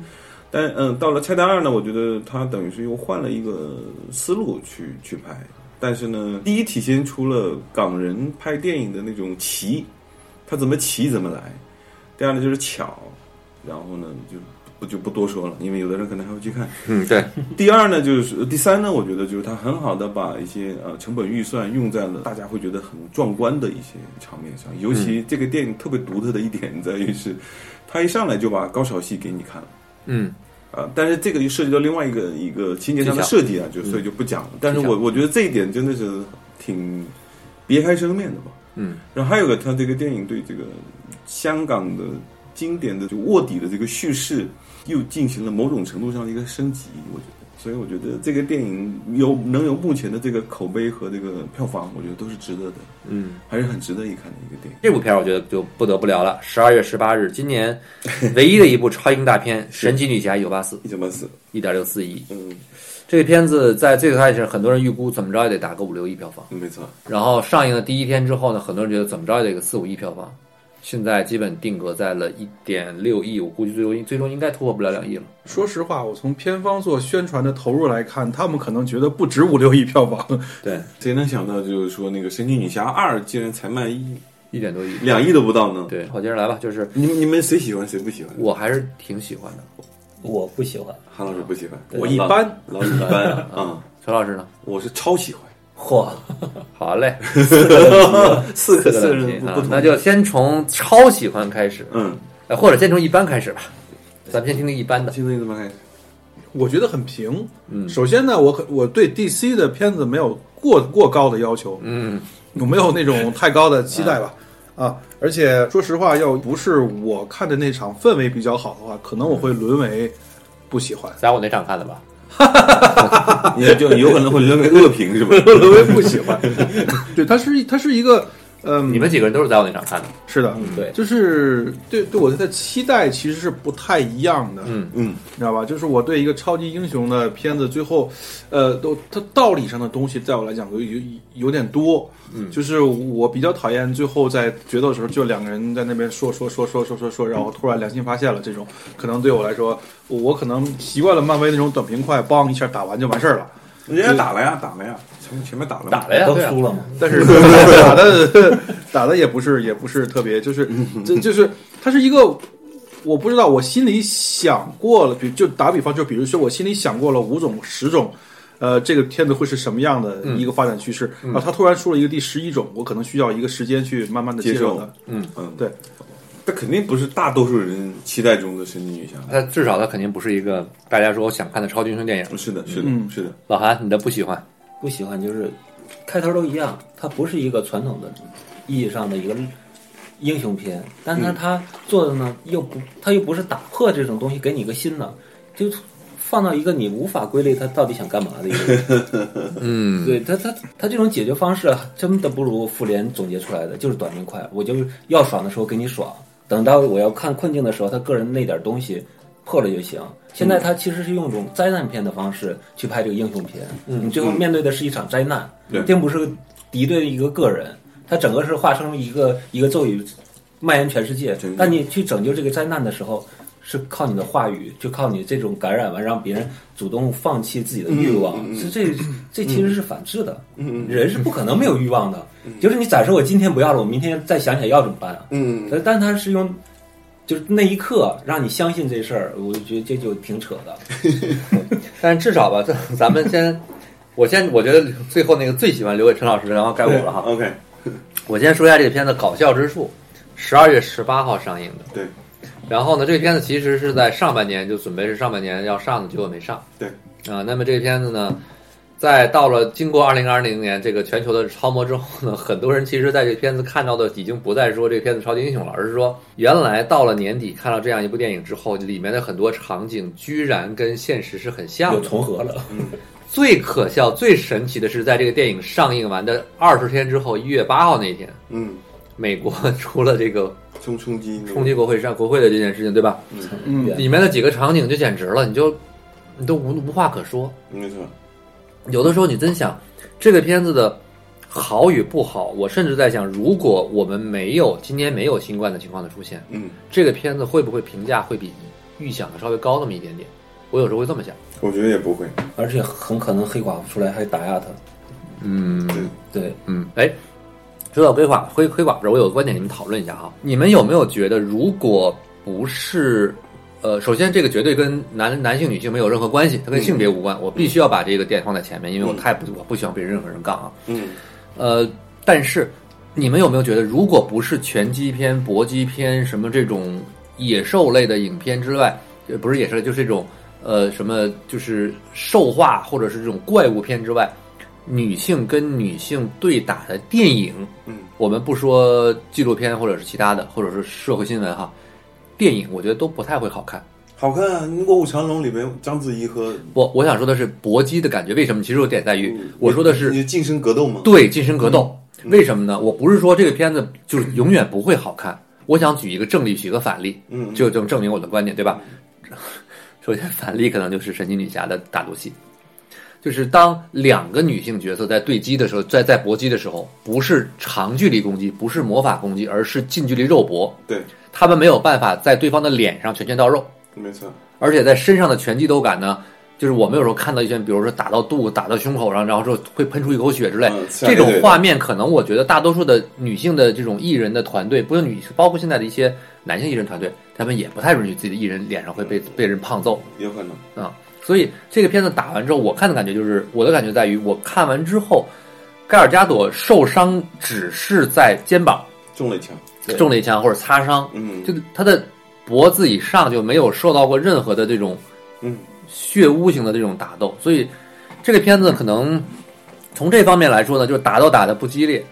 S3: 但嗯，到了拆弹二呢，我觉得他等于是又换了一个思路去去拍，但是呢，第一体现出了港人拍电影的那种奇，他怎么奇怎么来。第二呢就是巧，然后呢就不就不多说了，因为有的人可能还会去看。
S1: 嗯，对，
S3: 第二呢就是第三呢，我觉得就是他很好的把一些呃成本预算用在了大家会觉得很壮观的一些场面上，尤其这个电影特别独特的一点在于是，他一上来就把高潮戏给你看了。
S1: 嗯，
S3: 啊，但是这个又涉及到另外一个一个情节上的
S1: 技巧
S3: 设计啊，就所以就不讲了。但是我我觉得这一点真的是挺别开生面的吧。
S1: 嗯，
S3: 然后还有个，他这个电影对这个香港的经典的就卧底的这个叙事又进行了某种程度上的一个升级，我觉得。所以我觉得这个电影有能有目前的这个口碑和这个票房，我觉得都是值得的，
S1: 嗯，
S3: 还是很值得一看的一个电影。
S1: 这部片儿我觉得就不得不聊了。十二月十八日，今年唯一的一部超英大片《神奇女侠一九八四》，
S3: 一九八四，
S1: 一点六四亿。
S3: 嗯，
S1: 这个片子在最开始，很多人预估怎么着也得打个五六亿票房。
S3: 没错，
S1: 然后上映的第一天之后呢，很多人觉得怎么着也得个四五亿票房，现在基本定格在了一点六亿，我估计最终最终应该突破不了两亿了。
S4: 说实话，我从片方做宣传的投入来看，他们可能觉得不值五六亿票房。
S1: 对，
S3: 谁能想到就是说那个《神奇女侠二》竟然才卖一
S1: 一点多亿。
S3: 两亿都不到呢？
S1: 对，好，接着来吧，就是
S3: 你们你们谁喜欢谁不喜欢？
S1: 我还是挺喜欢的。
S2: 我不喜欢。
S3: 韩老师不喜欢，
S4: 我一般，
S3: 老一般啊，
S1: 陈老师呢？
S3: 我是超喜欢。
S2: 嚯，
S1: 好嘞，
S3: 四个
S1: 这
S3: 四
S1: 个
S3: 人
S1: 问题
S3: 不
S1: 啊
S3: 不同，
S1: 那就先从超喜欢开始，
S3: 嗯，
S1: 呃，或者先从一般开始吧。咱们先听听一般的，
S3: 现在怎么开始？
S4: 我觉得很平。嗯，首先呢，我可我对 DC 的片子没有过过高的要求，
S1: 嗯，
S4: 有没有那种太高的期待吧？啊，而且说实话，要不是我看的那场氛围比较好的话，可能我会沦为不喜欢，
S1: 在我那场看的吧。
S3: 你就有可能会沦为恶评是吧？
S4: 沦为不喜欢。对，它是它是一个，嗯，
S1: 你们几个人都是在我那场看的，
S4: 是的，
S2: 对
S4: 就是对对我的期待其实是不太一样的，
S1: 嗯
S3: 嗯，
S4: 你知道吧？就是我对一个超级英雄的片子，最后，呃，都它道理上的东西，在我来讲有有有点多，嗯，就是我比较讨厌最后在决斗的时候，就两个人在那边说说说说说说说，然后突然良心发现了，这种可能对我来说，我可能习惯了漫威那种短平快，梆一下打完就完事儿了。
S3: 人家打了呀，打了呀，前面前面打了，
S1: 打了呀，
S2: 哎都
S1: 对啊
S2: 输了嘛。
S4: 但是打 的打的也不是也不是特别， 就是这就是它是一个，我不知道我心里想过了，比就打比方，就比如说我心里想过了五种十种。呃，这个片子会是什么样的一个发展趋势？然后他突然出了一个第十一种，我可能需要一个时间去慢慢的
S3: 接
S4: 受
S3: 受
S4: 它。
S1: 嗯，
S3: 嗯，
S4: 对，
S3: 这肯定不是大多数人期待中的神奇女侠。
S1: 他至少他肯定不是一个大家说我想看的超级英雄电影。
S3: 是的，是的，
S4: 嗯
S3: 是的，
S1: 老韩，你的不喜欢，
S2: 不喜欢就是开头都一样，它不是一个传统的意义上的一个英雄片，但
S3: 嗯
S2: 它它做的呢又不，它又不是打破这种东西给你一个新的，就放到一个你无法归类它到底想干嘛的一个。
S1: 嗯，
S2: 对它它它这种解决方式啊真的不如复联总结出来的，就是短平快，我就是要爽的时候给你爽，等到我要看困境的时候，他个人那点东西破了就行。现在他其实是用一种灾难片的方式去拍这个英雄片，你最后面对的是一场灾难，
S3: 对
S2: 并不是敌对一个个人，他整个是化成一个一个咒语蔓延全世界
S3: 真是。
S2: 但你去拯救这个灾难的时候，是靠你的话语，就靠你这种感染完，让别人主动放弃自己的欲望。是这这其实是反制的，
S3: 嗯
S2: 人是不可能没有欲望的。 就是你暂时我今天不要了，我明天再想想要怎么办啊？
S3: 嗯，
S2: 但但他是用。就是那一刻让你相信这事儿，我就觉得这就挺扯的。
S1: 但至少吧， 这咱们先，我先我觉得最后那个最喜欢留给陈老师，然后该我了哈。
S3: OK，
S1: 我先说一下这个片子搞笑之处，十二月十八号上映的。
S3: 对，
S1: 然后呢，这个片子其实是在上半年就准备是上半年要上的，结果没上。
S3: 对
S1: 啊、那么这个片子呢，在到了经过二零二零年这个全球的超模之后呢， 很多人其实在这片子看到的已经不再说这片子超级英雄了，而是说原来到了年底看到这样一部电影之后，里面的很多场景居然跟现实是很像
S2: 有
S1: 的。
S2: 重合了，
S1: 最可笑、最神奇的是，在这个电影上映完的二十天之后，一月八号那一天，
S3: 嗯，
S1: 美国出了这个
S3: 冲冲击，
S1: 冲击国会山国会的这件事情，对吧？
S4: 嗯
S2: 对
S1: 里面的几个场景就简直了，你就你都无无话可说。
S3: 没错，
S1: 有的时候你真想，这个片子的好与不好，我甚至在想，如果我们没有今年没有新冠的情况的出现，
S3: 嗯，
S1: 这个片子会不会评价会比预想的稍微高那么一点点？我有时候会这么想。
S3: 我觉得也不会，
S2: 而且很可能黑寡妇出来还打压他。
S1: 嗯
S3: 对
S2: 对，
S1: 嗯，哎，说到规划规规划这儿，我有个观点，你们讨论一下哈。你们有没有觉得，如果不是呃，首先这个绝对跟男男性女性没有任何关系，它跟性别无关。我必须要把这个点放在前面，因为我
S3: 嗯
S1: 太不我不喜欢被任何人杠啊。
S3: 嗯，
S1: 呃，但是你们有没有觉得，如果不是拳击片、搏击片什么这种野兽类的影片之外，呃不是野兽类，就是这种呃什么就是兽化或者是这种怪物片之外，女性跟女性对打的电影，
S3: 嗯，
S1: 我们不说纪录片或者是其他的，或者是社会新闻哈，电影我觉得都不太会好看。
S3: 好看啊！《卧虎藏龙》里面章子怡和
S1: 我我想说的是搏击的感觉，为什么？其实有点在于哎
S3: 嗯
S1: 我说的是
S3: 你近身格斗吗？
S1: 对，近身格斗。为什么呢？我不是说这个片子就是永远不会好看，我想举一个正例，举一个反例，
S3: 嗯嗯
S1: 就就证明我的观点，对吧？ 首先，反例可能就是神奇女侠的打斗戏，就是当两个女性角色在对击的时候，在在搏击的时候，不是长距离攻击，不是魔法攻击，而是近距离肉搏，
S3: 对，
S1: 她们没有办法在对方的脸上拳拳到肉，
S3: 没错，
S1: 而且在身上的拳击斗感呢，就是我们有时候看到一些，比如说打到肚子、打到胸口上，然后就会喷出一口血之类，
S3: 嗯是啊
S1: 这种
S3: 对对对
S1: 画面可能我觉得大多数的女性的这种艺人的团队，不用女，包括现在的一些男性艺人团队，他们也不太允许自己的艺人脸上会被被人胖揍
S3: 有可能。
S1: 啊、所以这个片子打完之后，我看的感觉就是，我的感觉在于，我看完之后，盖尔加朵受伤只是在肩膀
S3: 中了一枪，
S2: 对
S1: 中了一枪或者擦伤，
S3: 嗯，
S1: 就他的脖子以上就没有受到过任何的这种
S3: 嗯
S1: 血污型的这种打斗，所以这个片子可能从这方面来说呢，就是打斗打的不激烈。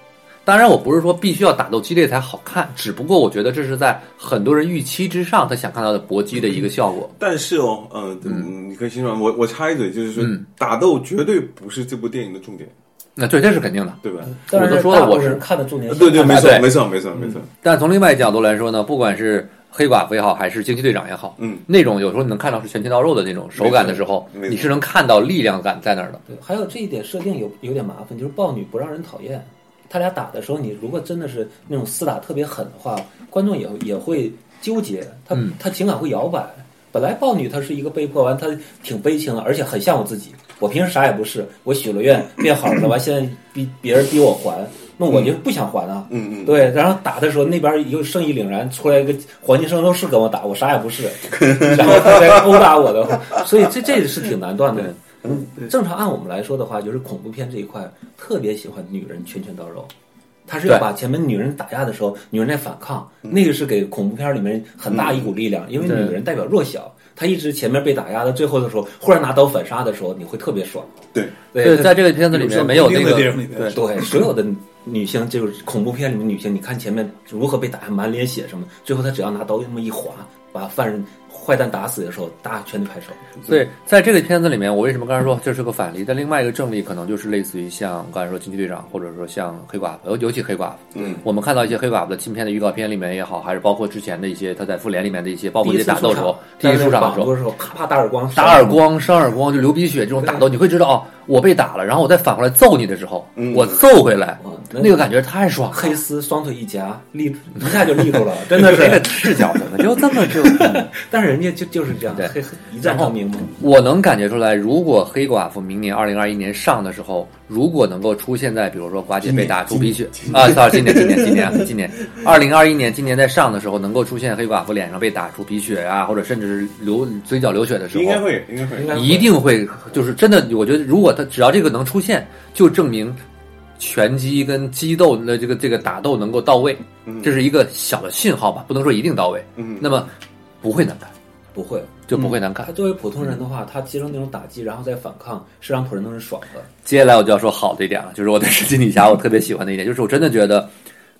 S1: 当然，我不是说必须要打斗激烈才好看，只不过我觉得这是在很多人预期之上，他想看到的搏击的一个效果。
S3: 但是哦，呃、嗯，你可以欣赏我，我插一嘴，就是说、
S1: 嗯
S3: 打斗绝对不是这部电影的重点，
S1: 那对，这是肯定的。
S3: 对吧？
S2: 当然
S1: 我都说了
S2: 大部
S1: 我是
S2: 分人看的重点
S3: 呃
S2: 是
S3: 对对，
S2: 看
S3: 没错
S1: 对，
S3: 没错，没错，没错。
S1: 但从另外角度来说呢，不管是黑寡妇也好，还是惊奇队长也好，
S3: 嗯，
S1: 那种有时候你能看到是拳拳到肉的那种手感的时候
S3: 没，错
S1: 你是能看到力量感在那儿的。
S2: 对，还有这一点设定有有点麻烦，就是豹女不让人讨厌。他俩打的时候，你如果真的是那种厮打特别狠的话，观众也也会纠结，他、
S1: 嗯
S2: 他情感会摇摆。本来豹女她是一个被迫完，她挺悲情的，而且很像我自己。我平时啥也不是，我许了愿变好了，完现在逼别人逼我还，那我就不想还啊。
S3: 嗯嗯，
S2: 对，然后打的时候那边又正义凛然出来一个黄金圣斗士跟我打，我啥也 不是，然后他在殴打我的，所以这这是挺难断的。嗯，正常按我们来说的话，就是恐怖片这一块特别喜欢女人拳拳到肉，他是要
S1: 对
S2: 把前面女人打压的时候，女人在反抗，那个是给恐怖片里面很大一股力量，因为女
S1: 嗯对
S2: 人代表弱小，她一直前面被打压到最后的时候，忽然拿刀反杀的时候，你会特别爽。
S3: 对，
S1: 对，在这个片子里
S4: 有时候
S1: 面没有那
S4: 固定的
S1: 个
S4: 电影里面
S1: 对
S4: 是
S2: 对，所有的女性就是恐怖片里面女性，你看前面如何被打，满脸血什么，最后她只要拿刀那么一划，把犯人坏蛋打死的时候，大家全都拍手。
S1: 所以在这个片子里面，我为什么刚才说这是个反例？但另外一个正例可能就是类似于像刚才说《惊奇队长》，或者说像黑寡妇，尤尤其黑寡妇。
S3: 嗯，
S1: 我们看到一些黑寡妇的新片的预告片里面也好，还是包括之前的一些他在复联里面的一些，包括一些打斗时候，第
S2: 第
S1: 一
S2: 一
S1: 出
S2: 出
S1: 场
S2: 场
S1: 的时
S2: 时
S1: 候，
S2: 候，啪啪打耳光，
S1: 打耳，光、扇耳光就流鼻血这种打斗，你会知道哦，我被打了，然后我再反过来揍你的时候，
S3: 嗯
S1: 我揍回来
S2: 嗯，
S1: 那个感觉太爽了。
S2: 黑丝双腿一夹，立一下就立 住了，真的
S1: 这个
S2: 是。
S1: 视角怎么就这么 就？
S2: 但是人家就就是这样，
S1: 对
S2: 黑黑一战成名嘛。
S1: 我能感觉出来，如果黑寡妇明年二零二一年上的时候，如果能够出现在比如说寡姐被打出鼻血啊，到今年今年今年今年二零二一年今年在上的时候，能够出现黑寡妇脸上被打出鼻血啊，或者甚至流嘴角流血的时候，
S3: 应该会，应该
S2: 应
S3: 会
S2: 该。
S1: 一定会就是真的，我觉得如果他只要这个能出现，就证明拳击跟激斗的这个这个打斗能够到位，这是一个小的信号吧，不能说一定到位，
S3: 嗯，
S1: 那么不会难看，
S2: 不会，嗯
S1: 就不会难看
S2: 他。作为普通人的话，他接受那种打击，然后再反抗，是让普通人爽的。
S1: 接下来我就要说好的一点了，就是我对神奇女侠我特别喜欢的一点，就是我真的觉得，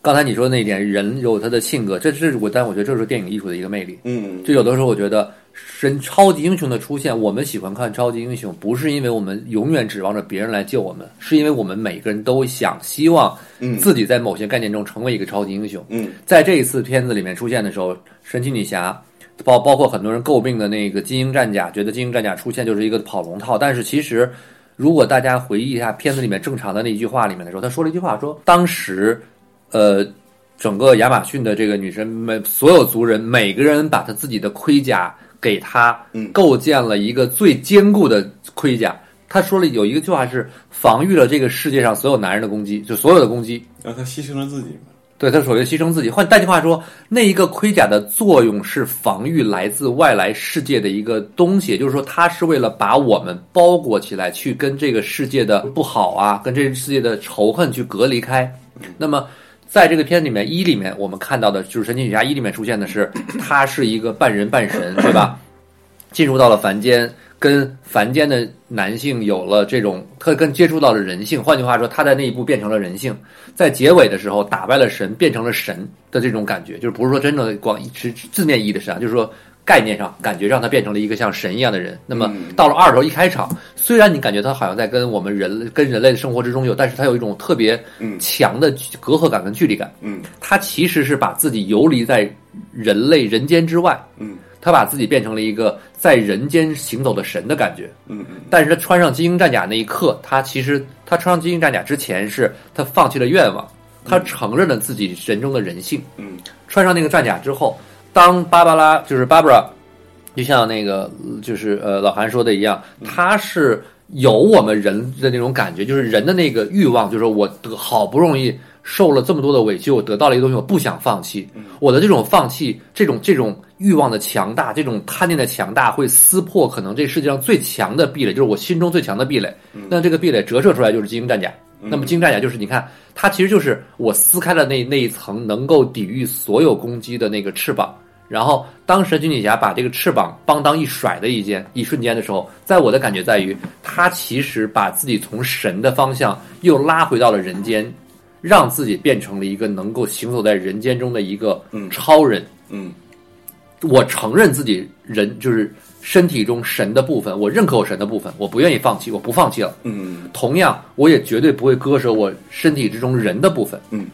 S1: 刚才你说的那一点，人有他的性格，这是我，但我觉得这是电影艺术的一个魅力。
S3: 嗯，
S1: 就有的时候我觉得，神超级英雄的出现，我们喜欢看超级英雄，不是因为我们永远指望着别人来救我们，是因为我们每个人都想希望
S3: 嗯
S1: 自己在某些概念中成为一个超级英雄。
S3: 嗯
S1: 在这一次片子里面出现的时候，神奇女侠包包括很多人诟病的那个金鹰战甲，觉得金鹰战甲出现就是一个跑龙套，但是其实。如果大家回忆一下片子里面正常的那一句话里面的时候，他说了一句话说，当时，呃，整个亚马逊的这个女神，每所有族人每个人把他自己的盔甲给他
S3: 嗯
S1: 构建了一个最坚固的盔甲。他说了有一个句话是防御了这个世界上所有男人的攻击，就所有的攻击，
S3: 然后他牺牲了自己嘛，
S1: 对，他所谓牺牲自己。换代替话说，那一个盔甲的作用是防御来自外来世界的一个东西，也就是说，它是为了把我们包裹起来，去跟这个世界的不好啊，跟这个世界的仇恨去隔离开。那么。在这个片里面，一里面我们看到的就是《神奇女侠一》里面出现的是，她是一个半人半神，对吧？进入到了凡间，跟凡间的男性有了这种，他跟接触到了人性。换句话说，他在那一步变成了人性，在结尾的时候打败了神，变成了神的这种感觉，就是不是说真正的光是字面意义的神啊，就是说概念上感觉让他变成了一个像神一样的人。那么到了二头一开场，虽然你感觉他好像在跟我们人跟人类的生活之中有，但是他有一种特别
S3: 嗯
S1: 强的隔阂感跟距离感。
S3: 嗯
S1: 他其实是把自己游离在人类人间之外，
S3: 嗯
S1: 他把自己变成了一个在人间行走的神的感觉。
S3: 嗯嗯
S1: 但是他穿上精英战甲那一刻，他其实他穿上精英战甲之前是他放弃了愿望，他承认了自己人中的人性。
S3: 嗯
S1: 穿上那个战甲之后，当芭芭拉就是 Barbara，就像那个呃就是呃老韩说的一样，他是有我们人的那种感觉，就是人的那个欲望，就是我得好不容易受了这么多的委屈，我得到了一个东西，我不想放弃。我的这种放弃，这种这种欲望的强大，这种贪念的强大，会撕破可能这世界上最强的壁垒，就是我心中最强的壁垒。那这个壁垒折射出来就是精英战甲。那么精英战甲就是你看，它其实就是我撕开了那那一层能够抵御所有攻击的那个翅膀。然后，当神奇女侠把这个翅膀邦当一甩的一间一瞬间的时候，在我的感觉在于，她其实把自己从神的方向又拉回到了人间，让自己变成了一个能够行走在人间中的一个
S3: 嗯
S1: 超人。
S3: 嗯
S1: 我承认自己人就是身体中神的部分，我认可我神的部分，我不愿意放弃，我不放弃了。
S3: 嗯
S1: 同样，我也绝对不会割舍我身体之中人的部分。
S3: 嗯，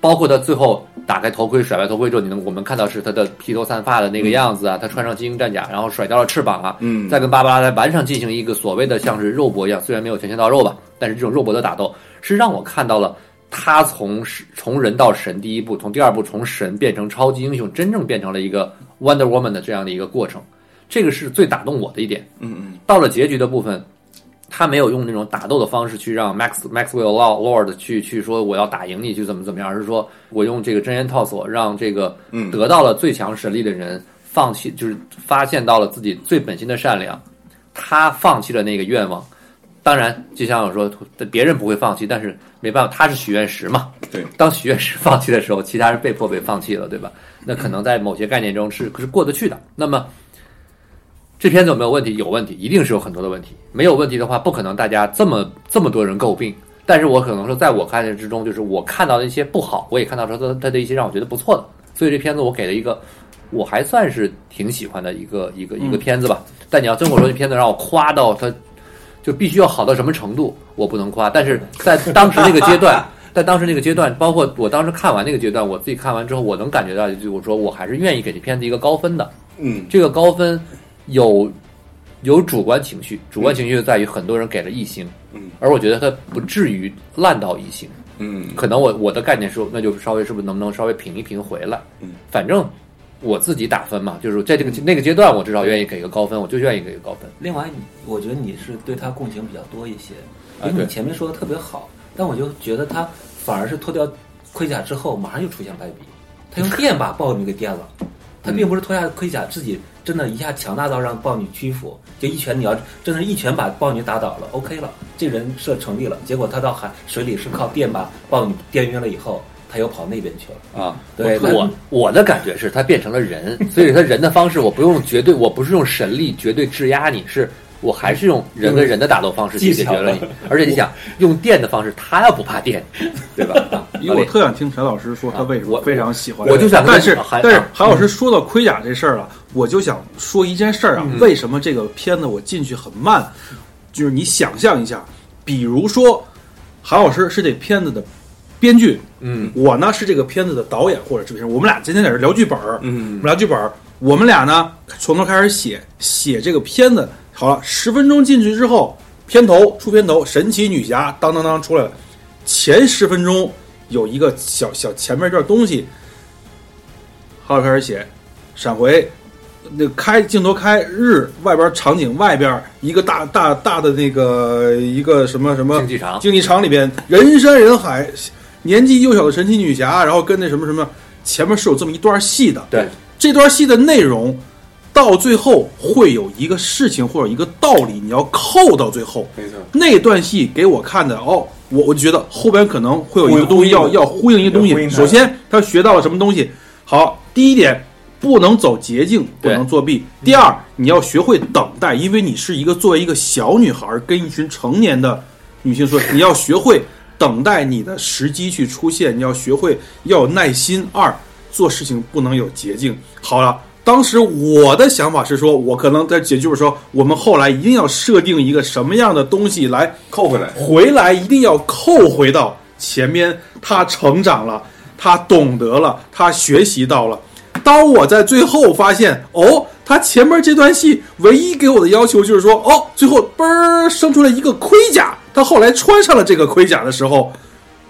S1: 包括他最后打开头盔、甩完头盔之后，你能我们看到是他的披头散发的那个样子啊，他穿上精英战甲，然后甩掉了翅膀啊，
S3: 嗯
S1: 再跟芭芭拉在完上进行一个所谓的像是肉搏一样，虽然没有拳拳到肉吧，但是这种肉搏的打斗是让我看到了。他从是从人到神第一步，从第二步从神变成超级英雄，真正变成了一个 Wonder Woman 的这样的一个过程，这个是最打动我的一点。
S3: 嗯
S1: 到了结局的部分，他没有用那种打斗的方式去让 Max Maxwell Law Lord 去去说我要打赢你去怎么怎么样，而是说我用这个真言套索让这个
S3: 嗯
S1: 得到了最强实力的人放弃，就是发现到了自己最本心的善良，他放弃了那个愿望。当然，就像我说，别人不会放弃，但是没办法，他是许愿石嘛。
S3: 对，
S1: 当许愿石放弃的时候，其他人被迫被放弃了，对吧？那可能在某些概念中是是过得去的。那么，这片子有没有问题？有问题，一定是有很多的问题。没有问题的话，不可能大家这么这么多人诟病。但是我可能说，在我看见之中，就是我看到的一些不好，我也看到说它它的一些让我觉得不错的。所以这片子我给了一个，我还算是挺喜欢的一个一个一个片子吧。但你要真跟我说这片子让我夸到它，就必须要好到什么程度，我不能夸。但是在当时那个阶段，在当时那个阶段，包括我当时看完那个阶段，我自己看完之后，我能感觉到，就是我说我还是愿意给这片子一个高分的。
S3: 嗯
S1: 这个高分有有主观情绪，主观情绪就在于很多人给了异星，
S3: 嗯，
S1: 而我觉得它不至于烂到异星。
S3: 嗯
S1: 可能我我的概念是，那就稍微是不是能不能稍微平一平回来？
S3: 嗯，
S1: 反正我自己打分嘛，就是在这个那个阶段，我至少愿意给个高分，我就愿意给个高分。
S2: 另外，我觉得你是对他共情比较多一些，
S1: 啊
S2: 因为
S1: 对
S2: 你前面说的特别好，但我就觉得他反而是脱掉盔甲之后，马上就出现败笔，他用电把豹女给电了。
S1: 嗯
S2: 他并不是脱下盔甲自己真的一下强大到让豹女屈服，就一拳你要真的是一拳把豹女打倒了，OK 了，这人设成立了。结果他到海水里是靠电把豹女电晕了以后，他又跑那边去了。
S1: 啊，
S2: 对
S1: 我我我的感觉是他变成了人，所以他人的方式我不用绝对，我不是用神力绝对制压你，是我还是用人跟人的打斗方式去解决了你，而且你想用电的方式，他要不怕电，对 吧？啊
S4: 因为我特想听陈老师说他为什
S1: 啊
S4: 么
S1: 我
S4: 非常喜欢，
S1: 我就想跟
S4: 但是
S1: 啊韩
S4: 但是
S1: 啊
S4: 韩老师说到盔甲这事儿了，啊我就想说一件事儿啊，
S1: 嗯
S4: 为什么这个片子我进去很慢？就是你想象一下，比如说韩老师是这片子的编剧，
S1: 嗯，
S4: 我呢是这个片子的导演或者制片人，我们俩今天在这儿聊剧本儿，我
S3: 嗯
S4: 们聊剧本儿，我们俩呢从头开始写写这个片子。好了，十分钟进去之后，片头出片头，神奇女侠当当当出来了。前十分钟有一个小小前面一段东西，好了开始写，闪回，那开镜头开日外边场景外边一个大大大的那个一个什么什么
S1: 竞技场
S4: 竞技场里边人山人海，年纪幼小的神奇女侠，然后跟那什么什么前面是有这么一段戏的，
S1: 对，
S4: 这段戏的内容到最后会有一个事情或者一个道理，你要扣到最后。
S3: 没错
S4: 那段戏给我看的哦，我我就觉得后边可能会有一个
S3: 会
S4: 东西要
S3: 呼应
S4: 要呼应一个东
S3: 要呼应
S4: 西。
S3: 它
S4: 首先，他学到了什么东西？好，第一点，不能走捷径，不
S1: 对
S4: 能作弊。
S3: 嗯
S4: 第二，你要学会等待，因为你是一个作为一个小女孩跟一群成年的女性说，你要学会等待你的时机去出现，你要学会要有耐心。二，做事情不能有捷径。好了，当时我的想法是说，我可能在写剧本的时候，我们后来一定要设定一个什么样的东西来
S3: 扣回来，
S4: 回来一定要扣回到前面，他成长了，他懂得了，他学习到了。当我在最后发现，哦，他前面这段戏唯一给我的要求就是说，哦，最后嘣儿生出来一个盔甲，他后来穿上了这个盔甲的时候，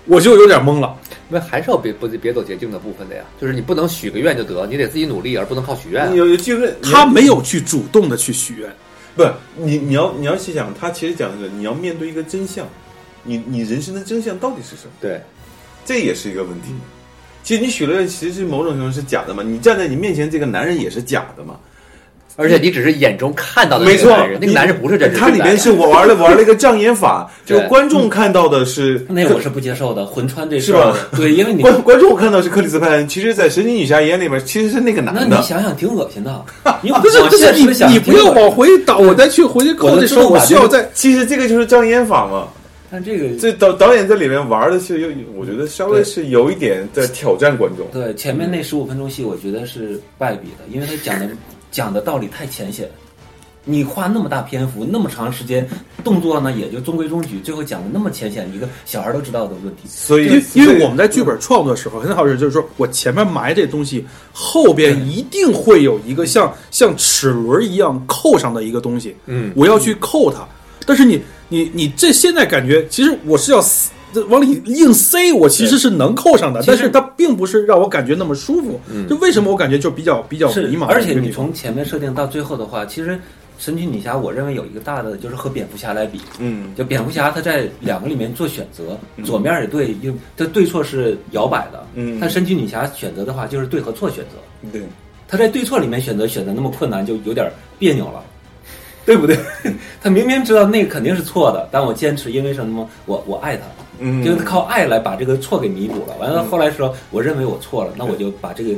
S4: 我就有点懵了。
S1: 那还是要别不别走捷径的部分的呀，就是你不能许个愿就得，你得自己努力，而不能靠许愿啊。
S3: 有有就是
S4: 他没有去主动的去许愿，
S3: 不，你你要你要细想，他其实讲的是你要面对一个真相，你你人生的真相到底是什么？
S1: 对，
S3: 这也是一个问题。其实你许了愿，其实是某种程度上是假的嘛。你站在你面前这个男人也是假的嘛。
S1: 而且你只是眼中看到的
S3: 没
S1: 那个
S3: 错
S1: 男人，，那个
S3: 你
S1: 男人不是真实存在
S3: 他
S1: 的。
S3: 里面是我玩了玩了一个障眼法，就
S1: 对
S3: 观众看到的是
S2: 嗯那我是不接受的，魂穿这
S3: 是
S2: 事儿
S3: 吧，
S2: 对，因为你
S3: 观观众看到是克里斯潘，其实，在神奇女侠眼里边其实是那个
S2: 那
S3: 男
S2: 你
S3: 的。
S2: 想想挺恶 心的，你往
S4: 不是不是
S2: 现
S4: 你
S2: 实想，
S4: 你不要往回倒，我再去回去扣
S2: 我
S4: 的
S2: 的
S4: 时候，
S2: 做
S4: 我
S2: 法
S4: 需
S2: 就
S4: 要
S2: 是
S4: 在
S3: 哦其实这个就是障眼法嘛。
S2: 但这个
S3: 这导导演在里面玩的是有，我觉得稍微
S2: 对
S3: 是有一点在挑战观众。
S2: 对前面那十五分钟戏，我觉得是败笔的，因为他讲 的讲的道理太浅显。你花那么大篇幅，那么长时间，动作呢也就中规中矩，最后讲的那么浅显，一个小孩都知道的问题。
S3: 所以
S4: 因为，因
S3: 所以
S4: 为我们在剧本创作的时候，很好是就是说我前面埋这东西，后边一定会有一个像像齿轮一样扣上的一个东西，
S1: 嗯，
S4: 我要去扣它。但是你你你这现在感觉，其实我是要撕往里硬塞，我其实是能扣上的，
S2: 其实
S4: 但是它并不是让我感觉那么舒服。就为什么我感觉就比较比较
S2: 是
S4: 迷，茫的
S2: 而
S4: 一个地方？
S2: 且你从前面设定到最后的话，其实神奇女侠，我认为有一个大的就是和蝙蝠侠来比，
S3: 嗯，
S2: 就蝙蝠侠他在两个里面做选择，左面也对，就他对错是摇摆的。
S3: 嗯
S2: 但神奇女侠选择的话，就是对和错选择。
S3: 对，
S2: 他在对错里面选择选择那么困难，就有点别扭了，对不对？ 他明明知道那个肯定是错的，但我坚持，因为什么？我我爱他，
S3: 嗯
S2: 就是靠爱来把这个错给弥补了。完了后来说，我认为我错了，那我就把这个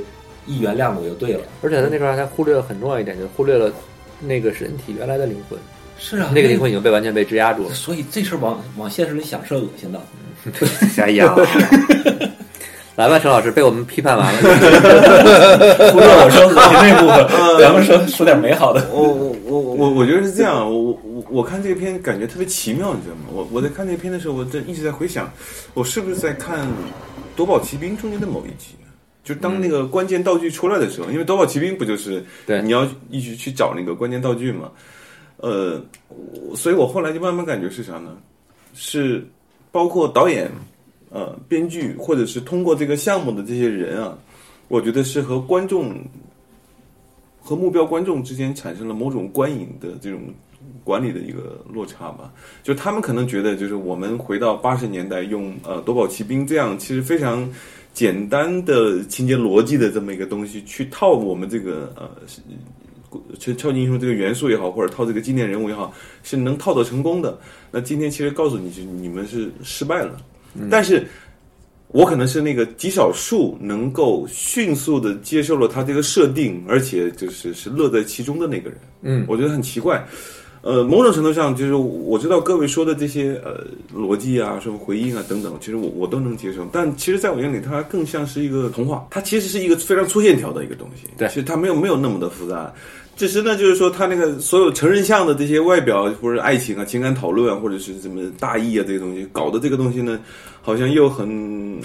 S2: 一原谅了，我就对了。
S1: 而且他那段还忽略了很重要一点，就是忽略了那个身体原来的灵魂，
S2: 是啊，
S1: 那个灵魂已经被完全被质押住了。
S2: 所以这事儿往往现实里想是恶心的，
S1: 哎呀，来吧，陈老师，被我们批判完了。
S2: 不是 我说恶心那部 分，咱们说说点美好的。
S3: 我我我我我觉得是这样，我我我我看这个片感觉特别奇妙，你知道吗？我我在看这个片的时候，我这一直在回想，我是不是在看《夺宝奇兵》中间的某一集？就当那个关键道具出来的时候，因为《夺宝奇兵》不就是
S1: 对
S3: 你要一直去找那个关键道具嘛？呃，我所以我后来就慢慢感觉是啥呢？是包括导演、呃编剧，或者是通过这个项目的这些人啊，我觉得是和观众和目标观众之间产生了某种观影的这种管理的一个落差吧。就他们可能觉得，就是我们回到八十年代用呃夺宝奇兵这样其实非常简单的情节逻辑的这么一个东西去套我们这个呃。是超超级英雄这个元素也好，或者套这个经典人物也好，是能套得成功的。那今天其实告诉你，是你们是失败了。但是，我可能是那个极少数能够迅速的接受了他这个设定，而且就是是乐在其中的那个人。
S1: 嗯，
S3: 我觉得很奇怪。呃，某种程度上，就是我知道各位说的这些呃逻辑啊、什么回应啊等等，其实我我都能接受。但其实，在我眼里，它更像是一个童话，它其实是一个非常粗线条的一个东西。
S1: 对
S3: 其实它没有没有那么的复杂。只是呢，就是说它那个所有成人向的这些外表或者爱情啊、情感讨论啊，或者是什么大义啊这些东西，搞得这个东西呢，好像又很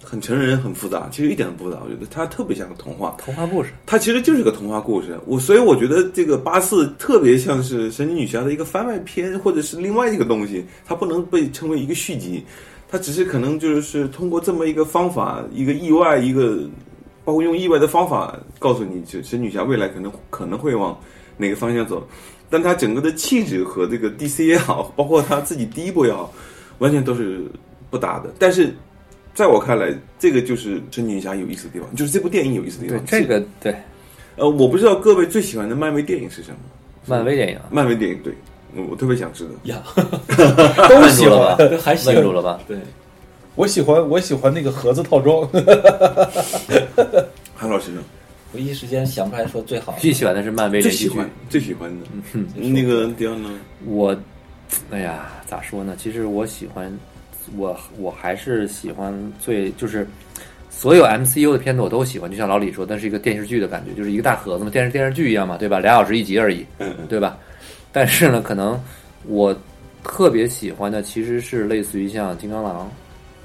S3: 很成人、很复杂。其实一点都不复杂，我觉得它特别像个童话。
S1: 童话故事，
S3: 它其实就是个童话故事。我所以我觉得这个八四特别像是神奇女侠的一个番外篇，或者是另外一个东西，它不能被称为一个续集，它只是可能就是通过这么一个方法，一个意外，一个包括用意外的方法告诉你，神神女侠未来可能可能会往哪个方向走，但它整个的气质和这个 DC 也好，包括它自己第一部也好，完全都是不搭的。但是在我看来，这个就是神奇女侠有意思的地方，就是这部电影有意思的地
S1: 对
S3: 方。
S1: 这个对
S3: 呃，我不知道各位最喜欢的漫威电影是什么？
S1: 漫威电影啊
S3: 漫威电影，对，我特别想知道。
S2: 呀，
S4: 都
S1: 问
S4: 喜
S1: 住了
S4: 欢。
S1: 吧？
S2: 还行
S1: 问住了吧？
S2: 对，
S4: 我喜欢我喜欢那个盒子套装，
S3: 韩老师呢？
S2: 我一时间想不出来说最好的。
S1: 最喜欢的是漫威
S3: 最
S1: 连续
S3: 喜
S1: 剧
S3: 欢。最喜欢的，那个迪奥呢？
S1: 我，哎呀，咋说呢？其实我喜欢，我我还是喜欢最就是所有 MCU 的片子我都喜欢，就像老李说，那是一个电视剧的感觉，就是一个大盒子嘛，电视电视剧一样嘛，对吧？俩小时一集而已，对吧？但是呢，可能我特别喜欢的其实是类似于像金刚狼，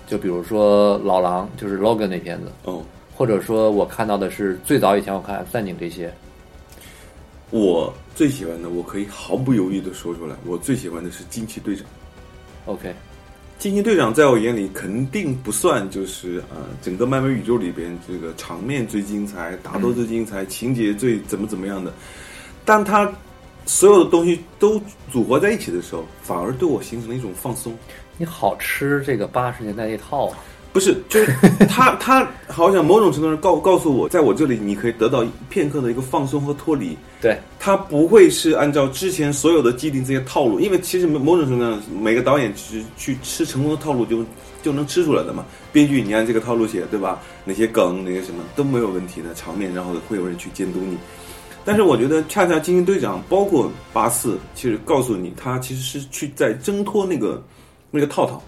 S1: 就比如说老狼，就是 Logan 那片子，
S3: 嗯，
S1: 或者说我看到的是最早以前我看《F 战警》这些，
S3: 我最喜欢的，我可以毫不犹豫的说出来，我最喜欢的是惊奇队长。
S1: OK，
S3: 惊奇队长在我眼里肯定不算，就是呃，整个漫威宇宙里边这个场面最精彩、打斗最精彩、情节最怎么怎么样的，但它所有的东西都组合在一起的时候，反而对我形成了一种放松。
S1: 你好吃这个八十年代那套啊，
S3: 不是，就是他他好像某种程度上告告诉我，在我这里你可以得到片刻的一个放松和脱离。
S1: 对，
S3: 他不会是按照之前所有的既定这些套路，因为其实某种程度上，每个导演去去吃成功的套路就就能吃出来的嘛。编剧你按这个套路写，对吧？哪些梗，哪些什么都没有问题的场面，然后会有人去监督你。但是我觉得，恰恰惊奇队长包括八四，其实告诉你，他其实是去在挣脱那个那个套套。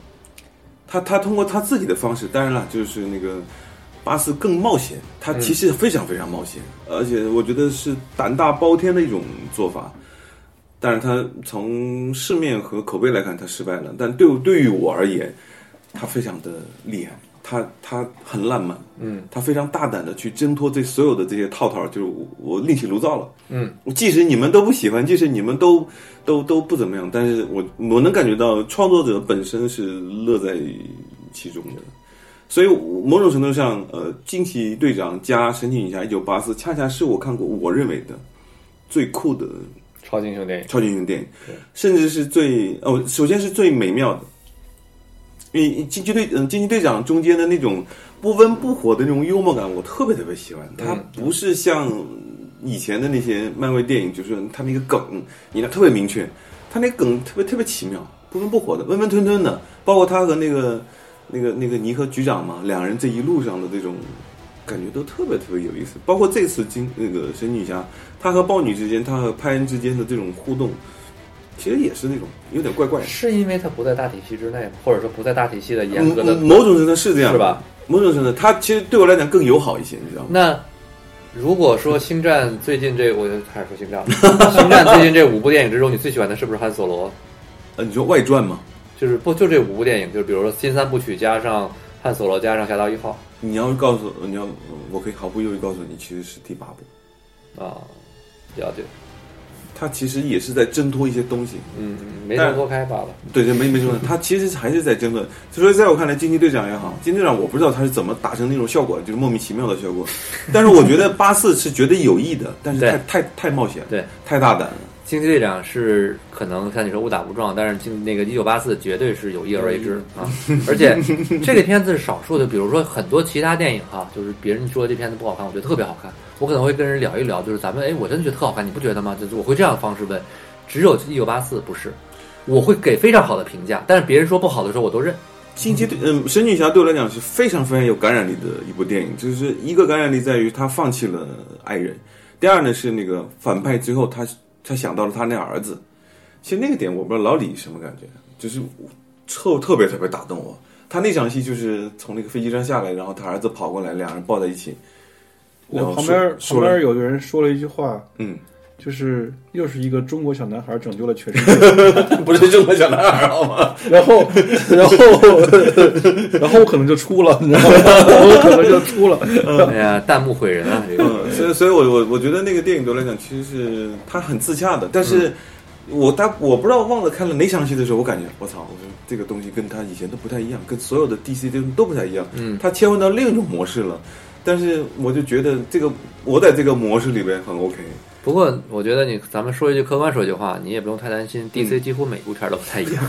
S3: 他他通过他自己的方式，当然了，就是那个巴斯更冒险，他其实非常非常冒险，而且我觉得是胆大包天的一种做法。但是他从市面和口碑来看，他失败了。但对我对于我而言，他非常的厉害，他他很烂漫，
S1: 嗯，
S3: 他非常大胆的去挣脱这所有的这些套套，就是我我另起炉灶了。
S1: 嗯，
S3: 即使你们都不喜欢，即使你们都都都不怎么样，但是我我能感觉到创作者本身是乐在其中的。所以某种程度上，呃，惊奇队长加神奇女侠一九八四，恰恰是我看过我认为的最酷的
S1: 超级英雄电影，
S3: 超级英雄电影，甚至是最哦，首先是最美妙的。因为惊奇队嗯，惊奇队长中间的那种不温不火的那种幽默感，我特别特别喜欢。它不是像以前的那些漫威电影，就是他那个梗，你那特别明确，他那梗特别特别奇妙，不温不火的，温温吞吞的。包括他和那个那个那个尼克局长嘛，两人这一路上的这种感觉都特别特别有意思。包括这次金那个神女侠，她和豹女之间，她和派恩之间的这种互动，其实也是那种有点怪怪的。
S1: 是因为它不在大体系之内吗，或者说不在大体系的严
S3: 某
S1: 格的
S3: 某种程度是这样，
S1: 是吧？
S3: 某种程度，它其实对我来讲更友好一些，你知道吗？
S1: 那如果说星战最近这，我就开始说星战了。 星战最近这五部电影之中，你最喜欢的是不是汉索罗？
S3: 呃，你说外传吗？
S1: 就是不就这五部电影，就是比如说新三部曲加上汉索罗加上侠盗一号
S3: 你要是告诉你要，我可以毫不犹豫告诉你，其实是第八部，
S1: 啊，了解，
S3: 它其实也是在挣脱一些东西。
S1: 嗯，没挣脱开罢了。
S3: 对，这没没错，他其实还是在争论。所以在我看来，惊奇队长也好，惊奇队长我不知道他是怎么达成那种效果，就是莫名其妙的效果。但是我觉得八四是绝对有意的，但是太太太冒险，
S1: 对，
S3: 太大胆了。
S1: 惊奇队长是可能像你说误打误撞，但是经那个一九八四绝对是有意而为之啊！而且这个片子是少数的，比如说很多其他电影哈，就是别人说这片子不好看，我觉得特别好看，我可能会跟人聊一聊，就是咱们哎，我真的觉得特好看，你不觉得吗？就是我会这样的方式问，只有一九八四不是，我会给非常好的评价，但是别人说不好的时候我都认。
S3: 惊奇队，嗯，神女侠对我来讲是非常非常有感染力的一部电影，就是一个感染力在于他放弃了爱人，第二呢是那个反派之后他他想到了他那儿子，其实那个点我不知道老李什么感觉，就是特特别特别打动我。他那场戏就是从那个飞机上下来，然后他儿子跑过来，两人抱在一起。然
S4: 我
S3: 后
S4: 旁边
S3: 说说
S4: 旁边
S3: 了
S4: 有个人说了一句话，
S3: 嗯，
S4: 就是又是一个中国小男孩拯救了全世界。
S3: 不是中国 小男孩好吗？
S4: 然后，然后，然后我可能就出了，你知道吗？ 我可能就出了。
S1: 哎呀，弹幕毁人啊！这个
S3: 嗯，所以所以我我我觉得那个电影对我来讲，其实是它很自洽的，但
S1: 嗯
S3: 是。我大我不知道忘了看了哪场戏的时候，我感觉我操，我说这个东西跟他以前都不太一样，跟所有的 DC 都都不太一样。
S1: 嗯
S3: 他切换到另一种模式了，但是我就觉得这个我在这个模式里边很 OK。
S1: 不过我觉得你咱们说一句客观说一句话，你也不用太担心，DC
S3: 嗯
S1: 几乎每部片儿都不太一 样，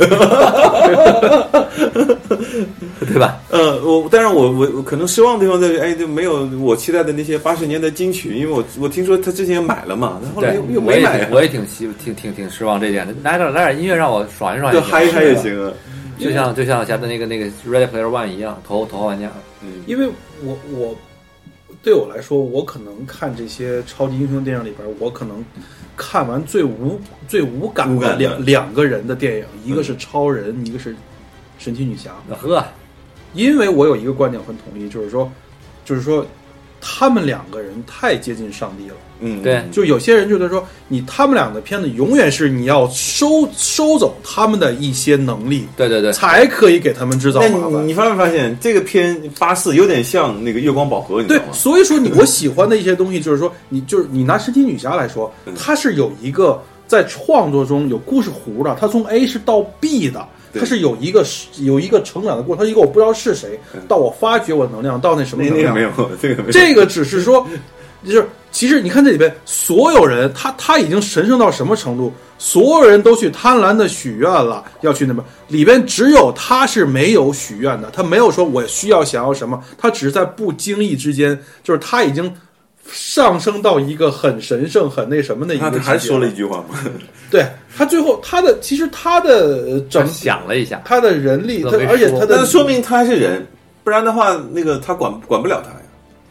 S1: 对吧？
S3: 呃，我但是我我我可能失望的地方在于，哎，就没有我期待的那些八十年代金曲，因为我我听说他之前买了嘛，但后来
S1: 对
S3: 又，又
S1: 我
S3: 没
S1: 也
S3: 买啊
S1: 挺，我也挺希挺挺挺失望这一点的。来点来点音乐让我爽一爽
S3: 就
S1: 也
S3: 嗨一
S1: 行，
S3: 嗨也行啊。
S1: 就像就像咱们那个那个 Ready Player One 一样，头头号玩家。
S3: 嗯，
S4: 因为我我对我来说，我可能看这些超级英雄电影里边，我可能看完最无最无感
S3: 无感
S4: 的
S3: 的嗯
S4: 两两个人的电影，一个是超人，一个是神奇女侠。
S1: 呵，
S4: 因为我有一个观点很统一，就是说，就是说他们两个人太接近上帝了。
S3: 嗯，
S1: 对
S3: 嗯
S4: 就有些人觉得说，你他们俩的片子永远是你要收收走他们的一些能力，
S1: 对对对，
S4: 才可以给他们制造
S3: 那
S4: 麻
S3: 你
S4: 烦。
S3: 你发没发现这个片八四有点像那个月光宝盒，你知
S4: 对
S3: 道，吗？
S4: 所以说你我喜欢的一些东西，就是说你就是你拿神奇女侠来说，
S3: 嗯
S4: 它是有一个在创作中有故事弧的，它从 A 是到 B 的，
S3: 对
S4: 它是有一个有一个成长的过程，它是一个我不知道是谁到我发掘我能量到那什
S3: 嗯
S4: 么
S3: 那
S4: 能
S3: 那个
S4: 量
S3: 没， 有，这个没有。
S4: 这个只是说，就是其实你看这里边所有人，他他已经神圣到什么程度？所有人都去贪婪的许愿了，要去那边里边只有他是没有许愿的，他没有说我需要想要什么，他只是在不经意之间，就是他已经上升到一个很神圣、很那什么的一个
S3: 他
S4: 境界。
S3: 还说了一句话 嘛，
S4: 对他最后他的其实他的呃
S1: 他
S4: 整
S1: 想了一下，
S4: 他的人力，他
S1: 都没
S4: 而且他
S3: 但
S4: 的
S3: 是说明他还是人，不然的话，那个他管管不了他呀。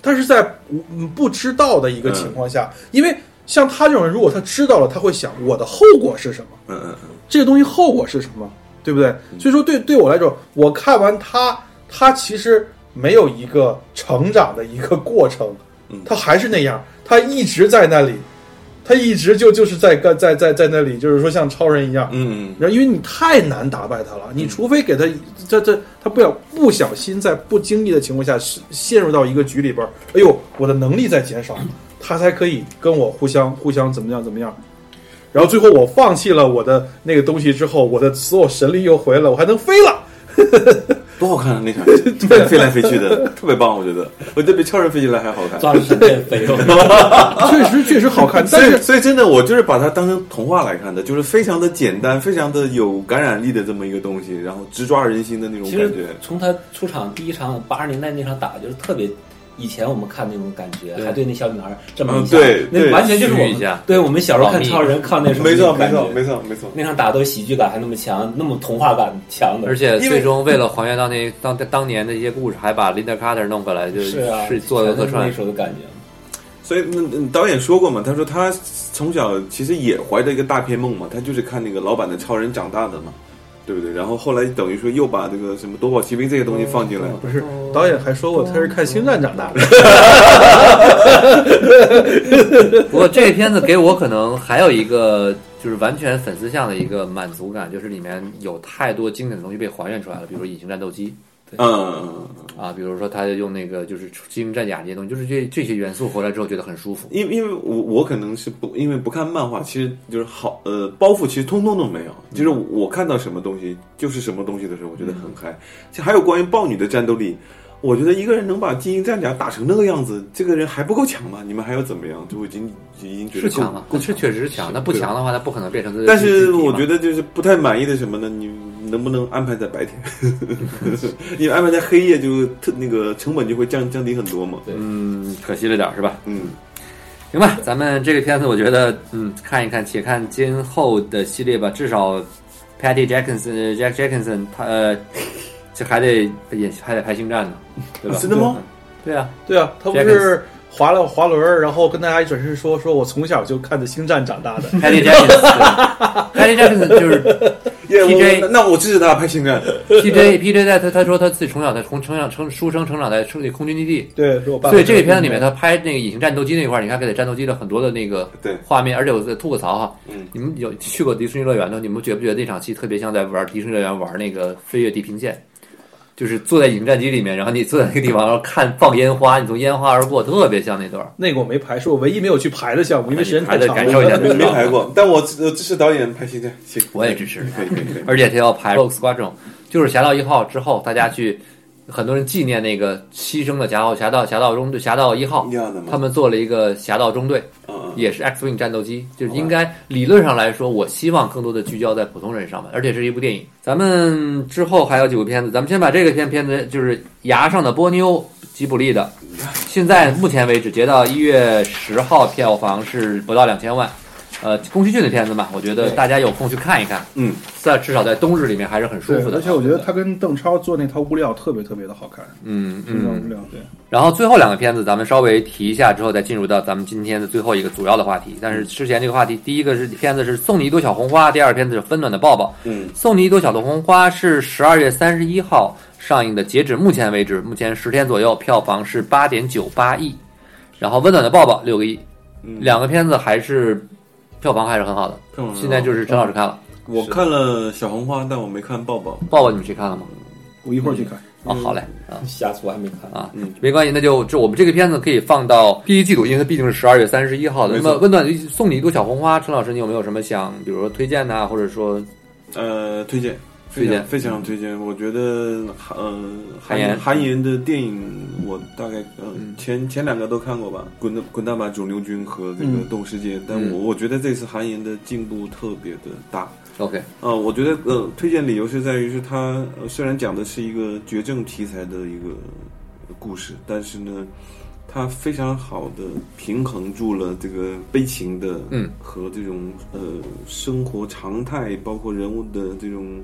S4: 他是在不嗯不知道的一个情况下，因为像他这种人，如果他知道了，他会想我的后果是什么，
S3: 嗯嗯嗯，
S4: 这个东西后果是什么，对不对？所以说对对我来说，我看完他，他其实没有一个成长的一个过程
S3: 嗯，
S4: 他还是那样，他一直在那里，他一直就就是在干在在在那里，就是说像超人一样，
S3: 嗯，
S4: 然后因为你太难打败他了，
S1: 嗯
S4: 你除非给他这这他不小不小心在不经意的情况下是陷入到一个局里边儿，哎呦，我的能力在减少，他才可以跟我互相互相怎么样怎么样。然后最后我放弃了我的那个东西之后，我的所有神力又回来了，我还能飞了。
S3: 多好看啊！那 场戏飞飞来飞去的，特别棒，我觉得，我觉得比超人飞起来还好看。
S2: 抓着闪电飞 了。
S1: 啊
S4: 确实确实好看，
S3: 所
S4: 但
S3: 以，
S4: 是
S3: 所以真的，我就是把它当成童话来看的，就是非常的简单，非常的有感染力的这么一个东西，然后直抓人心的那种
S2: 其
S3: 感
S2: 实
S3: 觉。
S2: 从他出场第一场八十年代那场打，就是特别。以前我们看那种感觉，
S1: 对
S2: 还对那小女孩这么一下，
S3: 嗯对对
S2: 那完全就是我
S1: 嘘一下
S2: 们对我们小时候看
S1: 保密
S2: 超人看那时候
S3: 没错，
S2: 那种
S3: 没
S2: 感觉
S3: 错，没错，没错。
S2: 那场打斗喜剧感还那么强，那么童话感强的，
S1: 而且
S3: 因为
S1: 最终为了还原到那当当年的一些故事，还把 Linda Carter 弄回来，就是
S2: 啊，
S1: 是做了客
S2: 全是那
S1: 串。
S2: 时候的感觉。
S3: 所以，那那导演说过嘛，他说他从小其实也怀着一个大片梦嘛，他就是看那个老版的超人长大的嘛，对不对？然后后来等于说又把这个什么夺宝奇兵这个东西放进来，
S4: 不是导演还说过他是看《星战》长大的，
S1: 不过这个片子给我可能还有一个就是完全粉丝向的一个满足感，就是里面有太多经典的东西被还原出来了，比如说隐形战斗机
S3: 嗯，
S1: 啊，比如说他用那个就是精英战甲这些东西，就是这这些元素回来之后觉得很舒服。
S3: 因为因为我我可能是不因为不看漫画，其实就是好呃包袱其实通通都没有，就是我看到什么东西就是什么东西的时候，我觉得很嗨。其实还有关于豹女的战斗力，我觉得一个人能把精英战甲打成那个样子，这个人还不够强吗？你们还要怎么样？就我已经已经觉得
S1: 是
S3: 够
S1: 强啊
S3: 够，
S1: 是确实是强。那不强的话，他不可能变成。
S3: 但是我
S1: 觉得。
S3: 觉得就是不太满意的什么呢？你能不能安排在白天？ 因为安排在黑夜就特那个成本就会降降低很多嘛。
S2: 对
S1: 嗯，可惜了点儿是吧？
S3: 嗯，
S1: 行吧，咱们这个片子我觉得，嗯，看一看，且看今后的系列吧。至少 Patty Jackson、Jack Jackson，他呃，这还得演，还得拍星战呢，对吧？
S3: 啊真的吗？
S1: 对啊，
S4: 对啊，他不是滑了滑轮儿，然后跟大家一转身说说我从小就看着《星战》长大的。
S1: Patty Jackson，Patty Jackson 就是
S3: 耶，
S1: TJ
S3: 我那我支持他拍星战。
S1: PJ PJ 在他他说他自己从小在从成长成出生成长在空空军基地，
S4: 对，是我爸爸
S1: 所以这个片子里面，
S4: 他
S1: 他拍那个隐形战斗机那块儿，你看给战斗机的很多的那个
S3: 对
S1: 画面，而且我再吐个槽哈，
S3: 嗯
S1: 你们有去过迪士尼乐园的，你们觉不觉得那场戏特别像在玩迪士尼乐园玩那个飞越地平线？就是坐在隐形战机里面，然后你坐在那个地方，然后看放烟花，你从烟花而过，特别像那段儿。
S4: 那个我没排，是我唯一没有去排的项目，因为时间太长了。
S1: 排的感受 一下
S3: 没没排过，但我支我支持导演拍星战。行，
S1: 我也支持
S3: 可以可以 可以。
S1: 而且他要排 Rogue Squadron，就是侠盗一号之后，大家去很多人纪念那个牺牲的侠盗侠盗侠盗中队侠盗一号
S3: 一样的吗，
S1: 他们做了一个侠盗中队，
S3: 嗯嗯
S1: 也是 X Wing 战斗机，就是应该理论上来说，我希望更多的聚焦在普通人上面，而且是一部电影。咱们之后还有几部片子，咱们先把这个片片子就是《牙上的波妞》，吉卜力的，现在目前为止截到一月十号，票房是不到两千万。呃，宫崎骏的片子嘛，我觉得大家有空去看一看，
S3: 嗯，
S1: 在至少在冬日里面还是很舒服的。
S4: 而且我觉得他跟邓超做那套物料特别特别的好看，
S1: 嗯
S4: 那套
S1: 嗯
S4: 物，料对。
S1: 然后最后两个片子，咱们稍微提一下之后，再进入到咱们今天的最后一个主要的话题。但是之前这个话题，第一个是片子是《送你一朵小红花》，第二个片子是《温暖的抱抱》。
S3: 嗯
S1: 《送你一朵小红花》是十二月三十一号上映的截止目前为止，目前十天左右，票房是八点九八亿，然后《温暖的抱抱》六个亿，
S3: 嗯
S1: 两个片子还是票房还是很好的。
S3: 票房很好
S1: 现在就是陈老师看了，
S3: 我看了小红花，但我没看抱抱。
S1: 抱抱你们去看了吗？
S4: 我一会儿去看。
S1: 哦，好嘞，啊
S2: 下次我还没看
S1: 啊
S3: 嗯，
S1: 没关系，那就就我们这个片子可以放到第一季度，因为它毕竟是十二月三十一号的。
S3: 没
S1: 那
S3: 错
S1: 么温暖送你一朵小红花，陈老师，你有没有什么想，比如说推荐呐、啊或者说
S3: 呃，推荐，
S1: 推荐
S3: 非常非常推荐。我觉得韩呃
S1: 韩嗯
S3: 韩
S1: 延
S3: 韩延的电影，我大概呃前前两个都看过吧，《滚滚蛋吧肿瘤君》和这个
S1: 嗯
S3: 《动物世界》，但我我觉得这次韩延的进步特别的大。
S1: OK？
S3: 呃，我觉得呃，推荐理由是在于是它、呃、虽然讲的是一个绝症题材的一个呃故事，但是呢，它非常好的平衡住了这个悲情的，
S1: 嗯，
S3: 和这种呃生活常态，包括人物的这种。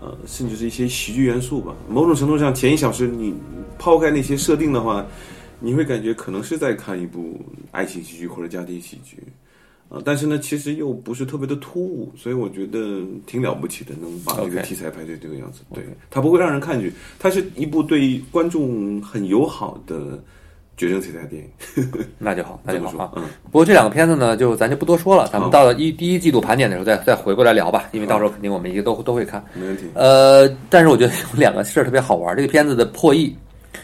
S3: 呃，甚至是一些喜剧元素吧。某种程度上，前一小时你抛开那些设定的话，你会感觉可能是在看一部爱情喜剧或者家庭喜剧。啊，但是呢，其实又不是特别的突兀，所以我觉得挺了不起的，能把这个
S1: OK
S3: 题材拍成这个样子。对，它不会让人抗拒，它是一部对观众很友好的绝症题材电影。
S1: 那就好，那
S3: 这
S1: 就
S3: 么
S1: 好
S3: 说
S1: 啊，。
S3: 嗯，
S1: 不过这两个片子呢，就咱就不多说了，咱们
S3: 好
S1: 到了一第一季度盘点的时候再再回过来聊吧，因为到时候肯定我们一个都都会看。
S3: 没问题。
S1: 呃，但是我觉得有两个事儿特别好玩儿，这个片子的破译，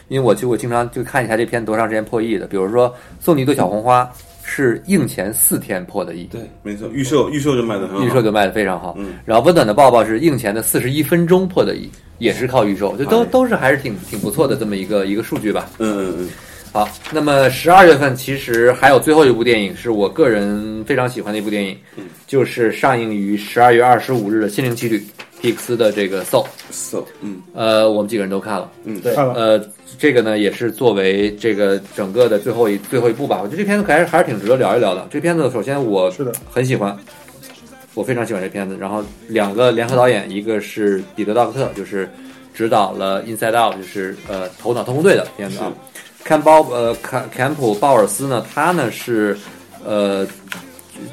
S1: 因为我就我经常就看一下这片多长时间破译的，比如说《送你一朵小红花》是映前四天破的译，
S3: 对，没错，预售预售就卖的很好。
S1: 呃预售就卖的非常好。
S3: 嗯
S1: 然后《温暖的抱抱》是映前的四十一分钟破的译，也是靠预售，就都
S3: 哎
S1: 都是还是挺挺不错的这么一个一个数据吧。
S3: 嗯嗯嗯，
S1: 好，那么十二月份其实还有最后一部电影，是我个人非常喜欢的一部电影，
S3: 嗯
S1: 就是上映于十二月二十五日的《心灵奇旅》，皮克斯的这个《Soul》，
S3: so 嗯
S1: 呃，我们几个人都看了。
S2: 对
S4: 看了
S1: 呃，这个呢也是作为这个整个的最后一最后一部吧。我觉得这片子还是还是挺值得聊一聊的。这片子首先我
S4: 是的
S1: 很喜欢，我非常喜欢这片子。然后两个联合导演，一个是彼得·道克特，就是指导了《Inside Out》，就是呃《头脑特工队》的片子啊。坎鲍呃坎坎普鲍尔斯呢，他呢是呃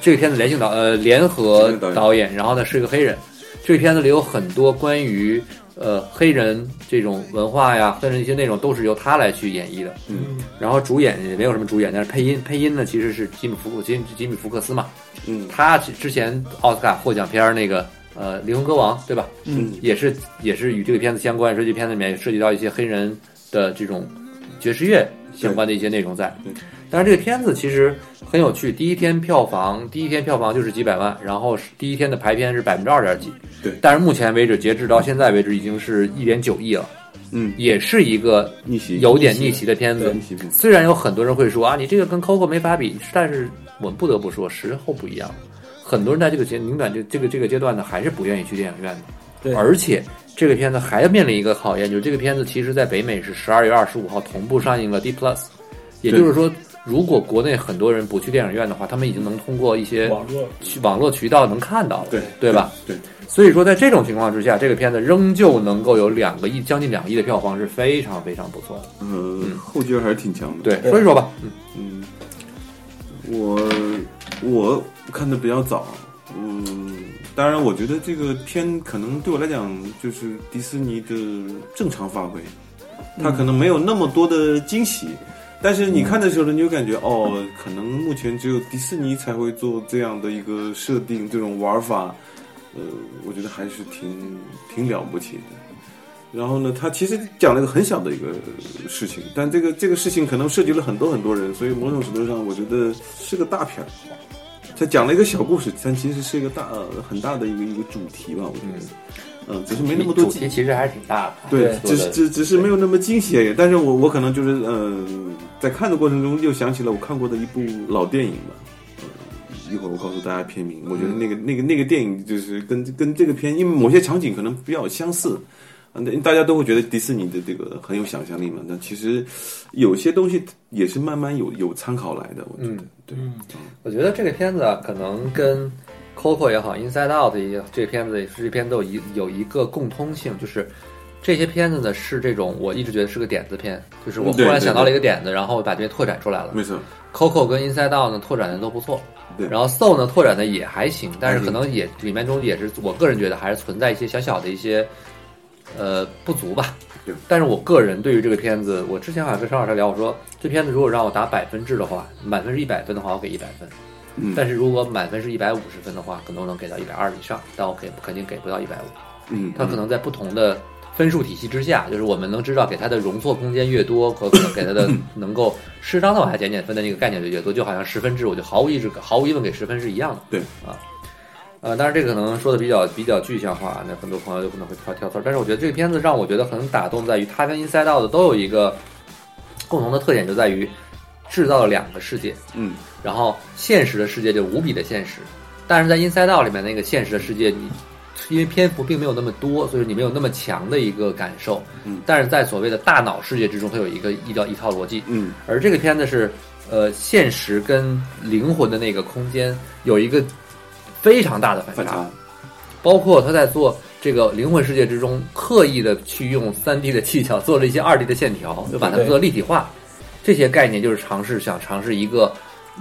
S1: 这个片子联性导呃联合
S3: 联合导演
S1: 导演，然后呢是一个黑人。这个片子里有很多关于呃黑人这种文化呀，黑人一些内容都是由他来去演绎的。
S3: 嗯
S1: 然后主演也没有什么主演，但是配音配音呢其实是吉姆福克吉吉米福克斯嘛，
S3: 嗯
S1: 他之前奥斯卡获奖片儿那个呃《灵魂歌王》对吧？
S3: 嗯
S1: 也是也是与这个片子相关，所以这片子里面也涉及到一些黑人的这种爵士乐相关的一些内容在
S3: 对对。
S1: 但是这个片子其实很有趣，第一天票房第一天票房就是几百万，然后是第一天的排片是百分之二点几，
S3: 对
S1: 但是目前为止，截止到现在为止，已经是一点九亿了，
S3: 嗯，
S1: 也是一个
S3: 逆袭
S1: 有点逆袭的片子
S3: 逆。袭嗯片。
S1: 虽然有很多人会说啊，你这个跟 Coco 没法比，但是我们不得不说，时候不一样。很多人在这个阶敏感这这个这个阶段呢，还是不愿意去电影院的。
S2: 对
S1: 而且这个片子还要面临一个考验，就是这个片子其实在北美是十二月二十五号同步上映了 D Plus，也就是说，如果国内很多人不去电影院的话，他们已经能通过一些
S2: 网络
S1: 渠网络渠道能看到了，
S3: 对
S1: 对吧？
S3: 对对
S1: 所以说，在这种情况之下，这个片子仍旧能够有两个亿，将近两个亿的票房是非常非常不错的。
S3: 呃，后劲儿还是挺强的。
S1: 对，说一说吧，嗯，
S3: 嗯，我我看的比较早，嗯，当然我觉得这个片可能对我来讲就是迪士尼的正常发挥，它可能没有那么多的惊喜。但是你看的时候呢，你就感觉
S1: 嗯
S3: 哦，可能目前只有迪士尼才会做这样的一个设定，这种玩法，呃，我觉得还是挺挺了不起的。然后呢，他其实讲了一个很小的一个呃事情，但这个这个事情可能涉及了很多很多人，所以某种程度上，我觉得是个大片儿。他讲了一个小故事，但其实是一个大、呃、很大的一个一个主题吧，我觉得，嗯、只是没那么多
S1: 主
S3: 惊
S1: 题其实还是挺大的。
S3: 对
S2: 对，
S3: 只是只只是没有那么惊喜而已。但是我我可能就是嗯、在看的过程中又想起了我看过的一部老电影吧。呃一会儿我告诉大家片名，我觉得那个、那个那个电影就是跟跟这个片，因为某些场景可能比较相似，啊那大家都会觉得迪士尼的这个很有想象力嘛。那其实有些东西也是慢慢有有参考来的，我觉得、对。
S1: 我觉得这个片子啊，可能跟 Coco 也好，Inside Out 也好，这片子也是这片子有一有一个共通性，就是这些片子呢是这种我一直觉得是个点子片，就是我
S3: 嗯
S1: 忽
S3: 对
S1: 然
S3: 对
S1: 想到了
S3: 对
S1: 一个点子，然后把这边拓展出来了。
S3: 没错，
S1: Coco 跟 Inside Out 呢拓展的都不错，
S3: 对
S1: 然后 Soul 呢拓展的也还行，但是
S3: 还
S1: 可
S3: 行
S1: 能也里面中也是我个人觉得还是存在一些小小的一些呃不足吧
S3: 对。
S1: 但是我个人对于这个片子，我之前好像跟邵老师聊，我说这片子如果让我打百分制的话，满分是一百分的话，我给一百分。
S3: 嗯
S1: 但是如果满分是一百五十分的话，可能我能给到一百二以上，但我给肯定给不到一百五。
S3: 嗯，
S1: 它可能在不同的分数体系之下，就是我们能知道给它的容错空间越多，可可能给它的能够适当的往下减减分的那个概念就越多，就好像十分制，我就毫无意志，毫无疑问给十分是一样的。
S3: 对
S1: 啊，呃，当然这个可能说的比较比较具象化，那很多朋友有可能会挑挑刺儿，但是我觉得这个片子让我觉得很打动，在于它跟 Inside Out 都有一个共同的特点，就在于制造了两个世界，
S3: 嗯
S1: 然后现实的世界就无比的现实，但是在 Inside Out 里面那个现实的世界，你因为篇幅并没有那么多，所以你没有那么强的一个感受。
S3: 嗯
S1: 但是在所谓的大脑世界之中，它有一个一套一套逻辑。
S3: 嗯
S1: 而这个片子是，呃，现实跟灵魂的那个空间有一个非常大的反差，
S3: 反差，
S1: 包括他在做这个灵魂世界之中，刻意的去用三 D 的技巧做了一些二 D 的线条，就把它做立体化。这些概念就是尝试想尝试一个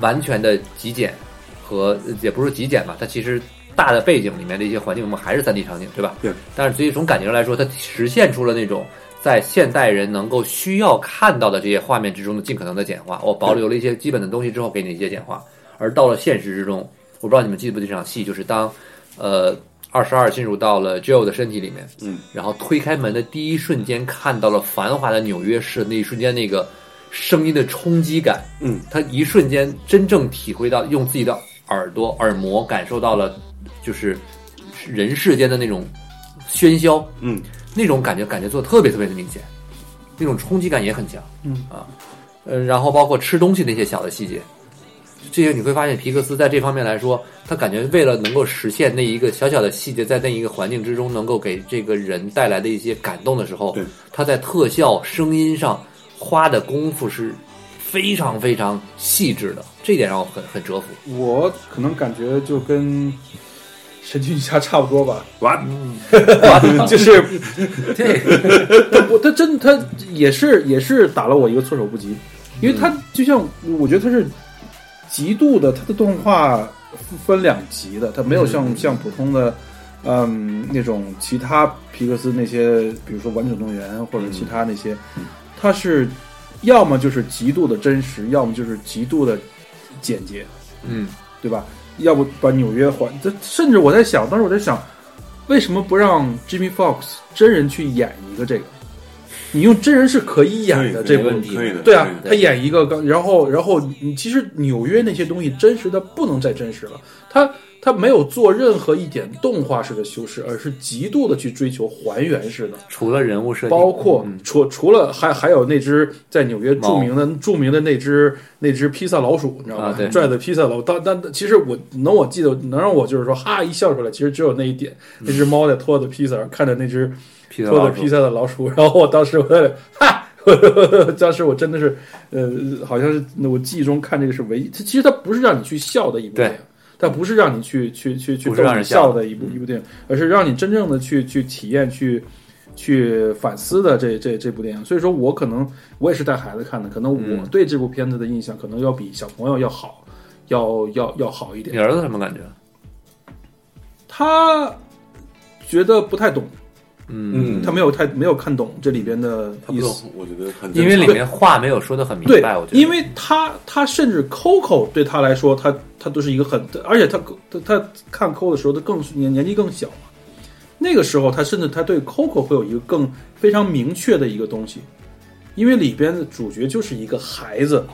S1: 完全的极简和也不是极简吧，它其实大的背景里面的一些环境，我们还是三 D 场景，对吧？
S3: 对。
S1: 但是所以从感觉上来说，它实现出了那种。在现代人能够需要看到的这些画面之中的尽可能的简化，我保留了一些基本的东西之后给你一些简化，而到了现实之中，我不知道你们记不记得这场戏，就是当呃二十二进入到了 Joe 的身体里面，
S3: 嗯，
S1: 然后推开门的第一瞬间，看到了繁华的纽约市，那一瞬间那个声音的冲击感，
S3: 嗯，
S1: 他一瞬间真正体会到，用自己的耳朵耳膜感受到了，就是人世间的那种喧嚣，
S3: 嗯，
S1: 那种感觉感觉做的特别特别的明显，那种冲击感也很强，
S4: 嗯
S1: 啊，呃，然后包括吃东西那些小的细节，这些你会发现皮克斯在这方面来说，他感觉为了能够实现那一个小小的细节，在那一个环境之中能够给这个人带来的一些感动的时候
S3: 对，
S1: 他在特效、声音上花的功夫是非常非常细致的，这一点让我很很折服。
S4: 我可能感觉就跟神奇女侠差不多吧，
S3: 哇，
S4: 就是
S1: 这
S4: 我 他真他也是也是打了我一个措手不及，因为他就像我觉得他是极度的，他的动画分两级的，他没有像、像普通的嗯那种其他皮克斯那些，比如说《玩具总动员》或者其他那些，它是要么就是极度的真实，要么就是极度的简洁，
S1: 嗯
S4: 对吧？要不把纽约还这，甚至我在想，当时我在想，为什么不让 Jimmy Fox 真人去演一个这个？你用真人是可以演
S3: 可
S4: 的，
S3: 以
S4: 这
S3: 的
S4: 部
S2: 问题
S3: 可以的，
S4: 对啊
S3: 可以，的
S4: 他演一个刚，然后然后你其实纽约那些东西真实的不能再真实了，他他没有做任何一点动画式的修饰，而是极度的去追求还原式的，
S1: 除了人物设计，嗯
S4: 包括除除了还还有那只在纽约著
S1: 猫
S4: 名的著名的那只那只披萨老鼠，你知道
S1: 啊
S4: 吗
S1: 对？
S4: 拽的披萨老，但但其实我能我记得能让我就是说哈一笑出来，其实只有那一点，那
S1: 嗯
S4: 只猫在拖着披萨，看着那只
S1: 披萨
S4: 拖
S1: 老
S4: 着
S1: 鼠
S4: 披萨的老鼠， 然后我当时我在 哈。当时我真的是，呃，好像是我记忆中看这个是唯一，其实它不是让你去笑的一部
S1: 对
S4: 电影，它不是让你去去去去
S1: 不是让
S4: 逗你
S1: 人笑嗯
S4: 笑的一部一部电影，而是让你真正的去去体验、去去反思的这这这部电影。所以说我可能我也是带孩子看的，可能
S1: 嗯
S4: 我对这部片子的印象可能要比小朋友要好，要要要好一
S1: 你
S4: 点。
S1: 儿子什么感觉？
S4: 他觉得不太懂，
S1: 嗯，
S3: 嗯，
S4: 他没有太没有看懂这里边的
S3: 他
S4: 意
S3: 不
S4: 思
S3: 懂。，我觉得很正常
S1: 因为里面话没有说的很明
S4: 对
S1: 白，我觉，得
S4: 因为他他甚至 Coco 对他来说，他他都是一个很，而且他他他看 Coco 的时候，他更年年纪更小嘛，那个时候他甚至他对 Coco 会有一个更非常明确的一个东西，因为里边的主角就是一个孩子，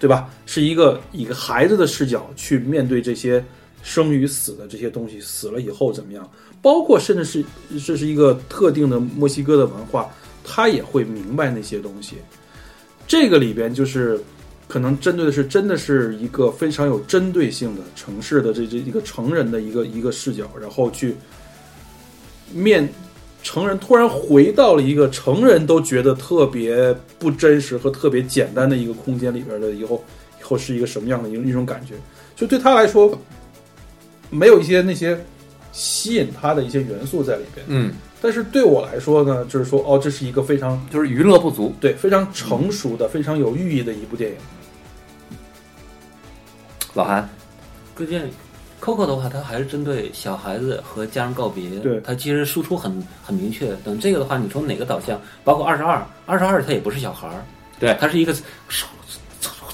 S4: 对吧？是一个以一个孩子的视角去面对这些生与死的这些东西，死了以后怎么样？包括甚至是这是一个特定的墨西哥的文化，他也会明白那些东西。这个里边就是可能针对的是真的是一个非常有针对性的城市的这这一个成人的一个一个视角，然后去面成人突然回到了一个成人都觉得特别不真实和特别简单的一个空间里边的以后以后是一个什么样的一种一种感觉？就对他来说，没有一些那些吸引他的一些元素在里边。
S1: 嗯，
S4: 但是对我来说呢，就是说哦，这是一个非常
S1: 就是娱乐不足。
S4: 对，非常成熟的、非常有寓意的一部电影。
S1: 老韩，
S2: 这电影 Coco 的话，它还是针对小孩子和家人告别，
S4: 对
S2: 它其实输出很很明确。等这个的话，你从哪个导向，包括二十二，二十二它也不是小孩儿，
S1: 对
S2: 它是一个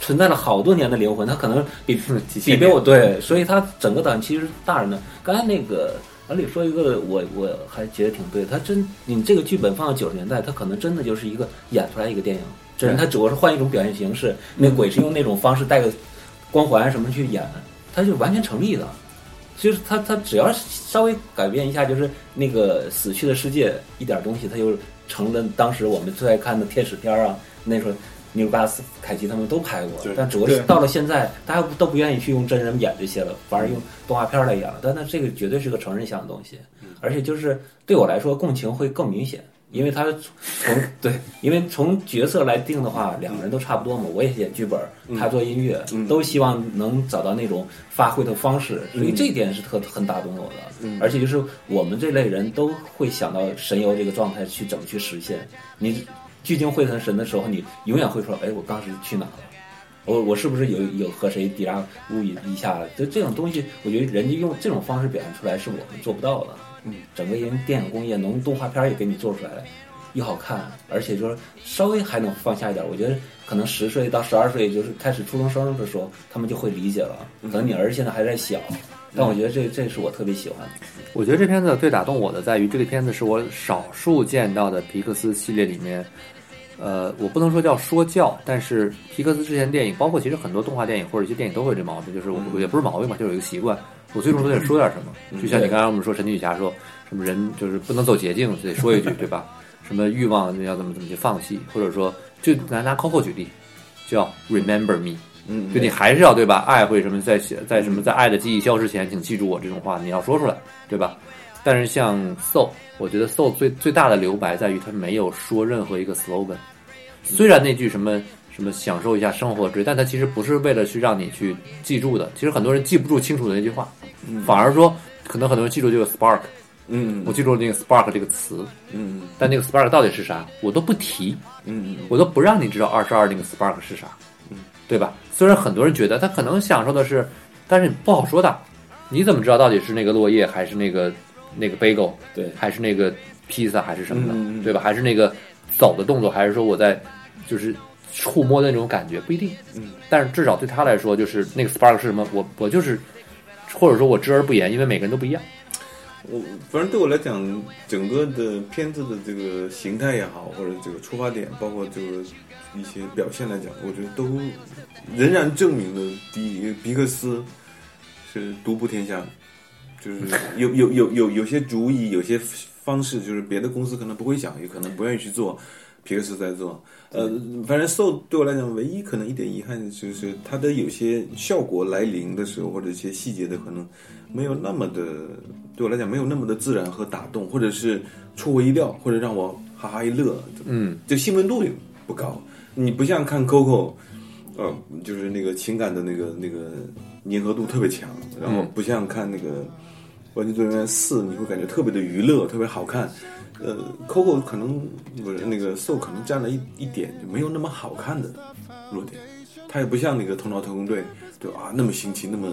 S2: 存在了好多年的灵魂，它可能比
S1: 几千
S2: 比
S1: 年
S2: 比我对，所以它整个导向其实是大人的。刚才那个老李说一个，我我还觉得挺对，他真你这个剧本放到九十年代，它可能真的就是一个演出来一个电影，只是它只不过是换一种表现形式，那鬼是用那种方式带个光环什么去演，它就完全成立的。其实它它只要稍微改变一下，就是那个死去的世界一点东西，它就成了当时我们最爱看的天使片儿啊。那时候尼古拉斯凯奇他们都拍过
S3: 对，
S2: 但只不过是
S4: 对
S2: 到了现在，大家都不愿意去用真人演这些了，反而用动画片儿来演了。但那这个绝对是个成人向的东西，而且就是对我来说共情会更明显。因为他从对，因为从角色来定的话，两个人都差不多嘛。我也写剧本，他做音乐，都希望能找到那种发挥的方式，所以这一点是特很打动我的。而且就是我们这类人都会想到神游这个状态去怎么去实现。你聚精会神的时候，你永远会说：“哎，我当时去哪了？我我是不是有有和谁抵拉物一一下了？”就这种东西，我觉得人家用这种方式表现出来是我们做不到的。整个人电影工业能动画片儿也给你做出来了，又好看，而且就是稍微还能放下一点。我觉得可能十岁到十二岁，就是开始初中生的时候，他们就会理解了。可能你儿现在还在小，但我觉得这这是我特别喜欢的。
S1: 我觉得这片子最打动我的在于，这个片子是我少数见到的皮克斯系列里面，呃，我不能说叫说教，但是皮克斯之前电影，包括其实很多动画电影或者一些电影都会有这毛病，就是我、也不是毛病吧，就有一个习惯，我最终都得说点什么。就像你
S2: 对
S1: 刚才我们说神奇女侠说什么人就是不能走捷径，就得说一句，对吧？什么欲望要怎么怎么去放弃，或者说就拿拿 Coco 举例，叫 Remember Me。
S3: 嗯
S1: 就你还是要对吧？爱会什么在在什么在爱的记忆消失前，请记住我这种话，你要说出来，对吧？但是像 Soul，我觉得 Soul 最最大的留白在于他没有说任何一个 slogan，虽然那句什么什么享受一下生活之类，但他其实不是为了去让你去记住的。其实很多人记不住清楚的那句话，反而说可能很多人记住这个 spark，
S3: 嗯
S1: 我记住了那个 spark 这个词，
S3: 嗯
S1: 但那个 spark 到底是啥，我都不提，
S3: 嗯
S1: 我都不让你知道二十二那个 Spark 是啥，对吧？虽然很多人觉得他可能享受的是，但是你不好说的，你怎么知道到底是那个落叶还是那个那个 bagel，
S2: 对
S1: 还是那个披萨还是什么的，
S3: 嗯嗯嗯
S1: 对吧？还是那个走的动作，还是说我在就是触摸的那种感觉，不一定。
S3: 嗯，
S1: 但是至少对他来说，就是那个 Spark 是什么，我我就是。或者说我知而不言，因为每个人都不一样。
S3: 我反正对我来讲，整个的片子的这个形态也好，或者这个出发点，包括这个一些表现来讲，我觉得都仍然证明了第一，皮克斯是独步天下的，就是有有有有有些主意，有些方式，就是别的公司可能不会想，也可能不愿意去做，皮克斯在做。呃，反正 Soul 对我来讲，唯一可能一点遗憾就是它的有些效果来临的时候，或者一些细节的可能没有那么的，对我来讲没有那么的自然和打动，或者是出我意料，或者让我哈哈一乐，
S1: 嗯，
S3: 就新闻度也不高。你不像看 Coco，呃，就是那个情感的那个那个粘合度特别强，然后
S1: 嗯
S3: 不像看那个《玩具总动员四》，你会感觉特别的娱乐，特别好看。呃，Coco 可能不是那个 Soul 可能占了一一点，就没有那么好看的弱点。它也不像那个《头脑特工队》，对吧？啊那么新奇，那么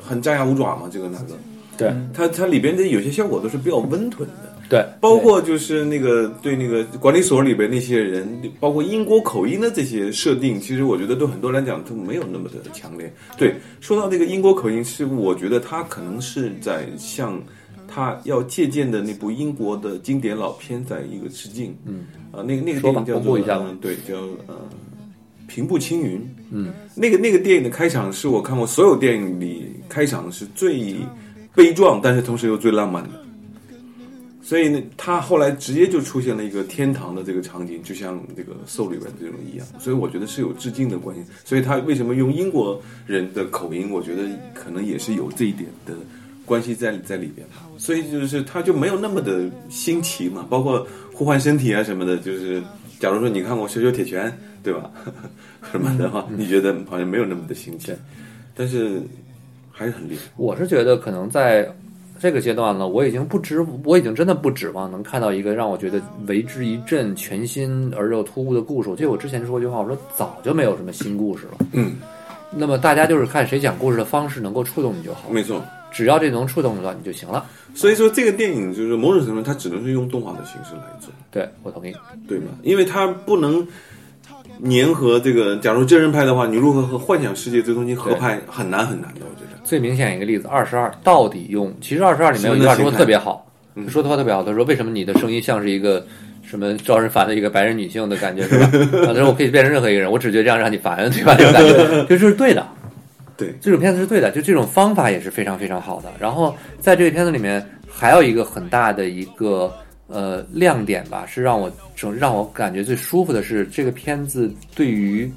S3: 很张牙舞爪嘛，这个那个。
S1: 对
S3: 它它里边的有些效果都是比较温吞的，
S1: 对，
S3: 包括就是那个对那个管理所里边那些人，包括英国口音的这些设定，其实我觉得对很多人来讲，它没有那么的强烈。对，说到那个英国口音，是我觉得他可能是在向他要借鉴的那部英国的经典老片在一个致敬。嗯，啊、那个那个
S1: 说
S3: 电
S1: 吧
S3: 影叫
S1: 公布
S3: 做
S1: 一下吧
S3: 嗯对，叫呃平步青云。
S1: 嗯，
S3: 那个那个电影的开场是我看过所有电影里开场是最悲壮，但是同时又最浪漫的。所以呢，他后来直接就出现了一个天堂的这个场景，就像这个《Soul》里边的这种一样，所以我觉得是有致敬的关系。所以他为什么用英国人的口音，我觉得可能也是有这一点的关系在在里边。所以就是他就没有那么的新奇嘛，包括互换身体啊什么的，就是假如说你看过《羞羞铁拳》，对吧？ 什么的话，你觉得好像没有那么的新奇，但是还是很厉害。
S1: 我是觉得可能在这个阶段呢，我已经不指，我已经真的不指望能看到一个让我觉得为之一振、全新而又突兀的故事。我记得我之前说过一句话，我说早就没有什么新故事了。
S3: 嗯，
S1: 那么大家就是看谁讲故事的方式能够触动你就好。
S3: 没错，
S1: 只要这能触动到你就行了。
S3: 所以说这个电影就是某种程度，它只能是用动画的形式来做，
S1: 对我同意，
S3: 对吗？因为它不能粘合这个，假如真人拍的话，你如何和幻想世界这东西合拍，很难很难的，我觉得。
S1: 最明显一个例子，二十二到底用，其实二十二里面有一段说的特别好，说的话特别好，他说为什么你的声音像是一个。什么招人烦的一个白人女性的感觉是吧？ 啊他说我可以变成任何一个人，我只觉得这样让你烦，对吧？这种感觉， 就这是对的。
S3: 对
S1: 这种片子是对的，就这种方法也是非常非常好的。然后在这个片子里面，还有一个很大的一个呃亮点吧，是让我整让我感觉最舒服的是，这个片子对于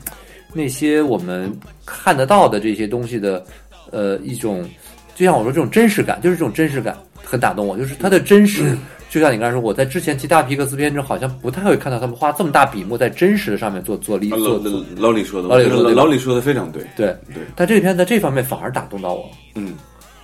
S1: 那些我们看得到的这些东西的呃一种，就像我说这种真实感，就是这种真实感很打动我，就是它的真实。
S3: 嗯
S1: 就像你刚才说，我在之前其他皮克斯片中好像不太会看到他们花这么大笔墨在真实的上面做做力
S3: 啊
S1: 做
S3: 老
S1: 做
S3: 老老李说的，
S1: 老
S3: 我
S1: 李
S3: 觉得
S1: 说的
S3: 老
S1: 对吧
S3: 老李说的非常对，
S1: 对
S3: 对
S1: 但这个片子在这方面反而打动到我，
S3: 嗯，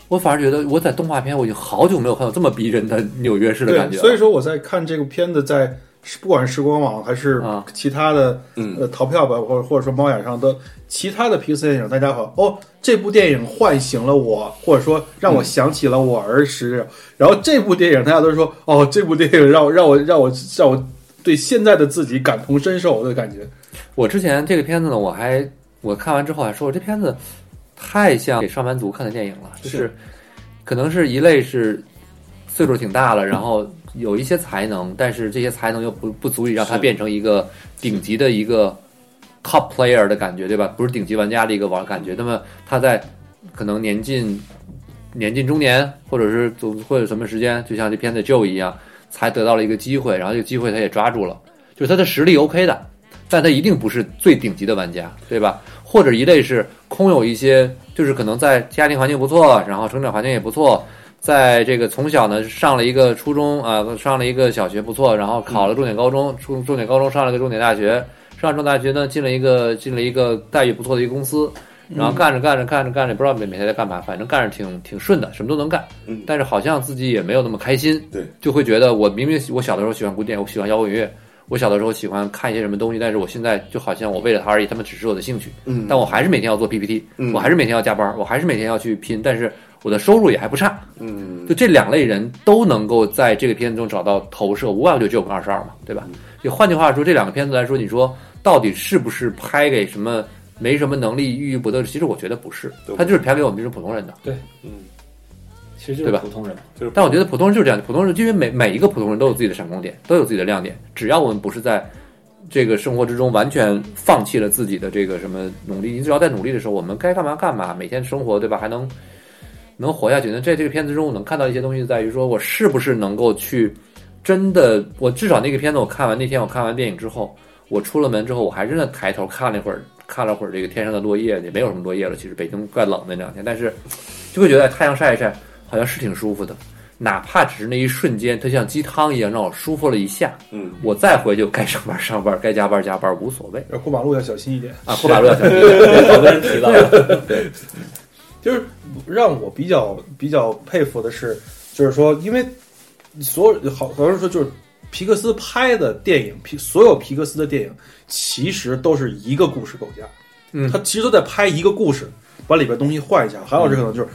S1: 我反而觉得我在动画片我已经好久没有看到这么逼真的纽约式的感
S4: 对，
S1: 觉啊了。
S4: 所以说我在看这个片子，在不管是时光网还是
S1: 啊嗯
S4: 其他的、呃淘票吧，或者或者说猫眼上的其他的皮克斯电影，大家好哦，这部电影唤醒了我，或者说让
S1: 嗯
S4: 我想起了我儿时。然后这部电影大家都说哦，这部电影让我让我让我让我对现在的自己感同身受的感觉。
S1: 我之前这个片子呢，我还我看完之后还说，我这片子太像给上班族看的电影了，就是
S3: 是
S1: 可能是一类是岁数挺大了，然后有一些才能，但是这些才能又不不足以让他
S3: 是
S1: 变成一个顶级的一个 top player 的感觉，对吧？不是顶级玩家的一个玩感觉。那么他在可能年近年近中年，或者是总或者什么时间，就像这片子 Joe 一样，才得到了一个机会，然后这个机会他也抓住了，就是他的实力 OK 的，但他一定不是最顶级的玩家，对吧？或者一类是空有一些，就是可能在家庭环境不错，然后成长环境也不错，在这个从小呢上了一个初中啊、上了一个小学不错，然后考了重点高中，重重点高中上了个重点大学，上了重点大学呢进了一个进了一个待遇不错的一个公司，然后干着干着干着干着，不知道每每天在干嘛，反正干着挺挺顺的，什么都能干
S3: 嗯，
S1: 但是好像自己也没有那么开心，
S3: 对，
S1: 就会觉得我明明喜我小的时候喜欢古典，我喜欢摇滚乐，我小的时候喜欢看一些什么东西，但是我现在就好像我为了它而已，他们只是我的兴趣，
S3: 嗯
S1: 但我还是每天要做 PPT，、
S3: 嗯
S1: 我还是每天要加班，我还是每天要去拼，但是我的收入也还不差，
S3: 嗯
S1: 就这两类人都能够在这个片子中找到投射，无外乎就只有个二十二嘛，对
S3: 嗯
S1: 吧？就换句话说，这两个片子来说，你说到底是不是拍给什么没什么能力、郁郁不得志？其实我觉得不是
S3: 都，不
S1: 他就是拍给我们这种普通人的。
S2: 嗯其实就
S1: 对
S2: 是
S1: 吧
S2: 普通人。
S1: 但我觉得普通人就是这样，普通人因为每每一个普通人都有自己的闪光点，都有自己的亮点。只要我们不是在这个生活之中完全放弃了自己的这个什么努力，你只要在努力的时候，我们该干嘛干嘛，每天生活对吧？还能能活下去。那在这个片子中，我能看到一些东西，在于说我是不是能够去真的，我至少那个片子我看完那天我看完电影之后，我出了门之后，我还真的抬头看了一会儿，看了会儿这个天上的落叶，也没有什么落叶了。其实北京怪冷的那两天，但是就会觉得太阳晒一晒，好像是挺舒服的。哪怕只是那一瞬间，它像鸡汤一样让我舒服了一下，
S3: 嗯，
S1: 我再回去该上班上班，该加班加班，无所谓
S4: 要呃过马路要小心一点。
S1: 啊。过马路要小心，
S2: 好多人提到了，
S4: 就是让我比较比较佩服的是，就是说，因为所有好好多人说，就是皮克斯拍的电影，皮所有皮克斯的电影其实都是一个故事构架，
S1: 嗯
S4: 他其实都在拍一个故事，把里边东西换一下。韩老师可能就是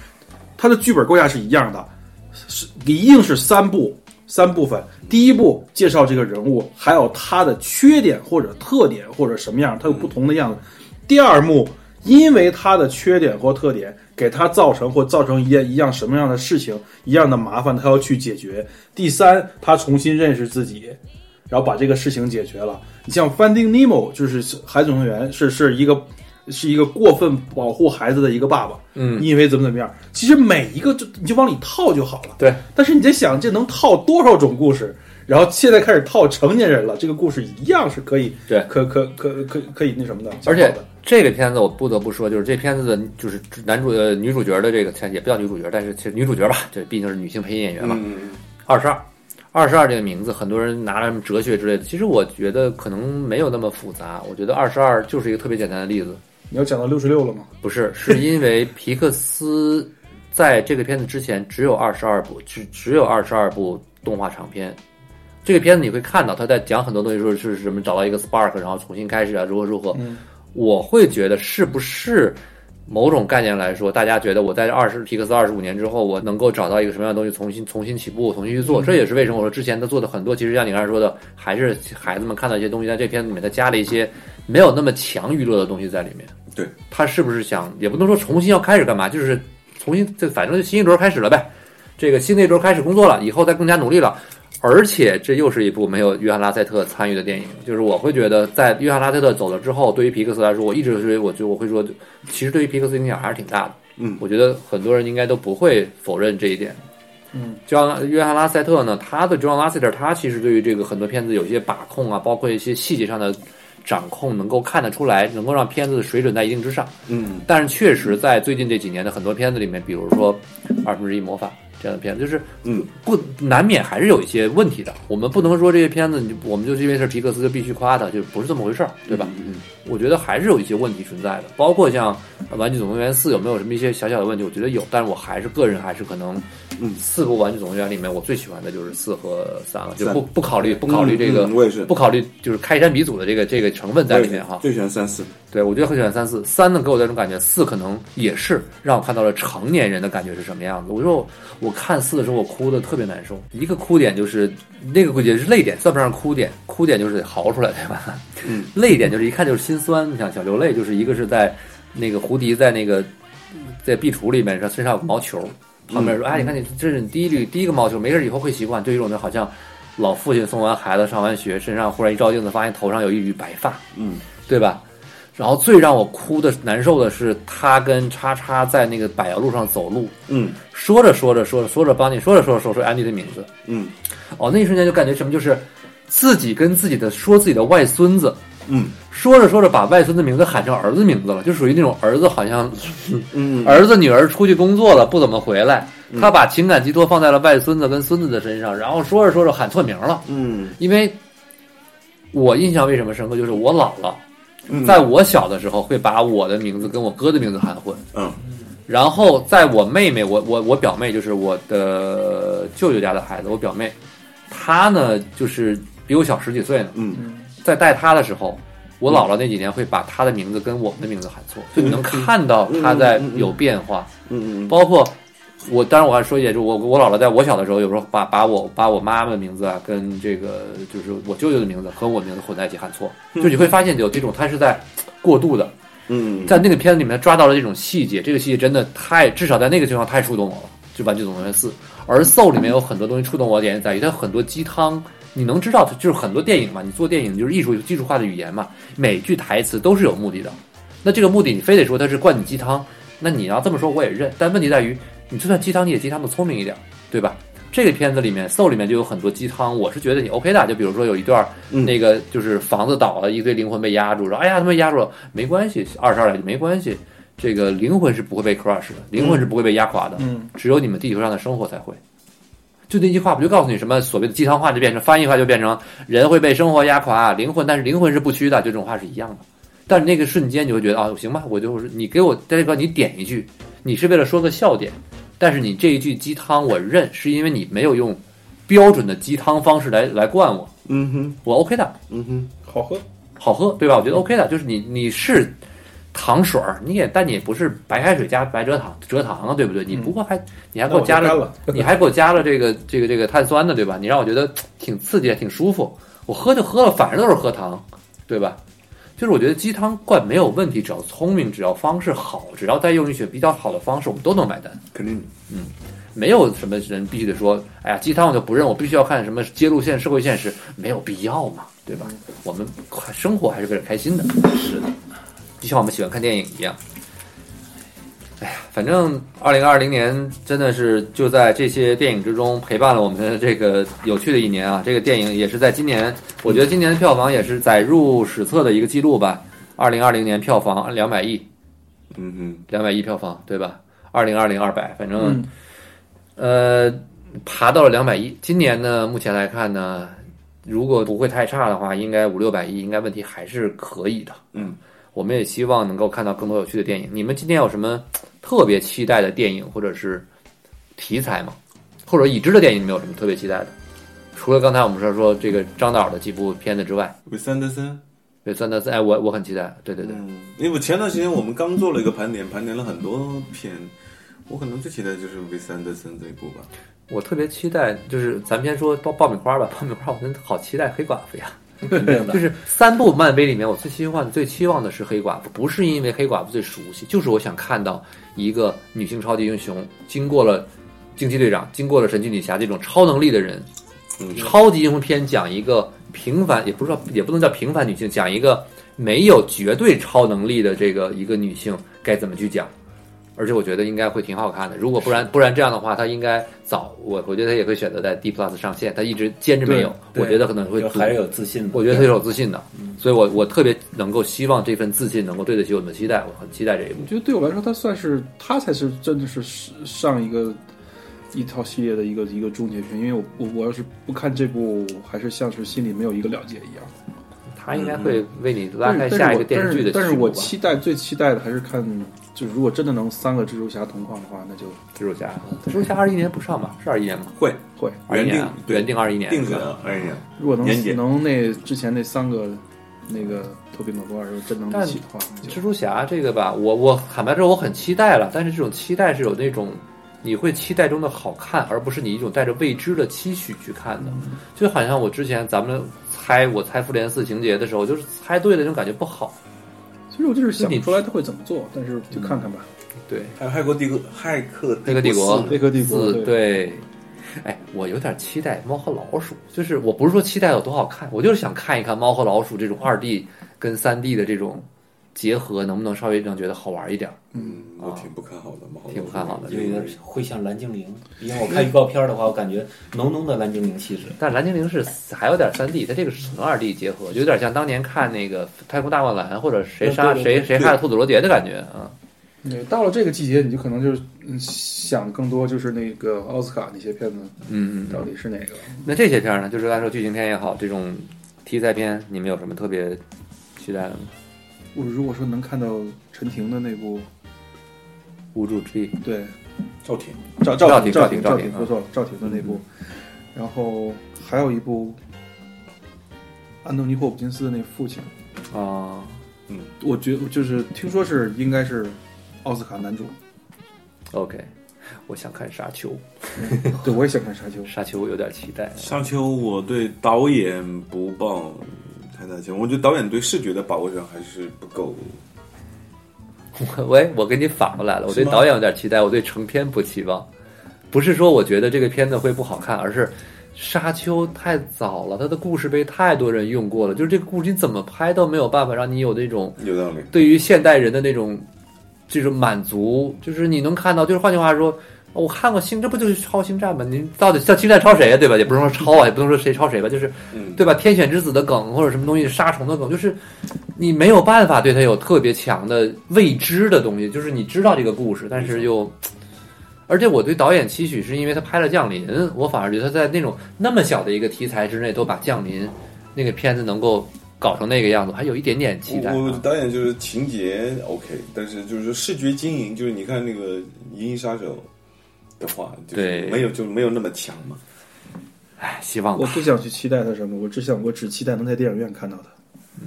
S4: 他的剧本构架是一样的，是一定是三部三部分。第一部介绍这个人物，还有他的缺点或者特点或者什么样，他有不同的样子。第二幕，因为他的缺点或特点，给他造成或造成一样一样什么样的事情，一样的麻烦，他要去解决。第三，他重新认识自己，然后把这个事情解决了。你像 Finding Nemo，就是海总动员，是是一个是一个过分保护孩子的一个爸爸，
S1: 嗯
S4: 你以为怎么怎么样？其实每一个就你就往里套就好了。
S1: 对，
S4: 但是你在想这能套多少种故事？然后现在开始套成年人了，这个故事一样是可以，
S1: 对
S4: 可可可可可以那什么的，
S1: 而且
S4: 讲好的
S1: 这个片子我不得不说，就是这片子的，就是男主呃女主角的这个，也不叫女主角，但是其实女主角吧，这毕竟是女性配音演员嘛。
S3: 嗯
S1: 二十二，二十二这个名字，很多人拿来什么哲学之类的，其实我觉得可能没有那么复杂。我觉得二十二就是一个特别简单的例子，
S4: 你要讲到六十六了吗？
S1: 不是，是因为皮克斯在这个片子之前只有二十二部，只只有二十二部动画长片。这个片子你会看到他在讲很多东西，说是什么找到一个 spark，然后重新开始啊，如何如何。
S4: 嗯
S1: 我会觉得是不是某种概念来说，大家觉得我在二十皮克斯二十五年之后，我能够找到一个什么样的东西，重新重新起步，重新去做。这也是为什么我说之前他做的很多，其实像你刚才说的，还是孩子们看到一些东西，在这片子里面他加了一些没有那么强娱乐的东西在里面。
S3: 对，
S1: 他是不是想也不能说重新要开始干嘛，就是 重新这反正新一轮开始了呗，这个新的一轮开始工作了，以后再更加努力了。而且这又是一部没有约翰拉塞特参与的电影，就是我会觉得，在约翰拉塞特走了之后，对于皮克斯来说，我一直是我就我会说，其实对于皮克斯影响还是挺大的。
S3: 嗯
S1: 我觉得很多人应该都不会否认这一点。
S4: 嗯，
S1: john 约翰拉塞特呢，他的 John Lasseter，他其实对于这个很多片子有一些把控啊，包括一些细节上的掌控，能够看得出来，能够让片子的水准在一定之上。
S3: 嗯
S1: 但是确实在最近这几年的很多片子里面，比如说《二分之一魔法》这样的片子，就是
S3: 嗯，
S1: 不难免还是有一些问题的。我们不能说这些片子，你就我们就是因为是皮克斯就必须夸它，就不是这么回事儿，对吧？
S3: 嗯
S1: 我觉得还是有一些问题存在的，包括像《玩具总动员四》有没有什么一些小小的问题，我觉得有，但是我还是个人还是可能，
S3: 嗯
S1: 四部《玩具总动员》里面我最喜欢的就是四和三了，就
S3: 三
S1: 不不考虑不考虑这个
S3: 嗯嗯我也是
S1: 不考虑就是开山鼻祖的这个这个成分在里面哈。
S3: 最喜欢三四，
S1: 对，我觉得很喜欢三四三呢，给我这种感觉，四可能也是让我看到了成年人的感觉是什么样子。我说我我看四的时候，我哭的特别难受。一个哭点就是那个也是泪点，算不上哭点，哭点就是得嚎出来，对吧？
S3: 嗯，
S1: 泪点就是一看就是心酸，你想想流泪，就是一个是在那个胡迪在那个在壁橱里面，他身上有个毛球，旁边说：“哎，你看你这是你第一缕第一个毛球，没事以后会习惯。”就有一种就好像老父亲送完孩子上完学，身上忽然一照镜子，发现头上有一缕白发，
S3: 嗯
S1: 对吧？然后最让我哭的难受的是，他跟叉叉在那个柏油路上走路，
S3: 嗯
S1: 说着说着说着说着帮你说着说着说着说安迪的名字，
S3: 嗯
S1: 哦，那一瞬间就感觉什么就是自己跟自己的说自己的外孙子，
S3: 嗯
S1: 说着说着把外孙子名字喊成儿子名字了，就属于那种儿子好像
S3: 嗯，
S1: 儿子女儿出去工作了不怎么回来，他把情感寄托放在了外孙子跟孙子的身上，然后说着说着喊错名了，
S3: 嗯
S1: 因为我印象为什么深刻，就是我姥姥。
S3: 嗯
S1: 在我小的时候，会把我的名字跟我哥的名字含混，
S3: 嗯
S1: 然后在我妹妹，我我我表妹就是我的舅舅家的孩子，我表妹，她呢就是比我小十几岁呢，
S3: 嗯
S1: 在带她的时候，我姥姥那几年会把她的名字跟我们的名字喊错，就你能看到她在有变化，
S3: 嗯嗯嗯
S1: 包括我，当然我还说一点，就我我姥姥在我小的时候，有时候把把我把我妈妈的名字啊，跟这个就是我舅舅的名字和我名字混在一起喊错，就你会发现有这种她是在过渡的，
S3: 嗯，
S1: 在那个片子里面抓到了这种细节，这个细节真的太，至少在那个地方太触动我了，就《玩具总动员四》。而《Soul》里面有很多东西触动我的点在于，它有很多鸡汤，你能知道，它就是很多电影嘛，你做电影就是艺术技术化的语言嘛，每句台词都是有目的的。那这个目的你非得说它是灌你鸡汤，那你要这么说我也认，但问题在于，你就算鸡汤，你也鸡汤的聪明一点，对吧？这个片子里面，《Soul》里面就有很多鸡汤，我是觉得你 OK 的。就比如说有一段儿，
S3: 嗯
S1: 那个就是房子倒了，一堆灵魂被压住，说：“哎呀，他们压住了，没关系，二十二来就没关系。”这个灵魂是不会被 crush 的，灵魂是不会被压垮的，
S4: 嗯
S1: 只有你们地球上的生活才会。就那句话，不就告诉你什么所谓的鸡汤话，就变成翻译话就变成人会被生活压垮，灵魂，但是灵魂是不屈的，就这种话是一样的。但是那个瞬间你会觉得啊，行吧，我就是你给我在这块你点一句，你是为了说个笑点，但是你这一句鸡汤我认，是因为你没有用标准的鸡汤方式来来灌我，
S3: 嗯哼
S1: 我 OK 的，
S3: 嗯哼，
S4: 好喝，
S1: 好喝，对吧？我觉
S4: 嗯
S1: 得 OK 的，就是你你是糖水儿，你也但你也不是白开水加白蔗糖蔗糖啊，对不对？你不过还你还给我加
S4: 嗯那
S1: 了，
S4: 我就干了
S1: 你还给我加了这个这个这个碳酸的，对吧？你让我觉得挺刺激，挺舒服。我喝就喝了，反正都是喝糖，对吧？就是我觉得鸡汤灌没有问题，只要聪明，只要方式好，只要再用一些比较好的方式，我们都能买单。
S3: 肯定
S1: 没有什么人必须得说，哎呀，鸡汤我就不认，我必须要看什么揭露现社会现实，没有必要嘛，对吧？我们快生活还是为了开心的，是的，就像我们喜欢看电影一样。哎呀，反正二零二零年真的是就在这些电影之中陪伴了我们的这个有趣的一年啊！这个电影也是在今年，我觉得今年的票房也是载入史册的一个记录吧。二零二零年票房两百亿，
S3: 嗯哼
S1: 两百亿票房，对吧？二零二零二百，反正、
S4: 嗯，
S1: 呃，爬到了两百亿。今年呢，目前来看呢，如果不会太差的话，应该五六百亿，应该问题还是可以的。
S3: 嗯，
S1: 我们也希望能够看到更多有趣的电影。你们今天有什么特别期待的电影或者是题材吗？或者已知的电影，你们有什么特别期待的？除了刚才我们说说这个张导的几部片子之外，
S3: ，Wes Anderson
S1: 对，真的是，哎，我我很期待，对对对，
S3: 嗯，因为前段时间我们刚做了一个盘点，盘点了很多片，我可能最期待就是维斯安德森这一部吧。
S1: 我特别期待，就是咱先说爆爆米花吧，爆米花，我真的好期待黑寡妇呀。 就是三部漫威里面，我最期望、最期望的是黑寡妇，不是因为黑寡妇最熟悉，就是我想看到一个女性超级英雄经过了惊奇队长、经过了神奇女侠这种超能力的人，
S2: 嗯
S1: 超级英雄片讲一个平凡，也不是说也不能叫平凡女性，讲一个没有绝对超能力的这个一个女性该怎么去讲。而且我觉得应该会挺好看的，如果不然不然这样的话，它应该早我我觉得它也会选择在 D Plus 上线，它一直坚持没有，
S2: 对
S1: 我觉得可能会
S2: 就
S1: 堵
S2: 还是有自信的。
S1: 我觉得他是有自信的，所以我我特别能够希望这份自信能够对得起我们的期待，我很期待这一部
S4: 我。觉得对我来说，它算是它才是真的是上一个一套系列的一个一个终结篇，因为我我我要是不看这部，我还是像是心里没有一个了解一样。
S1: 他应该会为你拉
S4: 但
S1: 开
S4: 是
S1: 下一个电视剧的
S4: 但是但是但是
S1: 序幕
S4: 我
S1: 吧
S4: 期待最期待的还是看，就是如果真的能三个蜘蛛侠同框的话，那就
S1: 蜘蛛侠，蜘蛛侠二一年不上吧？是二一年吗？
S3: 会
S4: 会。
S1: 二一
S3: 原定
S1: 年啊，
S3: 对
S1: 原定二一年
S3: 定哎
S1: 是
S3: 格
S1: 吧。
S3: 二一年，
S4: 如果能
S3: 年底
S4: 能那之前那三个那个托比·马奎尔如果真能一起的话，那就
S1: 蜘蛛侠这个吧，我我坦白说我很期待了，但是这种期待是有那种你会期待中的好看，而不是你一种带着未知的期许去看的。就好像我之前咱们猜我猜复联四情节的时候，就是猜对了，那种感觉不好。
S4: 其实我就是想
S1: 那你
S4: 不出来他会怎么做，但是就看看吧。
S1: 对，
S3: 还有《骇客帝国》《骇客
S1: 黑嗯客帝国
S3: 四》
S4: 黑客帝国
S1: 四对。哎，我有点期待《猫和老鼠》，就是我不是说期待有多好看，我就是想看一看《猫和老鼠》这种二 D 跟三 D 的这种结合，能不能稍微让觉得好玩一点儿？
S3: 嗯，我挺不看好的，猫和老鼠
S1: 哦挺不看好的
S3: 因
S2: 有点
S3: 为
S2: 会像蓝 精灵，因为我看预告片的话，我感觉浓浓的蓝精灵气质。
S1: 但蓝精灵是还有点三 D，它这个是纯二 D 结合，就有点像当年看那个《太空大灌篮》或者谁杀
S2: 对对
S1: 谁谁害了兔子罗杰的感觉啊。
S4: 对，到了这个季节，你就可能就是嗯想更多就是那个奥斯卡那些片子
S1: 嗯嗯嗯。
S4: 到底是哪个。
S1: 那这些片儿呢，就是来说剧情片也好，这种题材片，你们有什么特别期待的吗？
S4: 我如果说能看到陈婷的那部，
S1: 无助之地，
S4: 对，
S3: 赵婷，
S4: 赵
S1: 赵
S4: 婷
S1: 婷赵
S4: 婷
S1: 婷
S4: 赵
S1: 赵嗯婷
S4: 说错了，赵婷的那部，然后还有一部安东尼·霍普金斯的那父亲，
S1: 啊、
S4: 我觉就是听说是应该是奥斯卡 男主，
S1: o k 我想看沙丘。
S4: 对我也想看沙丘。
S1: 沙丘有点期待。
S3: 沙丘，我对导演不抱太大期望，我觉得导演对视觉的把握上还是不够。
S1: 我喂，我跟你反过来了，我对
S3: 是吗
S1: 导演有点期待，我对成片不期望。不是说我觉得这个片子会不好看，而是《沙丘》太早了，它的故事被太多人用过了，就是这个故事你怎么拍都没有办法让你有那种
S3: 有道理，
S1: 对于现代人的那种这种满足，就是你能看到，就是换句话说，哦我看过星，这不就是超星战吗？您到底叫星战抄谁呀、对吧？也不能说抄啊，也不能说谁抄谁吧，就是
S3: 嗯，
S1: 对吧？天选之子的梗或者什么东西杀虫的梗，就是你没有办法对它有特别强的未知的东西，就是你知道这个故事，但是又。而且我对导演期许是因为他拍了《降临》，我反而觉得他在那种那么小的一个题材之内都把《降临》那个片子能够搞成那个样子，我还有一点点期待、啊
S3: 我我导演就是情节 OK，但是就是视觉经营，就是你看那个《银翼杀手》的话，就是
S1: 对
S3: 没有就没有那么强嘛。
S1: 唉，希望
S4: 我
S1: 吧。
S4: 不想去期待他什么，我只想我只期待能在电影院看到他，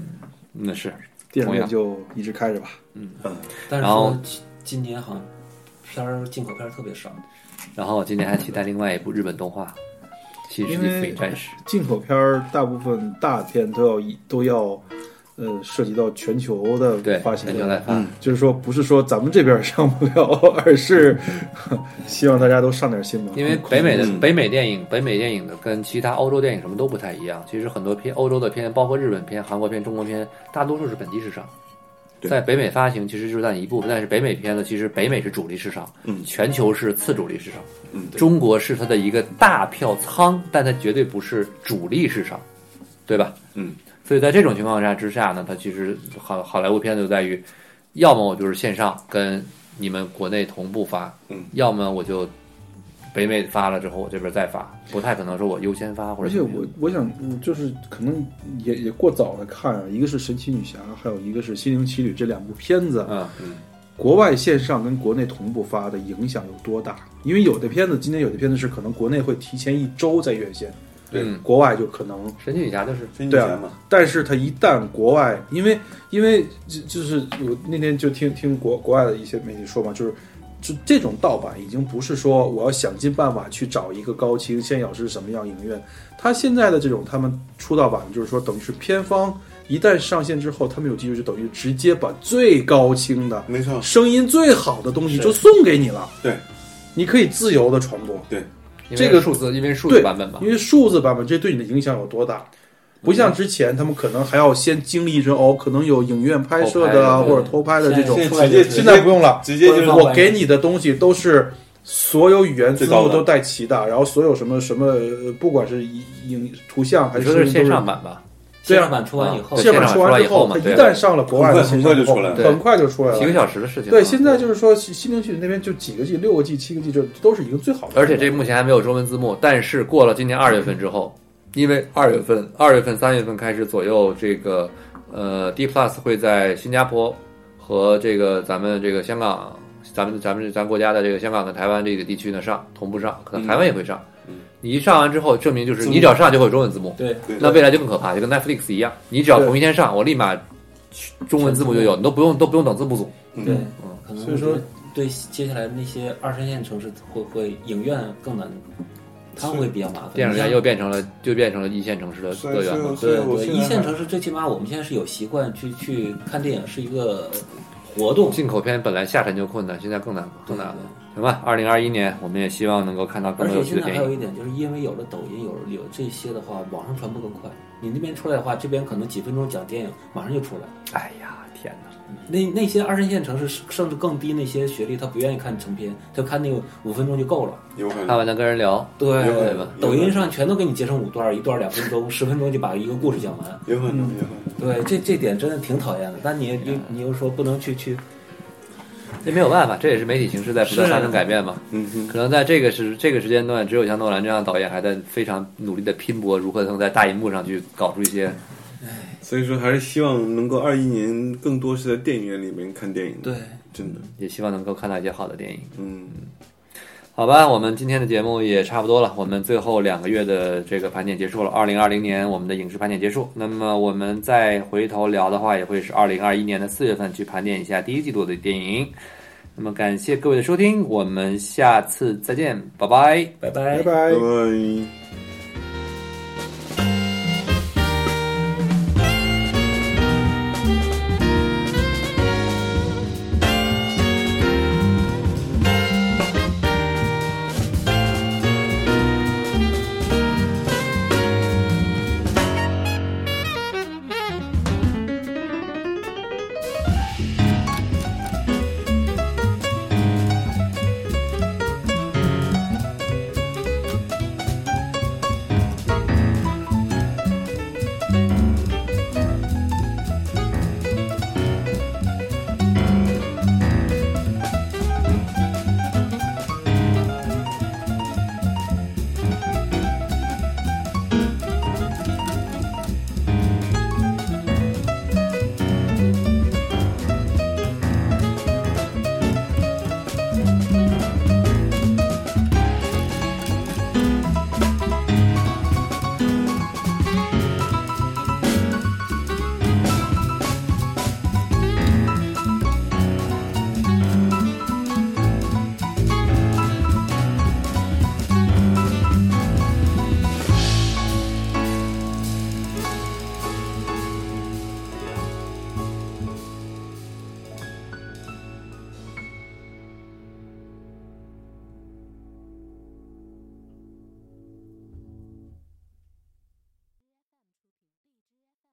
S1: 那嗯是
S4: 电影
S1: 同
S4: 院
S1: 样
S4: 就一直开着吧。
S2: 但是
S1: 然后
S2: 说今今年好像片儿进口片儿特别少，
S1: 然后我今年还期待另外一部日本动画《新世纪福音战士》。
S4: 进口片儿大部分大片都要一都要，呃，涉及到全球的
S1: 对，
S4: 发行嗯
S1: 全球来
S4: 量。
S1: 发。
S4: 就是说，不是说咱们这边儿上不了，而是 呵希望大家都上点心吧。
S1: 因为北美的
S3: 嗯
S1: 北美电影，北美电影的跟其他欧洲电影什么都不太一样。其实很多片欧洲的片，包括日本片、韩国片、中国片，大多数是本地市场。
S3: 对
S1: 在北美发行其实就占一部分，但是北美片子其实北美是主力市场，
S3: 嗯
S1: 全球是次主力市场，
S3: 嗯对
S1: 中国是它的一个大票仓，但它绝对不是主力市场，对吧？
S3: 嗯，
S1: 所以在这种情况下之下呢，它其实好好莱坞片子就在于，要么我就是线上跟你们国内同步发，
S3: 嗯，
S1: 要么我就北美发了之后我这边再发，不太可能说我优先发或
S4: 而
S1: 者
S4: 且
S1: 怎么样。
S4: 我我想，嗯就是可能也也过早的看啊，一个是神奇女侠，还有一个是心灵奇旅这两部片子，
S1: 嗯，
S4: 国外线上跟国内同步发的影响有多大？因为有的片子今天有的片子是可能国内会提前一周在院线，对
S1: 嗯
S4: 国外就可能
S1: 神奇女侠就是
S3: 真
S4: 对
S3: 假
S4: 啊
S3: 嘛，，
S4: 但是他一旦国外，因为因为就就是我那天就听听国国外的一些媒体说嘛，就是就这种盗版已经不是说我要想尽办法去找一个高清先要是什么样影院，他现在的这种他们出盗版就是说等于是片方一旦上线之后，他们有技术就等于直接把最高清的
S3: 没错，
S4: 声音最好的东西就送给你了，
S3: 对，
S4: 你可以自由的传播。
S1: 因为
S4: 这个
S1: 数字，因为数字
S4: 对
S1: 版本嘛
S4: 因，为数字版本这对你的影响有多大？不像之前他们可能还要先经历一阵哦，可能有影院拍摄的
S1: 偷
S4: 啊
S1: 拍的
S4: 或者偷拍的这种
S3: 现，
S2: 出来
S3: 在直接
S2: 就是
S4: 现在不用了，
S3: 直接就是
S2: 官方
S4: 我给你的东西都是所有语言字
S3: 最高
S4: 幕
S3: 的
S4: 都带齐的，然后所有什么什么，呃不管是影影图像还
S1: 你
S4: 是
S1: 说的是线
S4: 声音
S1: 上版吧？
S4: 对啊
S2: 线上版出完以
S1: 对
S4: 都
S2: 后，
S4: 是，线
S1: 线
S4: 上
S1: 上
S4: 出完
S1: 版出来
S4: 之
S1: 以后
S4: 后，
S1: 嘛
S4: 它一
S1: 对
S4: 旦上了国外的
S3: 很
S4: 线
S3: 快很快就
S4: 上
S3: 出来了
S1: 对
S4: 很快就出来
S1: 几个
S4: 了。
S1: 小时的事情。啊
S4: 对，现在就是说西西宁区那边就几个 G、六个 G、七个 G，这都是一个最好的。
S1: 而且这目前还没有中文字幕，但是过了今年二月份之后，因为二月份、二月份、三月份开始左右，这个呃 D Plus 会在新加坡和这个咱们这个香港、咱们咱们咱国家的这个香港跟台湾这个地区呢上同步上，可能台湾也会上。
S3: 嗯
S1: 你一上完之后，证明就是
S3: 字幕
S1: 你只要上就会有中文字幕，
S2: 对，
S3: 对
S1: 那未来就更可怕，就跟 Netflix 一样，你只要同一天上，我立马中文字幕就有，你都不用都不用等字幕组。
S2: 对
S3: 嗯，
S2: 可能
S4: 所以说
S2: 对接下来那些二三线城市会会影院更难，他们会比较麻烦。
S1: 电影院又变成了就变成了一线城市的
S3: 所
S1: 乐
S3: 以
S1: 园了
S3: 所以。所以
S2: 对
S3: 我
S2: 对，
S3: 现
S2: 一
S3: 在
S2: 线
S3: 还
S2: 城市最起码我们现在是有习惯去去看电影是一个活动，
S1: 进口片本来下沉就困难，现在更难更难了
S2: 对。
S1: 行吧，二零二一年，我们也希望能够看到更
S2: 嗯而
S1: 多
S2: 且
S1: 有趣
S2: 现
S1: 的
S2: 在还
S1: 电
S2: 有
S1: 影。
S2: 一点，就是因为有了抖音，有了有这些的话，网上传播更快。你那边出来的话，这边可能几分钟讲电影，马上就出来。
S1: 哎呀，天哪！
S2: 那那些二三线城市甚至更低那些学历，他不愿意看成片，他看那个五分钟就够了。
S3: 有可
S1: 看
S3: 能
S1: 完了跟人聊，
S2: 对
S3: 有可
S1: 能
S2: 抖音上全都给你截成五段，一段两分钟，十分钟就把一个故事讲完。
S3: 有可能有可能，
S2: 对，这这点真的挺讨厌的。但你你你又说不能去去，
S1: 这没有办法，这也是媒体形势在不断
S2: 是啊
S1: 发生改变嘛。
S3: 嗯哼，
S1: 可能在这个时这个时间段，只有像诺兰这样的导演还在非常努力的拼搏，如何能在大荧幕上去搞出一些。
S3: 所以说还是希望能够二一年更多是在电影院里面看电影，
S2: 对，
S3: 真的，
S1: 也希望能够看到一些好的电影，
S3: 嗯，
S1: 好吧？我们今天的节目也差不多了，我们最后两个月的这个盘点结束了，二零二零年我们的影视盘点结束。那么我们再回头聊的话，也会是二零二一年的四月份去盘点一下第一季度的电影。那么感谢各位的收听，我们下次再见，拜拜。
S2: 拜
S4: 拜拜
S2: 拜。
S3: 拜。拜。